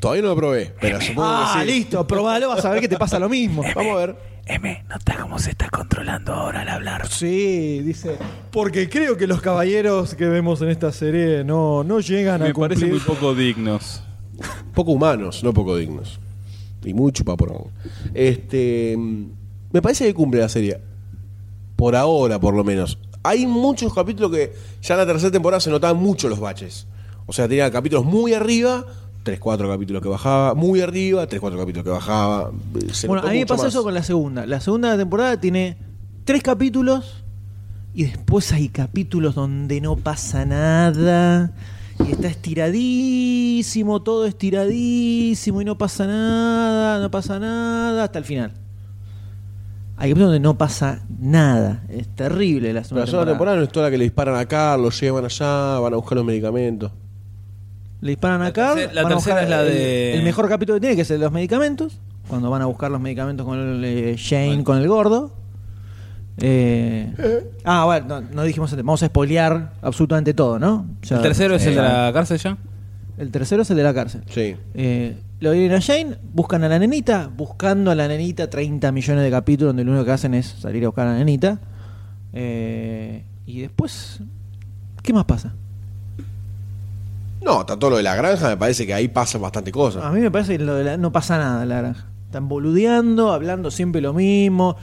Todavía no lo probé, pero supongo Ah, que sí. listo, probalo, vas a ver que te pasa lo mismo. Vamos a ver. M, nota cómo se está controlando ahora al hablar. Sí, dice. Porque creo que los caballeros que vemos en esta serie no, no llegan a Me cumplir. parecen muy poco dignos. poco humanos, no poco dignos. Y muy chupaporón. Este, mm, me parece que cumple la serie. Por ahora, por lo menos. Hay muchos capítulos que ya en la tercera temporada se notaban mucho los baches. O sea, tenía capítulos muy arriba, 3, 4 capítulos que bajaba, muy arriba, 3, 4 capítulos que bajaba. eh, se bueno, notó a mí me mucho pasa más. eso con la segunda. La segunda temporada tiene tres capítulos y después hay capítulos donde no pasa nada y está estiradísimo, todo estiradísimo y no pasa nada, no pasa nada hasta el final. Hay capítulos donde no pasa nada. Es terrible la Pero segunda la segunda temporada. temporada no es toda la que le disparan acá, lo llevan allá, van a buscar los medicamentos. Le disparan La a Carl. tercera- la van a tercera buscar es la el- de- El, mejor capítulo que tiene, que es el de los medicamentos. Cuando van a buscar los medicamentos con el, eh, Shane, con el gordo. Eh, ah, bueno, no, no dijimos antes. Vamos a espolear absolutamente todo, ¿no? O sea, ¿El tercero es eh, el de la cárcel ya? El tercero es el de la cárcel. Sí. Eh, lo vienen a Shane, buscan a la nenita. Buscando a la nenita, 30 millones de capítulos, donde lo único que hacen es salir a buscar a la nenita. Eh, y después, ¿qué más pasa? No, está todo lo de la granja, me parece que ahí pasan bastante cosas. A mí me parece que lo de la- no pasa nada en la granja. Están boludeando, hablando siempre lo mismo.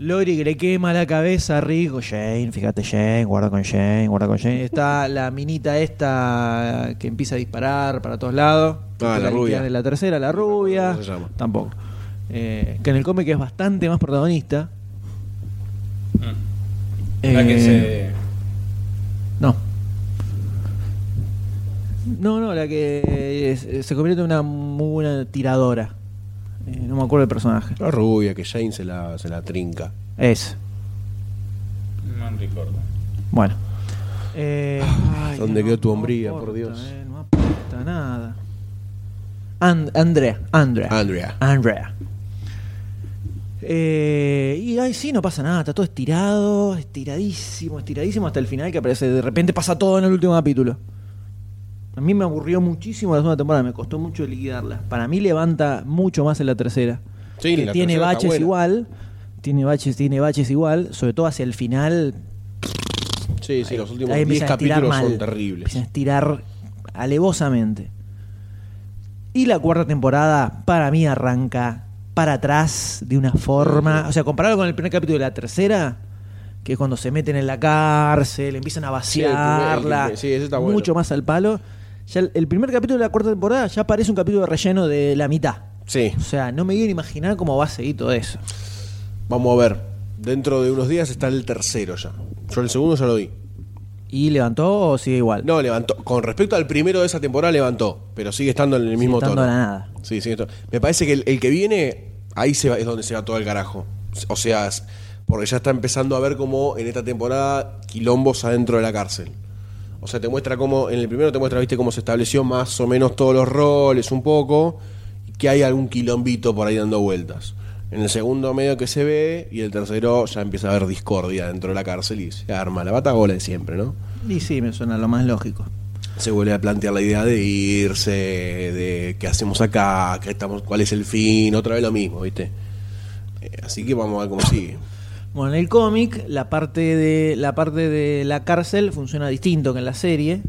Lori que le quema la cabeza a Rico. Jane, fíjate Jane, guarda con Jane, guarda con Jane. Está la minita esta que empieza a disparar para todos lados. Ah, la Que rubia. liquidan De la tercera, la rubia. ¿Cómo se llama? Tampoco. Eh, que en el cómic es bastante más protagonista. Mm. La que Eh, se. no. No, no, la que eh, es- se convierte en una muy buena tiradora. Eh, no me acuerdo el personaje. La rubia, que Jane se la, se la trinca. Es. No recuerdo. Bueno. Eh, Ah, ¿Dónde quedó tu hombría, aporta, por Dios? eh, no aporta nada. And- Andrea, Andrea. Andrea. Andrea. Eh, y ahí sí, no pasa nada, está todo estirado, estiradísimo, estiradísimo hasta el final que aparece. De repente pasa todo en el último capítulo. A mí me aburrió muchísimo la segunda temporada, me costó mucho liquidarla. Para mí levanta mucho más en la tercera. Sí, que la tiene tercera está baches buena. igual, tiene baches, tiene baches igual, sobre todo hacia el final. Sí, sí, los últimos ahí 10 empiezan a estirar capítulos son mal, terribles. Empiezan a estirar alevosamente. Y la cuarta temporada, para mí, arranca para atrás de una forma. O sea, comparado con el primer capítulo de la tercera, que es cuando se meten en la cárcel, empiezan a el primer- vaciarla. el primer- sí, ese está bueno. Mucho más al palo. Ya el, el primer capítulo de la cuarta temporada ya parece un capítulo de relleno de la mitad. Sí, O sea, no me quiero imaginar cómo va a seguir todo eso. vamos a ver. Dentro de unos días está el tercero ya. Yo el segundo ya lo vi. ¿Y levantó o sigue igual? No, levantó. Con respecto al primero de esa temporada, levantó. Pero sigue estando en el mismo estando tono. la nada. Sí, sigue estando- Me parece que el, el que viene, ahí se va- es donde se va todo el carajo. O sea, es- porque ya está empezando a ver cómo en esta temporada quilombos adentro de la cárcel. O sea, te muestra cómo, en el primero te muestra, viste, cómo se estableció más o menos todos los roles, un poco, que hay algún quilombito por ahí dando vueltas. En el segundo medio que se ve, y el tercero ya empieza a haber discordia dentro de la cárcel y se arma la batagola de siempre, ¿no? Y sí, me suena lo más lógico. se vuelve a plantear la idea de irse, de qué hacemos acá, qué estamos, cuál es el fin, otra vez lo mismo, ¿viste? Eh, así que vamos a ver cómo sigue. Bueno, en el cómic, la parte de la parte de la cárcel funciona distinto que en la serie.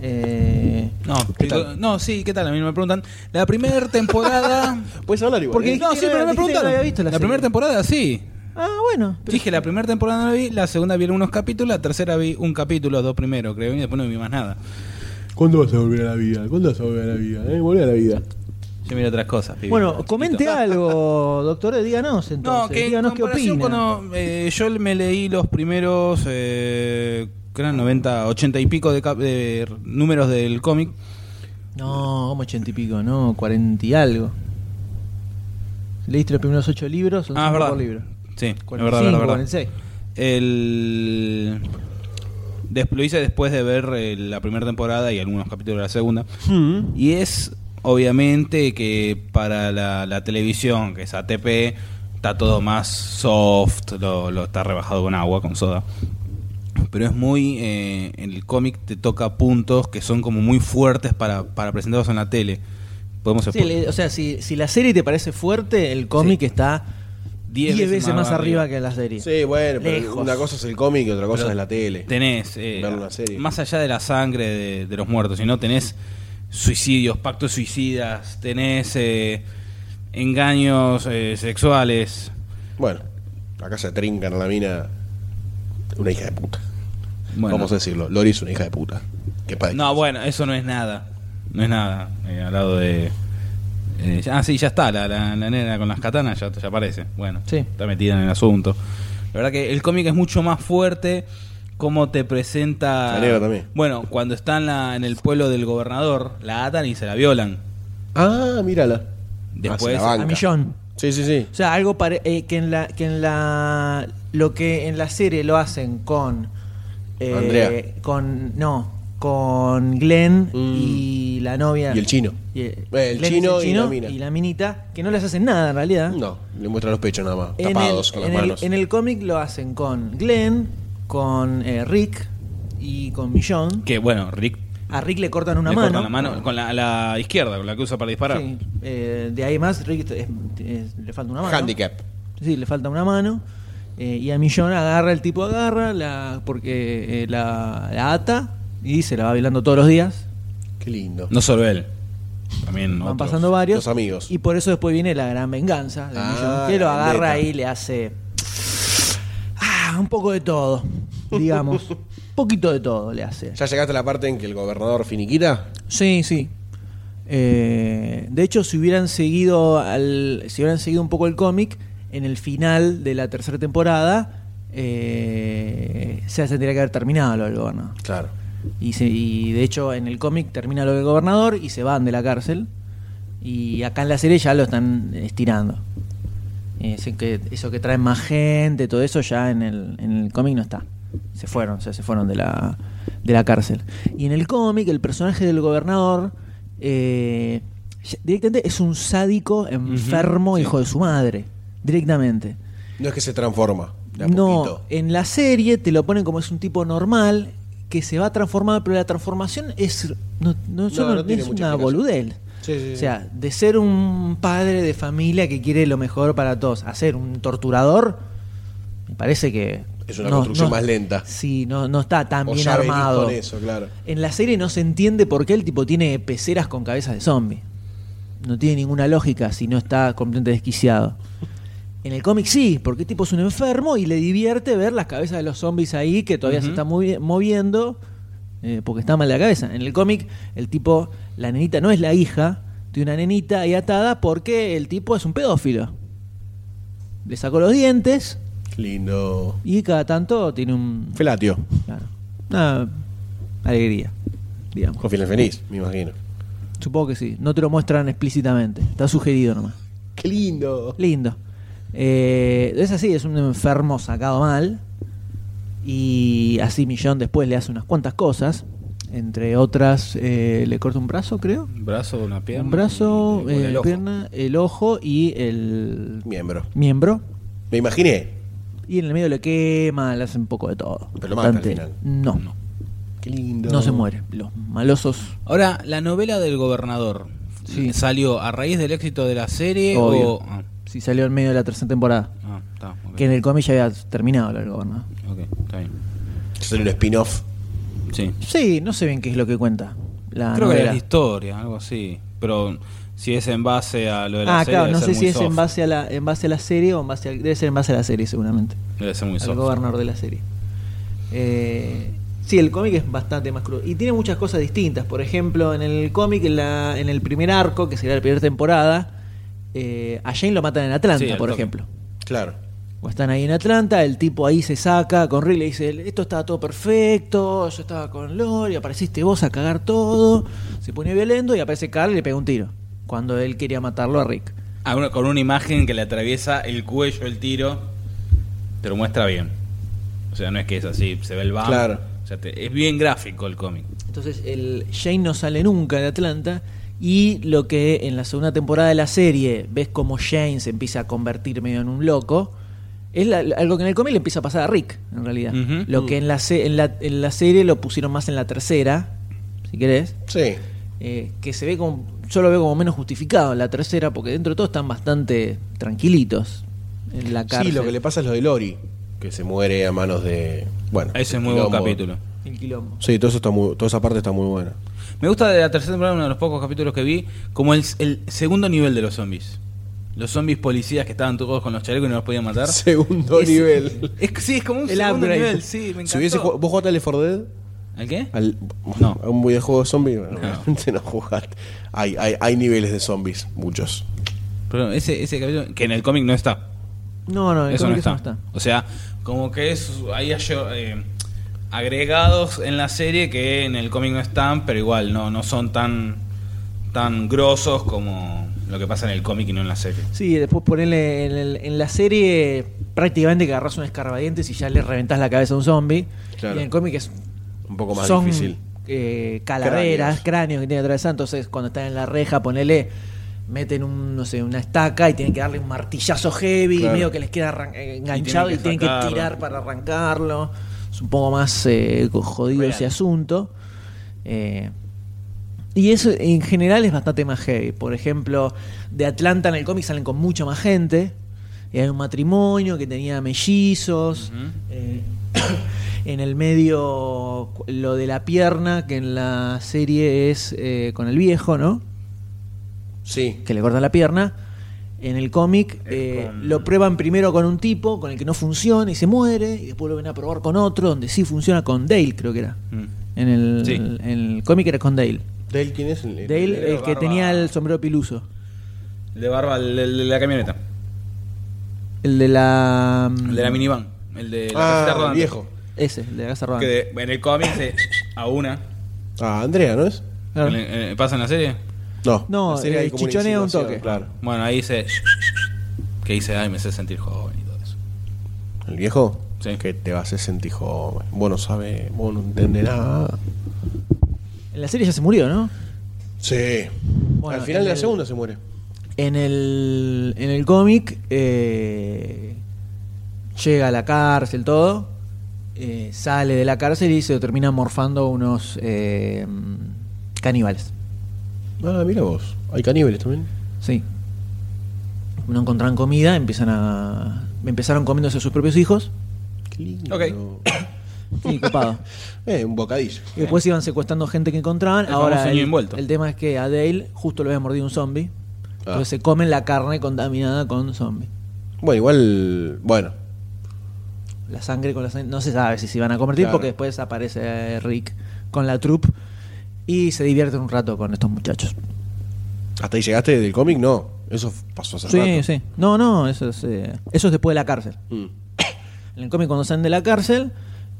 Eh, No, digo- no, sí, ¿qué tal? A mí me preguntan. La primera temporada. Puedes hablar igual. Porque- ¿eh? no, dijiste que sí, pero no- me dijiste que no preguntaron. había visto la la serie. primera temporada, sí. ah, bueno. pero- Dije, la primera temporada no la vi, la segunda vi algunos capítulos, la tercera vi un capítulo, dos primero, creo, y después no vi más nada. ¿Cuándo vas a volver a la vida? ¿Cuándo vas a volver a la vida? ¿Eh? Volver a la vida. Yo miré otras cosas. pibe. Bueno, comente algo, doctor, díganos entonces. No, que en díganos qué comparación opina. cuando eh, yo me leí los primeros, eh, que eran 90, 80 y pico de, cap- de r- números del cómic. No, como ochenta y pico, no, cuarenta y algo. Leíste los primeros ocho libros, son Ah, es cinco verdad. por libro. Sí, es verdad, 45, verdad, verdad. 46. El... des- Lo hice después de ver eh, la primera temporada y algunos capítulos de la segunda. Y es, obviamente, que para la, la televisión, que es ATP, está todo más soft, lo, lo está rebajado con agua, con soda. Pero es muy. eh, en el cómic te toca puntos que son como muy fuertes para, para presentarlos en la tele. Podemos Sí, le- o sea, si, si la serie te parece fuerte, el cómic está 10 veces, más, arriba que la serie. Sí, bueno, pero Lejos. una cosa es el cómic y otra cosa es la tele. tenés eh, Ver una serie. más allá de la sangre de, de los muertos, sino tenés suicidios, pactos suicidas, tenés eh, engaños eh, sexuales. Bueno, acá se trincan a la mina una hija de puta. Bueno. Vamos a decirlo, Lori es una hija de puta. Que padre. No, bueno, eso no es nada. No es nada. eh, al lado de. eh, ya- ah, sí, ya está. La, la, la nena con las katanas ya, ya aparece. Bueno, Sí. está metida en el asunto. La verdad que el cómic es mucho más fuerte. Cómo te presenta. La negra también. Bueno, cuando está en, la- en el pueblo del gobernador, la atan y se la violan. Ah, mírala. Después, Ah, se la banca. A millón. Sí, sí, sí. O sea, algo pare- eh, que en la que en la lo que en la serie lo hacen con eh, Andrea. con no, con Glenn Mm. y la novia Y el chino. Y, eh, Eh, el Glenn es chino y la mina. minita que no les hacen nada en realidad. No, le muestra los pechos nada más, En el- tapados con las en el, manos. en el cómic lo hacen con Glenn, con eh, Rick y con Millón. que bueno, Rick A Rick le cortan una le mano. corta la mano con la, la izquierda, con la que usa para disparar. Sí, eh, de ahí más Rick es- es- le falta una mano. Handicap. Sí, le falta una mano. Eh, y a Millón agarra, el tipo agarra, la, porque eh, la, la ata y se la va bailando todos los días. Qué lindo. No solo él. También Van otros. pasando varios. los amigos. Y por eso después viene la gran venganza de Ah, Millón, que lo la agarra vendetta. y le hace. Ah, un poco de todo, digamos. Un poquito de todo le hace. ¿Ya llegaste a la parte en que el gobernador finiquita? Sí, sí. Eh, de hecho, si hubieran seguido al, si hubieran seguido un poco el cómic, en el final de la tercera temporada eh, se tendría que haber terminado lo del gobernador. Claro. Y, se- y de hecho, en el cómic termina lo del gobernador y se van de la cárcel. Y acá en la serie ya lo están estirando. Eh, Dicen que eso que traen más gente, todo eso ya en el, en el cómic no está. Se fueron, o sea, se fueron de la, de la cárcel. Y en el cómic, el personaje del gobernador eh, ya- directamente es un sádico, enfermo, hijo de su madre. Directamente. No es que se transforma de a No, poquito. en la serie te lo ponen como es un tipo normal que se va a transformar, pero la transformación es no, no, yo No, no- no tiene es mucha una explicación. boludez. Sí, sí, sí. O sea, de ser un padre de familia que quiere lo mejor para todos, a ser un torturador, me parece que Es una construcción más lenta. Sí, no, no está tan O bien ya venís armado. con eso, claro. En la serie no se entiende por qué el tipo tiene peceras con cabezas de zombie. No tiene ninguna lógica si no está completamente desquiciado. En el cómic sí, porque el tipo es un enfermo y le divierte ver las cabezas de los zombies ahí que todavía se Ujú. están movi- moviendo eh, porque está mal de la cabeza. En el cómic el tipo, la nenita no es la hija de una nenita ahí atada porque el tipo es un pedófilo. Le sacó los dientes Lindo. Y cada tanto tiene un. Felatio. claro, una alegría, digamos. Con final feliz, me imagino. Supongo que sí. No te lo muestran explícitamente. Está sugerido nomás. Qué lindo. Lindo. Eh, es así, es un enfermo sacado mal. Y así Millón después le hace unas cuantas cosas. Entre otras, eh, le corta un brazo, creo. Un brazo, una pierna. Un brazo, y- y eh, el ojo. pierna, el ojo y el Miembro. miembro. Me imaginé. Y en el medio le quema, le hace un poco de todo. Pero lo mata al Bastante- final. No, no, No. Qué lindo. se muere. Los malosos. Ahora, la novela del gobernador. Sí. ¿Salió a raíz del éxito de la serie Obvio. o.? Ah, Si salió en medio de la tercera temporada. ah, está. ok. Que en el cómic ya había terminado el gobernador. Ok, está bien. Solo el spin-off. Sí. Sí, no sé bien qué es lo que cuenta. La Creo que novela. era la historia, algo así. Pero si es en base a lo de la Ah, serie. claro, debe no sé ser muy si es soft. en base a la en base a la serie o en base al- debe ser en base a la serie seguramente. Debe ser muy Al soft. gobernador de la serie. Eh, sí, el cómic es bastante más crudo y tiene muchas cosas distintas. Por ejemplo, en el cómic en, la- en el primer arco que sería la primera temporada, eh, a Jane lo matan en Atlanta, Sí, al por toque. ejemplo. Claro. O están ahí en Atlanta, el tipo ahí se saca con Riley y dice, esto estaba todo perfecto, yo estaba con Lori, apareciste vos a cagar todo, se pone violento y aparece Carl y le pega un tiro, cuando él quería matarlo a Rick. Ah, bueno, con una imagen que le atraviesa el cuello el tiro. Te lo muestra bien. O sea, no es que es así, se ve el bam. Claro. O sea, te- es bien gráfico el cómic. Entonces el Shane no sale nunca de Atlanta y lo que en la segunda temporada de la serie ves como Shane se empieza a convertir medio en un loco, es la- algo que en el cómic le empieza a pasar a Rick, en realidad. Ujú. Lo que en la, se- en, la, en la serie lo pusieron más en la tercera, si querés, Sí. eh, que se ve como, yo lo veo como menos justificado en la tercera porque dentro de todo están bastante tranquilitos en la cárcel. Sí, lo que le pasa es lo de Lori, que se muere a manos de. Bueno. Ese es del muy buen quilombo. capítulo. El quilombo. Sí, todo eso está muy, toda esa parte está muy buena. Me gusta de la tercera temporada, uno de los pocos capítulos que vi, como el, el segundo nivel de los zombies. Los zombies policías que estaban todos con los chalecos y no los podían matar. Segundo Es- nivel. Es, sí, es como un El segundo upgrade. nivel, sí, me encantó. Si hubiese jugado- ¿Vos jugaste al Left 4 Dead? ¿Al qué? Al, No. ¿A un videojuego de zombies? No, realmente no jugaste. Hay, hay, hay niveles de zombies, muchos. Pero ese, ese capítulo, que en el cómic no está. No, no, Ah, en el Eso no cómic está. eso no está. O sea, como que es hay ayo- eh, agregados en la serie que en el cómic no están, pero igual no, no son tan, tan grosos como lo que pasa en el cómic y no en la serie. Sí, después ponerle en, el- en la serie prácticamente que agarras un escarbadientes y ya le reventás la cabeza a un zombie. Claro. Y en el cómic es Un poco más son, difícil. eh, calaveras, cráneos. que tiene atravesar. Entonces, cuando están en la reja, ponele, meten un, no sé, una estaca y tienen que darle un martillazo heavy, Claro. y medio que les queda arran- eh, enganchado y tienen tienen que que, sacarlo. tirar para arrancarlo. Es un poco más eh, co- jodido Real. ese asunto. Eh, y eso en general es bastante más heavy. Por ejemplo, de Atlanta en el cómic salen con mucha más gente. Y hay un matrimonio que tenía mellizos. Eh, en el medio, cu- lo de la pierna, que en la serie es eh, con el viejo, ¿no? Sí. Que le cortan la pierna. En el cómic eh, lo prueban primero con un tipo con el que no funciona y se muere. Y después lo ven a probar con otro, donde sí funciona con Dale, creo que era. Mm. En el, Sí. en el cómic era con Dale. ¿Dale quién es? El- el- Dale, el- el que Eh, barba. tenía el sombrero piluso. El de barba, el, el de la camioneta, El de la. mm, el de la minivan, el de la Ah, casita el rodante. viejo. Ese, el de la casa Que rodante. de- en el cómic se a una. Ah, Andrea, ¿no es? Claro. En el- en- ¿Pasa en la serie? No. No, La serie eh, hay como una chichonea un insinuación, toque. Claro. Bueno, ahí dice que dice, ay, me hace sentir joven y todo eso. ¿El viejo? Sí. Que te vas a sentir joven. Vos no sabés, vos no entendés nada. En la serie ya se murió, ¿no? Sí. Bueno, Al final en de la el- segunda se muere. En el, en el cómic eh, llega a la cárcel, todo. eh, sale de la cárcel y se termina morfando unos eh, caníbales. Ah, mira vos. Hay caníbales también. Sí. No encontraban comida, empiezan a. Empezaron comiéndose a sus propios hijos. Qué lindo. Ok. Sí, copado. Eh, un bocadillo. Y después iban secuestrando gente que encontraban. El Ahora famoso el, niño envuelto. el tema es que a Dale justo lo había mordido un zombie. Ah. Entonces se comen la carne contaminada con zombie. Bueno, igual. Bueno. La sangre con la sangre. No se sabe si se iban a convertir Claro. porque después aparece Rick con la troupe y se divierten un rato con estos muchachos. ¿Hasta ahí llegaste del cómic? No. Eso f- pasó hace Sí, rato. sí. No, no, eso es, eh, eso es después de la cárcel. Mm. En el cómic, cuando salen de la cárcel,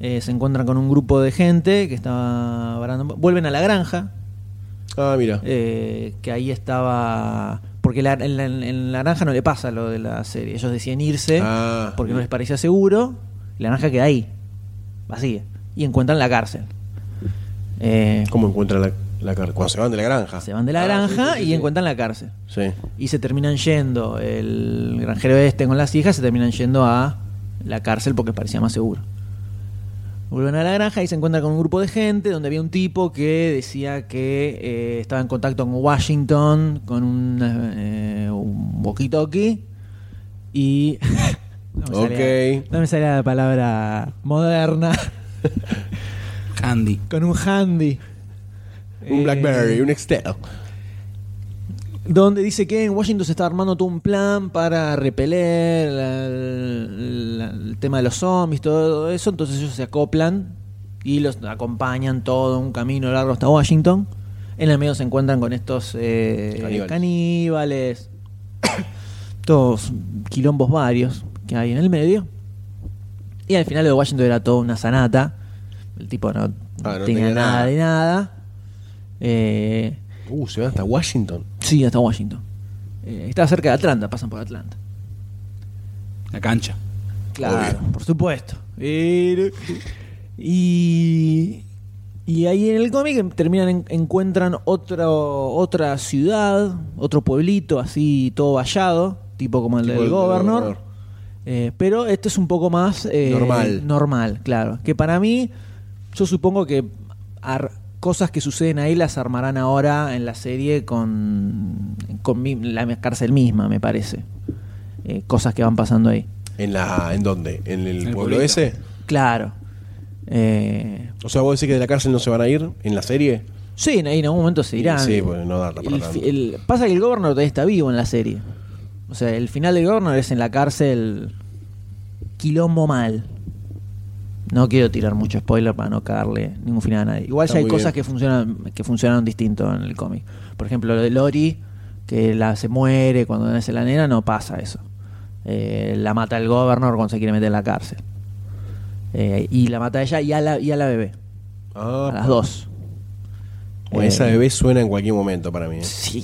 eh, se encuentran con un grupo de gente que estaba. varando- Vuelven a la granja, Ah, mira. eh, que ahí estaba. Porque la- en, la, en la granja no le pasa lo de la serie. Ellos decían irse Ah. porque no les parecía seguro. y La granja queda ahí, vacía. Y encuentran la cárcel. Eh, ¿Cómo encuentran la, la car- Cuando se van de la granja. se van de la Ah, granja sí, sí, y sí. encuentran la cárcel. Sí. Y se terminan yendo. El granjero este con las hijas se terminan yendo a la cárcel porque parecía más seguro. Vuelven a la granja y se encuentran con un grupo de gente donde había un tipo que decía que eh, estaba en contacto con Washington, con un, eh, un walkie-talkie. Y. no, me salía, Ok. no me salía la palabra moderna. Handy. con un handy. Un Eh, Blackberry, un Excel. donde dice que en Washington se está armando todo un plan para repeler la- la- el tema de los zombies, todo eso. Entonces ellos se acoplan y los acompañan todo un camino largo hasta Washington. En el medio se encuentran con estos eh, Caníbales. caníbales, todos quilombos varios que hay en el medio. Y al final lo de Washington era toda una sanata. El tipo no, Ah, tenía no tenía nada, nada. de nada. Eh, Uh, se van hasta Washington. Sí, hasta Washington. Eh, está cerca de Atlanta, pasan por Atlanta. La cancha. Claro, por supuesto. Eh, Y, y ahí en el cómic terminan en- encuentran otro, otra ciudad, otro pueblito así todo vallado, tipo como el Tipo del el del gobernador. Governor. Eh, pero este es un poco más eh, Normal. normal, claro. Que para mí, yo supongo que ar- cosas que suceden ahí las armarán ahora en la serie con, con mi- la cárcel misma, me parece. Eh, cosas que van pasando ahí. ¿En la en dónde? ¿En el, el pueblo pueblito. ese? Claro. Eh, O sea, vos decís que de la cárcel no se van a ir en la serie. sí, en, en algún momento se irán. Sí, bueno, no darla para El tanto. fi- el- pasa que el Governor todavía está vivo en la serie. O sea, el final del Governor es en la cárcel quilombo mal. No quiero tirar mucho spoiler para no cagarle ningún final a nadie. Igual Está ya hay muy cosas bien. que funcionan que funcionaron distinto en el cómic. Por ejemplo, lo de Lori, que la se muere cuando nace la nena, no pasa eso. Eh, la mata el Governor cuando se quiere meter en la cárcel. Eh, y la mata ella y a la, y a la bebé. Ah, A las dos. bueno, esa Eh, bebé suena en cualquier momento para mí. ¿eh? Sí.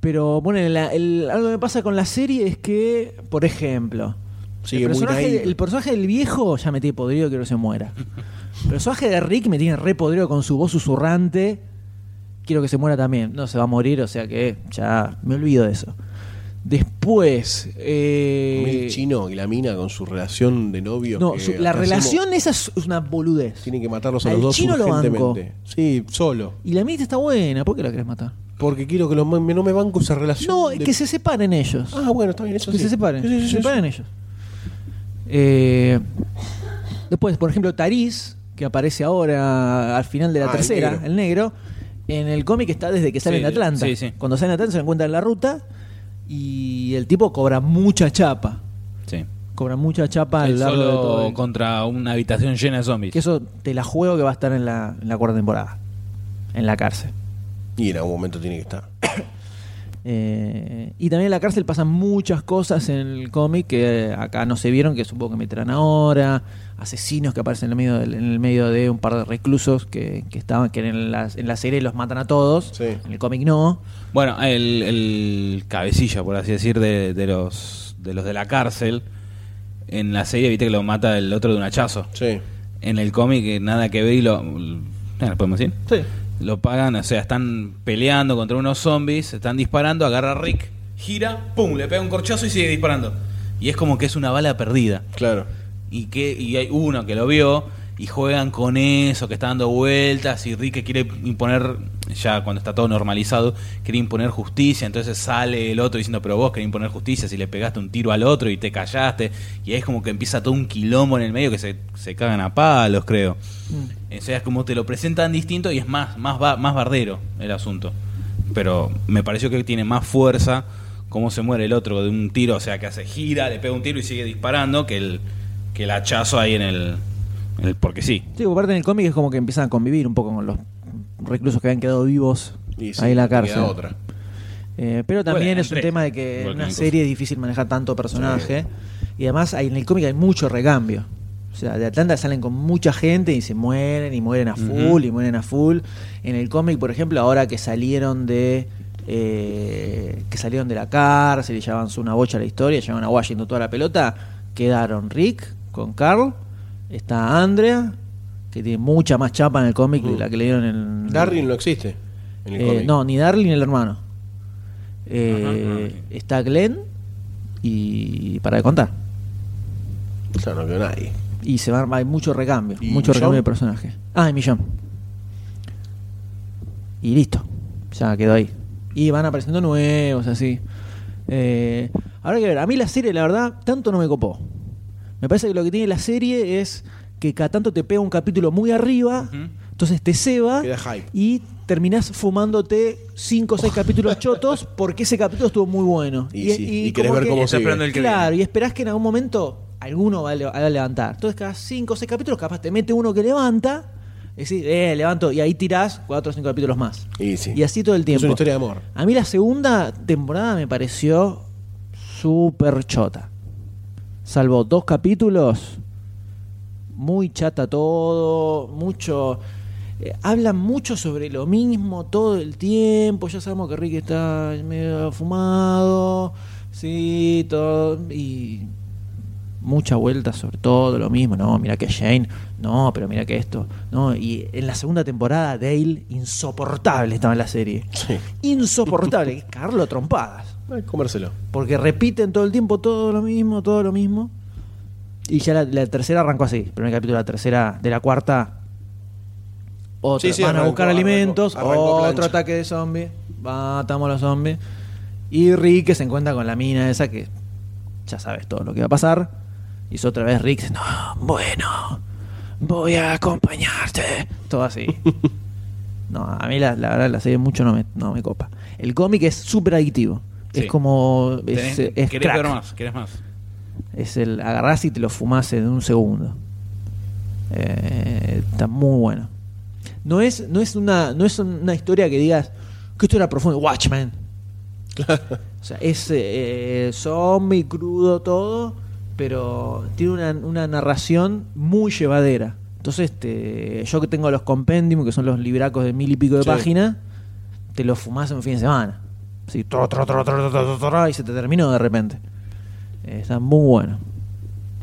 Pero bueno, la- el- algo que me pasa con la serie es que, por ejemplo, Sigue el, muy personaje, naive. el personaje del viejo ya me tiene podrido, quiero que se muera. El personaje de Rick me tiene re podrido con su voz susurrante, quiero que se muera también. No, se va a morir, o sea que ya me olvido de eso. Después... eh, El chino y la mina con su relación de novio. no, que su- hasta la hacemos- relación esa es una boludez. Tienen que matarlos a Al los dos chino lo banco. urgentemente. sí, solo. Y la mitad está buena, ¿por qué la querés matar? Porque quiero que los man- no me banco esa relación. No, de- que se separen ellos. Ah, bueno, está bien, eso que sí. se separen. Sí, sí, sí, se sí. separen ellos. Eh, después, por ejemplo, Taris, que aparece ahora al final de la Ah, el tercera, negro. el negro. en el cómic está desde que salen Sí, de Atlanta. sí, sí. Cuando salen de Atlanta se encuentran en la ruta y el tipo cobra mucha chapa. Sí. Cobra mucha chapa al Él largo de todo. solo el- contra una habitación llena de zombies. Que eso te la juego que va a estar en la, en la cuarta temporada. En la cárcel. Y en algún momento tiene que estar. Eh, y también en la cárcel pasan muchas cosas en el cómic que acá no se vieron, que supongo que meterán ahora. Asesinos que aparecen en el medio, del- en el medio de un par de reclusos que, que estaban que en la, en la serie los matan a todos. Sí. En el cómic no. Bueno, el, el cabecilla, por así decir, de, de los de los de la cárcel, en la serie viste que lo mata el otro de un hachazo. Sí. En el cómic eh, nada que ver y lo... mm, nada, podemos decir. Lo pagan, o sea, están peleando contra unos zombies, están disparando, agarra a Rick, gira, pum, le pega un corchazo y sigue disparando. Y es como que es una bala perdida. Claro. Y, que, y hay uno que lo vio y juegan con eso, que está dando vueltas y Rick que quiere imponer, ya cuando está todo normalizado, quiere imponer justicia, entonces sale el otro diciendo, pero vos querés imponer justicia si le pegaste un tiro al otro y te callaste, y ahí es como que empieza todo un quilombo en el medio que se, se cagan a palos, creo. O sea, es como te lo presentan distinto y es más, más, ba- más bardero el asunto. Pero me pareció que tiene más fuerza cómo se muere el otro de un tiro, o sea, que hace gira, le pega un tiro y sigue disparando, que el, que el hachazo ahí en el, en el- Porque sí. Sí, por parte en el cómic es como que empiezan a convivir un poco con los reclusos que habían quedado vivos Y sí, ahí en la no queda cárcel. otra. Eh, pero también Bueno, es un entre- tema de que en igual que una Nico. serie es difícil manejar tanto personaje. Y además hay, en el cómic hay mucho recambio. O sea, de Atlanta salen con mucha gente y se mueren y mueren a full y mueren a full. En el cómic, por ejemplo, ahora que salieron de eh, que salieron de la cárcel y ya avanzó una bocha la historia, llevan a Washington toda la pelota, quedaron Rick con Carl, está Andrea, que tiene mucha más chapa en el cómic de la que le dieron en Darryl no existe. En el eh, cómic. no, ni Darling el hermano. Eh, Está Glenn y para de contar. Claro, no veo nadie. Y se va, hay mucho recambio, ¿Y mucho Millón? recambio de personaje. Ah, y Millón. Y listo, ya quedó ahí. Y van apareciendo nuevos, así. Eh, habrá que ver, a mí la serie, la verdad, tanto no me copó. Me parece que lo que tiene la serie es que cada tanto te pega un capítulo muy arriba, entonces te ceba Queda hype. Oh. y terminás fumándote cinco o seis capítulos chotos porque ese capítulo estuvo muy bueno. Y sí, y querés como ver que- cómo Está sigue. esperando el que claro, viene. y esperás que en algún momento alguno va a, le- va a levantar. Entonces, cada 5 o 6 capítulos, capaz te mete uno que levanta, decís, eh, levanto, y ahí tirás 4 o 5 capítulos más. Y sí. Y así todo el tiempo. Es una historia de amor. A mí la segunda temporada me pareció súper chota. Salvo dos capítulos, muy chata todo, mucho... eh, hablan mucho sobre lo mismo todo el tiempo, ya sabemos que Rick está medio fumado, sí, todo, y mucha vuelta sobre todo lo mismo, no, mira que Shane, no, pero mira que esto, no, y en la segunda temporada Dale insoportable estaba en la serie. Sí. Insoportable, que Carlos trompadas, Ay, comérselo. porque repiten todo el tiempo todo lo mismo, todo lo mismo. Y ya la, la tercera arrancó así, el primer capítulo de la tercera, de la cuarta otra, Sí, sí, van a arrancó, buscar arrancó, alimentos, arrancó otro plancha. ataque de zombies, matamos a los zombies. Y Rick que se encuentra con la mina esa que ya sabes todo lo que va a pasar. Y es otra vez Rick, no, bueno, voy a acompañarte. Todo así. no, a mí la, la verdad la serie mucho no me, no me copa. El cómic es súper adictivo. Sí. Es como... Es, Tenés- eh, es querés ver crack. más, querés más. Es el agarrás y te lo fumás en un segundo. Eh, está muy bueno. No es, no es una, no es una historia que digas que esto era profundo. Watchmen. O sea, es eh, zombie, crudo, todo, pero tiene una, una narración muy llevadera. Entonces, te- yo que tengo los compendium, que son los libracos de mil y pico de Sí. páginas, te los fumás en un fin de semana. Así, tro, tro, tro, tro, tro, tro, tro, tro, y se te terminó de repente. Eh, está muy bueno.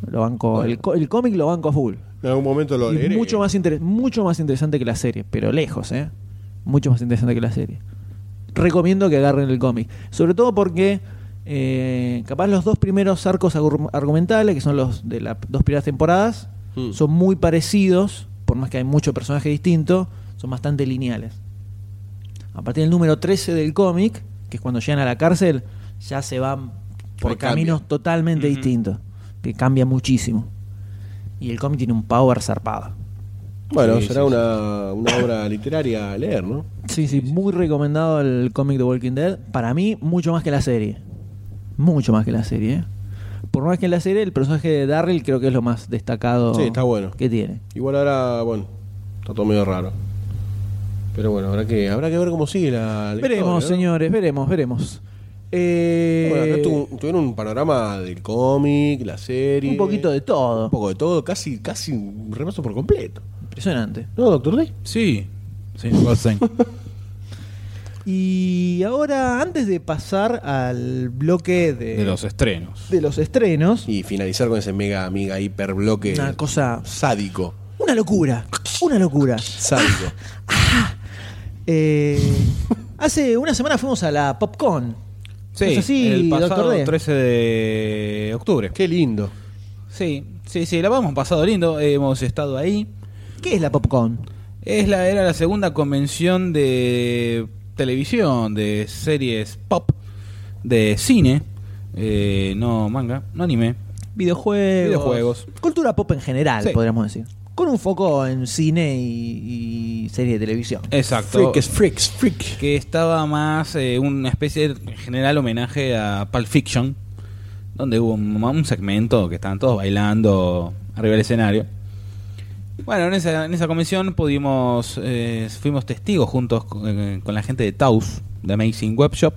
Lo banco, el, co- el cómic lo banco a full. En algún momento lo Y leeré. mucho más, interes- mucho más interesante que la serie, pero lejos, ¿eh? Mucho más interesante que la serie. Recomiendo que agarren el cómic. Sobre todo porque eh, capaz los dos primeros arcos agur- argumentales, que son los de las dos primeras temporadas, Mm. son muy parecidos, por más que hay mucho personaje distinto, son bastante lineales. A partir del número 13 del cómic, que es cuando llegan a la cárcel, ya se van por Recambio. caminos totalmente distintos, que cambia muchísimo. Y el cómic tiene un power zarpado. Bueno, Sí, será sí, una, una obra literaria a leer, ¿no? Sí, sí, muy recomendado el cómic de Walking Dead. Para mí, mucho más que la serie. Mucho más que la serie. ¿eh? Por más que en la serie, el personaje de Darryl creo que es lo más destacado Sí, está bueno. que tiene. Igual ahora, bueno, está todo medio raro. Pero bueno, habrá que, habrá que ver cómo sigue la. la Veremos, historia, ¿no? señores, veremos, veremos. Eh, Bueno, acá tu- tuvieron un panorama del cómic, la serie. un poquito de todo. Un poco de todo, casi, casi un repaso por completo. Impresionante. ¿No, doctor D? Sí, señor Goldstein. Y ahora, antes de pasar al bloque de, Eh, De los estrenos. de los estrenos, Y finalizar con ese mega, mega, hiper bloque. una cosa. Sádico. Una locura. Una locura. Sádico. Eh, hace una semana fuimos a la PopCon. Sí, ¿No es así, el pasado Doctor D? 13 de octubre. Qué lindo. Sí, sí, sí, la hemos pasado lindo, hemos estado ahí. ¿Qué es la PopCon? Es la, era la segunda convención de televisión, de series pop, de cine, eh, no manga, no anime. Videojuegos. Videojuegos. Cultura pop en general, Sí. podríamos decir. Con un foco en cine y, y serie de televisión. Eh, Exacto. Freaks, freaks, freak. que estaba más eh, una especie de en general homenaje a Pulp Fiction, donde hubo un, un segmento que estaban todos bailando arriba del escenario. Bueno, en esa, en esa convención pudimos, eh, fuimos testigos juntos con, eh, con la gente de Taos, de Amazing Web Shop,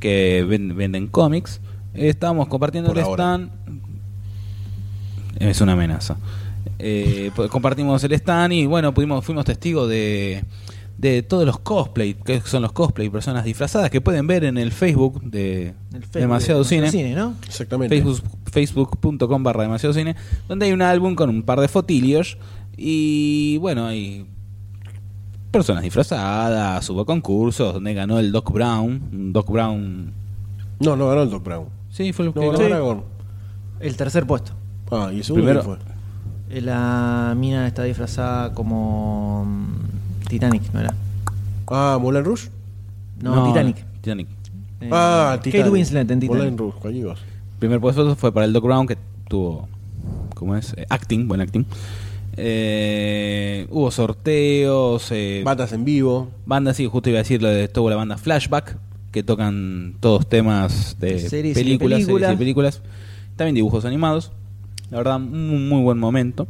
que ven- venden cómics. Eh, estábamos compartiendo Por el ahora. stand. Es una amenaza. Eh, po- compartimos el stand y bueno, pudimos, fuimos testigos de, de todos los cosplay, que son los cosplay, personas disfrazadas que pueden ver en el Facebook de El Facebook Demasiado de- Cine. ¿no? Exactamente. Facebook- Facebook.com barra demasiado cine, donde hay un álbum con un par de fotillos y bueno, hay personas disfrazadas, hubo concursos donde ganó el Doc Brown, un Doc Brown, No, no ganó el Doc Brown. sí, fue el que No ganó ganó. Aragorn. El tercer puesto. Ah, y el segundo Primero- quién Eh, La mina está disfrazada como mm, Titanic, ¿no era? fue. Ah, Moulin Rouge. No, Titanic. Titanic. Eh, ah, Titanic. Kate Winslet en Titanic. Moulin Rouge, cualquier cosa. primer puesto fue para el Doc Brown que tuvo ¿cómo es? Eh, acting, buen acting. Eh, hubo sorteos, eh, Batas en vivo. Banda, sí, justo iba a decir lo de estuvo la banda Flashback, que tocan todos temas de Series y películas, películas. series y películas. También dibujos animados. La verdad, un muy buen momento.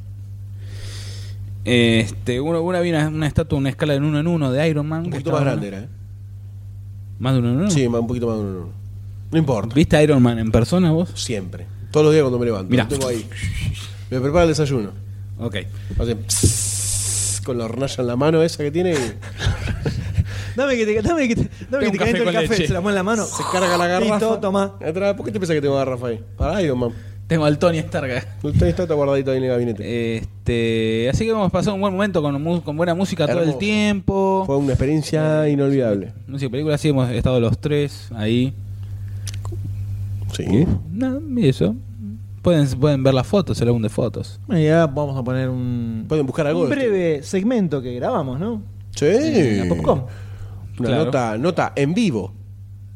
Este, una, una, vi una, una estatua, una escala de uno en uno de Iron Man. Un que poquito estaba más buena. grande era, ¿eh? ¿Más de uno en uno? Sí, más- un poquito más. No, no. No importa. ¿Viste a Iron Man en persona vos? Siempre. Todos los días cuando me levanto. Mirá. Lo tengo ahí. Me preparo el desayuno. Ok. Hace pss, con la hornalla en la mano esa que tiene. y Dame que te, dame que te, dame que un te café caliento el con café, leche. se la pone en la mano. Se carga la garrafa. Listo, toma. Atrás, ¿Por qué te pensás que tengo garrafa ahí? Para Iron Man. Tengo al Tony Stark. Usted está guardadito ahí en el gabinete. Este, así que hemos pasado un buen momento con, mu- con buena música todo el Hermoso. tiempo. Fue una experiencia inolvidable. No sé, películas sí hemos estado los tres ahí. Sí. No, y eso. Pueden, pueden ver las fotos, el álbum de fotos. Bueno, y ahora vamos a poner un, Pueden buscar algo. este, un breve segmento que grabamos, ¿no? Sí. En la Popcom. Una Claro. nota, nota en vivo.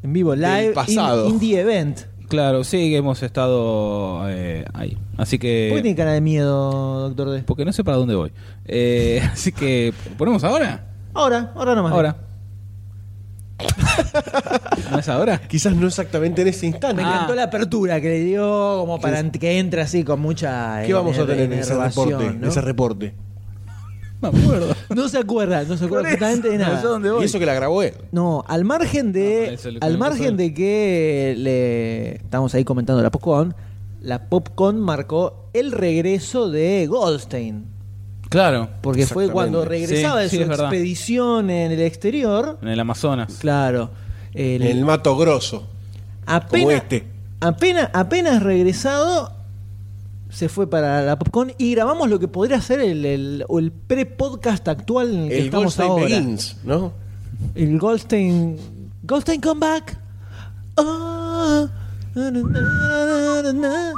En vivo, live, pasado. in- indie event. Claro, sí, que hemos estado eh, ahí. Así ¿Por qué tiene que... cara de miedo, doctor D? Porque no sé para dónde voy. Eh, así que... ¿Ponemos ahora? Ahora, ahora nomás. Ahora. ¿No es ahora? Quizás no exactamente en ese Me instante. Ah. encantó la apertura que le dio, como para ent- que entra así con mucha. Ah, ¿Qué vamos a ener- tener en ese enervación, reporte? en ¿no? ese reporte? No me acuerdo. No se acuerda, no se acuerda absolutamente de no nada. sé dónde voy. Y eso que la grabó él. No, al margen No, de. pero eso lo al comentó margen él. de que le estamos ahí comentando la Popcorn, la Popcorn marcó el regreso de Goldstein. Claro. Porque fue Exactamente. cuando regresaba Sí, de sí, su es verdad. expedición en el exterior. En el Amazonas. Claro. el- En el Mato Grosso. como apenas, este. apenas, apenas regresado, se fue para la Popcorn y grabamos lo que podría ser el, el- o el pre-podcast actual en el que El estamos Goldstein ahora. Begins, ¿no? El Goldstein. Goldstein come back. Ah, na, na, na, na, na.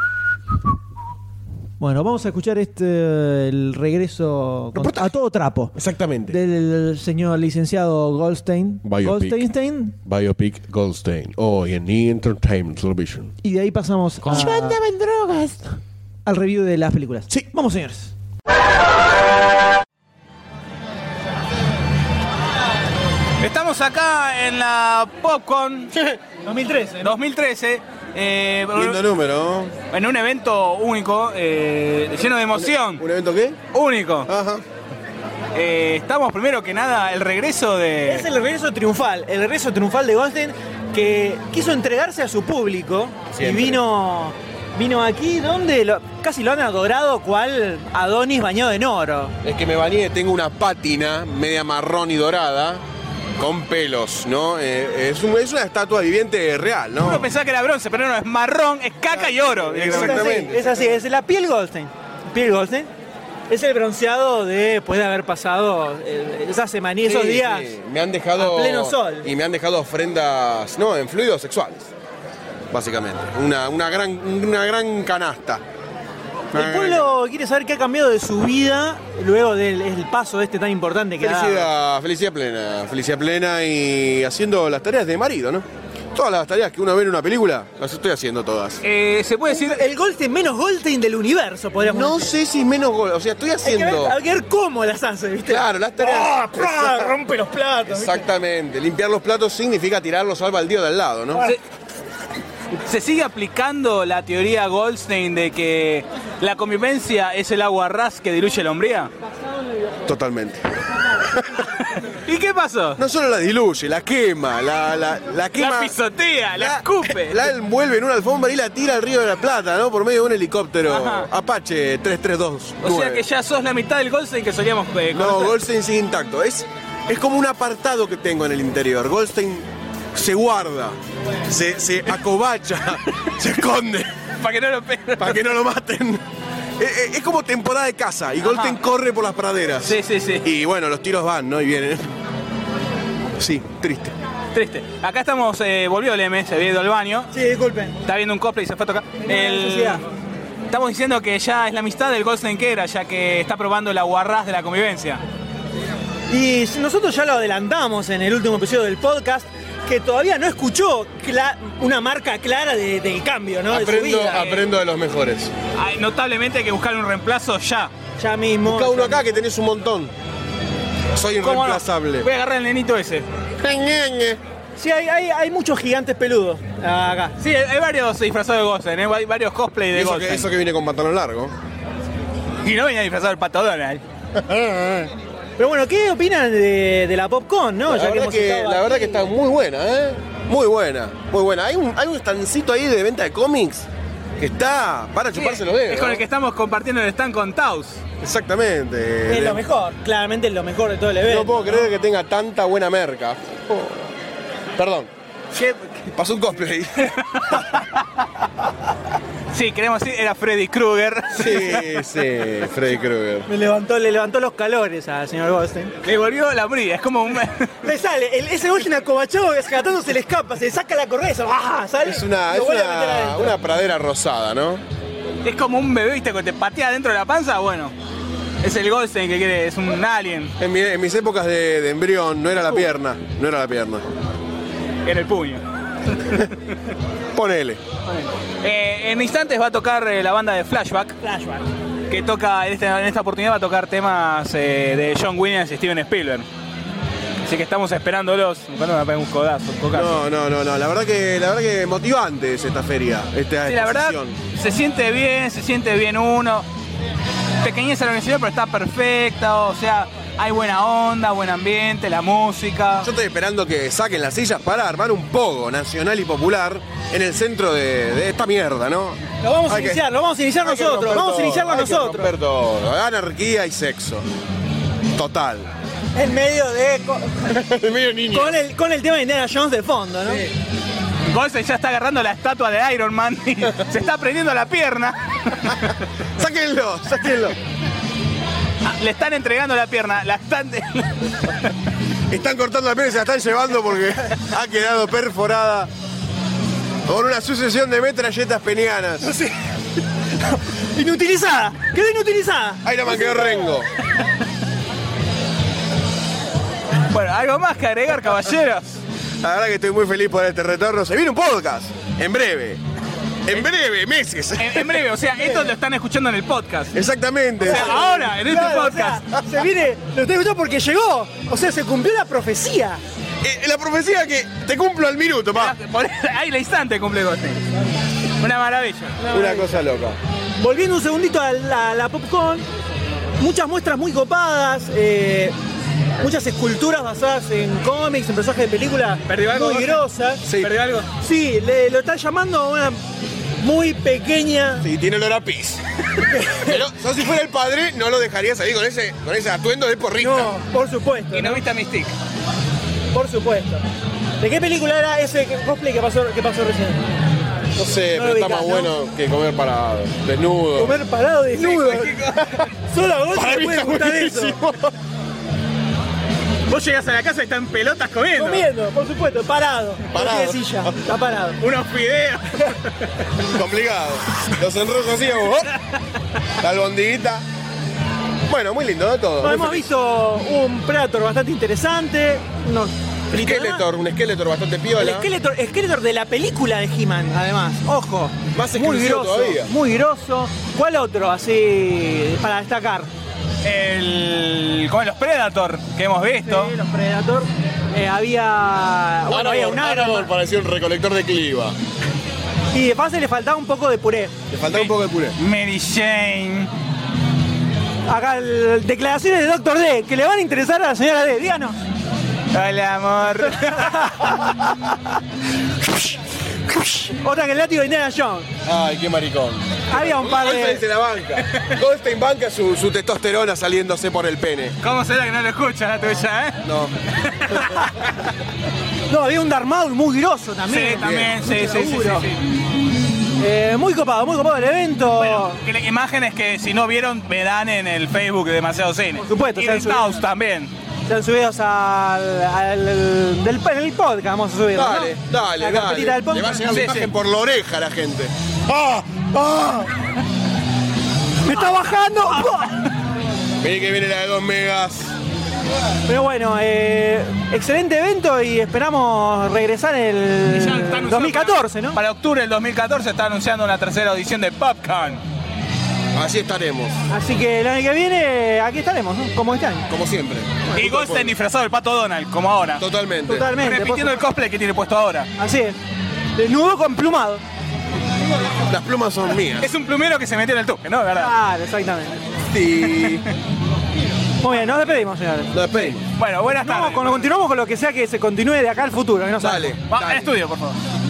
Bueno, vamos a escuchar este el regreso con- a todo trapo Exactamente. del señor licenciado Goldstein. Biopic. Goldsteinstein. Biopic Goldstein. Hoy en E! Entertainment Television. Y de ahí pasamos a- al review de las películas. Sí. Vamos, señores. Estamos acá en la Popcorn 2013. 2013. eh, Lindo número. ¿no? en un evento único, eh, lleno de emoción. ¿Un evento qué? Único. Ajá. Eh, estamos primero que nada el regreso Es de. el regreso triunfal, el regreso triunfal de Goldstein que quiso entregarse a su público Siempre. y vino vino aquí donde lo- casi lo han adorado cual Adonis bañado en oro. Es que me bañé, tengo una pátina media marrón y dorada con pelos, ¿no? Eh, es, un- es una estatua viviente real, ¿no? Uno pensaba que era bronce, pero no, es marrón, es caca y oro. Exacto. Exactamente. Es así, es así, es la piel Goldstein. Piel Goldstein. Es el bronceado de después de haber pasado eh, esa semana y esos Sí, días. sí, Me han dejado. a pleno sol. Y me han dejado ofrendas, no, en fluidos sexuales. Básicamente. Una, una, gran, una gran canasta. Una El gran pueblo quiere saber qué ha cambiado de su vida luego del el paso este tan importante que ha dado. Felicidad, felicidad plena, felicidad plena y haciendo las tareas de marido, ¿no? Todas las tareas que uno ve en una película, las estoy haciendo todas. Eh, se puede decir. El Goldstein menos Goldstein del universo, podríamos No decir. sé si menos gol, o sea, estoy Hay que, haciendo. ver, hay que ver cómo las hace, ¿viste? Claro, pues, las tareas. ¡Ah, pra! rompe los platos. ¿viste? Exactamente, limpiar los platos significa tirarlos al baldío de al lado, ¿no? Se, se sigue aplicando la teoría Goldstein de que la convivencia es el agua ras que diluye la hombría. Totalmente. ¿Y qué pasó? No solo la diluye, la quema, la, la, la quema. La pisotea, la, escupe. La envuelve en una alfombra y la tira al río de la Plata, ¿no? Por medio de un helicóptero Ajá. Apache 332. O sea que ya sos la mitad del Goldstein que solíamos eh, No, conocer. Goldstein sigue intacto. Es, es como un apartado que tengo en el interior. Goldstein se guarda, se, se acobacha, se esconde Para que no lo peguen. para que no lo maten. Eh, eh, Es, como temporada de caza y Goldstein corre por las praderas. Sí, sí, sí. Y bueno, los tiros van, ¿no? Y vienen. Sí, triste. Triste. Acá estamos, eh, volvió el M, se había ido al baño. Sí, disculpen. Está viendo un cosplay y se fue a tocar. la El- necesidad. Estamos diciendo que ya es la amistad del Goldstein que era, ya que está probando la guarraz de la convivencia. Y nosotros ya lo adelantamos en el último episodio del podcast, que todavía no escuchó cla- una marca clara de- del cambio, ¿no? de su Aprendo, vida. eh, aprendo de los mejores. Ay, notablemente hay que buscar un reemplazo ya. Ya mismo. Busca uno acá que tenés un montón. Soy ¿Cómo no? irreemplazable. Voy a agarrar el nenito ese. Sí, hay, hay, hay muchos gigantes peludos ah, acá. Sí, hay varios disfrazados de Goldstein, ¿eh? hay varios cosplay de Eso que, Goldstein. eso que viene con pantalón largo. Y no venía disfrazado el pato Donald. Pero bueno, ¿qué opinan de, de la PopCon, no? la, verdad hemos que, estado la verdad aquí. que está muy buena, ¿eh? Muy buena, muy buena. Hay un, hay un estancito ahí de venta de cómics que está para chuparse los dedos. Es con el que ¿no? estamos compartiendo el stand con Taus. Exactamente. Es lo mejor, claramente es lo mejor de todo el evento. No puedo creer que tenga tanta buena merca. Oh. Perdón, ¿Qué- pasó un cosplay. Sí, queremos decir, era Freddy Krueger. sí, sí, Freddy Krueger. Me levantó, le levantó los calores al señor Goldstein. Le volvió la brida, es como un... Le sale, el, ese Goldstein acobachado, escatando, se le escapa, se le saca la correa y se- ¡ah! sale. Es una, es lo vuelve a meter una, adentro. una pradera rosada, ¿no? Es como un bebé, ¿viste? Que te patea dentro de la panza, bueno. Es el Goldstein que quiere, es un alien En, mi- en mis épocas de, de embrión no era Uh. la pierna, no era la pierna. en el puño. Ponele. Eh, en instantes va a tocar eh, la banda de Flashback, Flashback. que toca, en, esta- en esta oportunidad va a tocar temas eh, de John Williams y Steven Spielberg. Así que estamos esperándolos. Cuando me peguen un codazo, un cocazo. No, no, no, no. La verdad que, la verdad que motivante es esta feria, esta Sí, la verdad, exposición. se siente bien, se siente bien uno. Pequeñez la organización, pero está perfecta, o sea, hay buena onda, buen ambiente, la música. Yo estoy esperando que saquen las sillas para armar un pogo nacional y popular en el centro de, de esta mierda, ¿no? Lo vamos a Hay que- iniciar, lo vamos a iniciar hay que nosotros, romper vamos a todo, iniciarlo hay que nosotros. romper todo. Anarquía y sexo. Total. En medio de. co- Con el, con el tema de Indiana Jones de fondo, ¿no? Golsen ya está agarrando la estatua de Iron Man y se está prendiendo la pierna. Sáquenlo, sáquenlo. Ah, Le están entregando la pierna, la están... Están cortando la piel y se la están llevando porque ha quedado perforada por una sucesión de metralletas penianas. Inutilizada, quedó inutilizada. Iron Man quedó rengo. Bueno, algo más que agregar, caballeros. La verdad que estoy muy feliz por este retorno. Se viene un podcast. En breve. En breve, meses. En, en breve, o sea, esto lo están escuchando en el podcast. Exactamente. Ahora, en este Claro, o sea, podcast. se viene, lo estoy escuchando porque llegó. O sea, se cumplió la profecía. Eh, la profecía que te cumplo al minuto, pa. Ahí la instante cumple Golsen. Una maravilla. Una cosa loca. Volviendo un segundito a la, a la popcorn, muchas muestras muy copadas, eh, muchas esculturas basadas en cómics, en personajes de películas ¿Perdió algo, muy Goldstein? grosas. Sí. ¿Perdió algo? Sí, le- lo están llamando una muy pequeña. Sí, tiene olor a pis. Pero yo si fuera el padre no lo dejaría salir con ese, con ese atuendo de porrista. No, por supuesto. Y no viste a Mystic. Por supuesto. ¿De qué película era ese cosplay que pasó, que pasó recién? No sé, No pero lo está ubicás, más ¿no? bueno que comer para desnudo. Comer parado desnudo. Solo a vos Para te mí puede está gustar eso. buenísimo. Vos llegás a la casa y están pelotas comiendo. Comiendo, por supuesto, parado. Parado. No tiene silla, está parado. Unos fideos. Complicado. Los enrollos así, como, oh, la albondiguita. Bueno, muy lindo, ¿no? Todo. Bueno, Muy hemos feliz. visto un Predator bastante interesante, unos Un Tritonautas. Skeletor, un Skeletor bastante El piola. Skeletor, Skeletor de la película de He-Man, además. Ojo. Más muy exclusivo grosso, todavía. muy grosso. ¿Cuál otro así para destacar? El. Como los Predator que hemos visto. Sí, los Predator. Eh, había, Ah, bueno, había un Iron Man. parecía un recolector de cliva. Y de pase le faltaba un poco de puré. Le faltaba un poco de puré. Mary Jane. Acá, el- declaraciones de Doctor D, que le van a interesar a la señora D. Díganos. Hola, amor. Otra que el látigo de Indiana Jones. Ay, qué maricón. Había un par Goldstein se de... la banca. Goldstein banca su, su testosterona saliéndose por el pene. ¿Cómo será que no lo escuchas la tuya, eh? No. No, había un Darth Maul muy groso Sí, también. también, sí, sí, sí, Seguro. sí, sí. Eh, muy copado, muy copado el evento. Bueno, que le- imágenes que si no vieron verán en el Facebook de Demasiado Cine. Por supuesto, y se han en subido. Taos también. Están subidos al, al- del, del podcast, vamos a subir. Dale, dale, La dale. carpetita del Le va a podcast. llegar la imagen por la oreja a la gente. ¡Me está bajando! Vení que viene la de dos megas. Pero bueno, eh, excelente evento y esperamos regresar Y el ya está anunciado 2014, para- ¿no? Para octubre del 2014 está anunciando una tercera audición de Popcorn. Así estaremos, Así que el año que viene aquí estaremos, ¿no? Como este año. como siempre. Y Goldstein disfrazado del pato Donald, como ahora. Totalmente. Totalmente. Repitiendo el cosplay que tiene puesto ahora. Así es. Desnudo con plumado. Las plumas son mías. Es un plumero que se metió en el tuque, ¿no? De ¿Verdad? Claro, exactamente. Sí. Muy bien, nos despedimos, señores. Lo despedimos. Bueno, buenas No, tardes. con- continuamos con lo que sea que se continúe de acá al futuro. que no Dale. sabemos. Va, dale. estudio, por favor.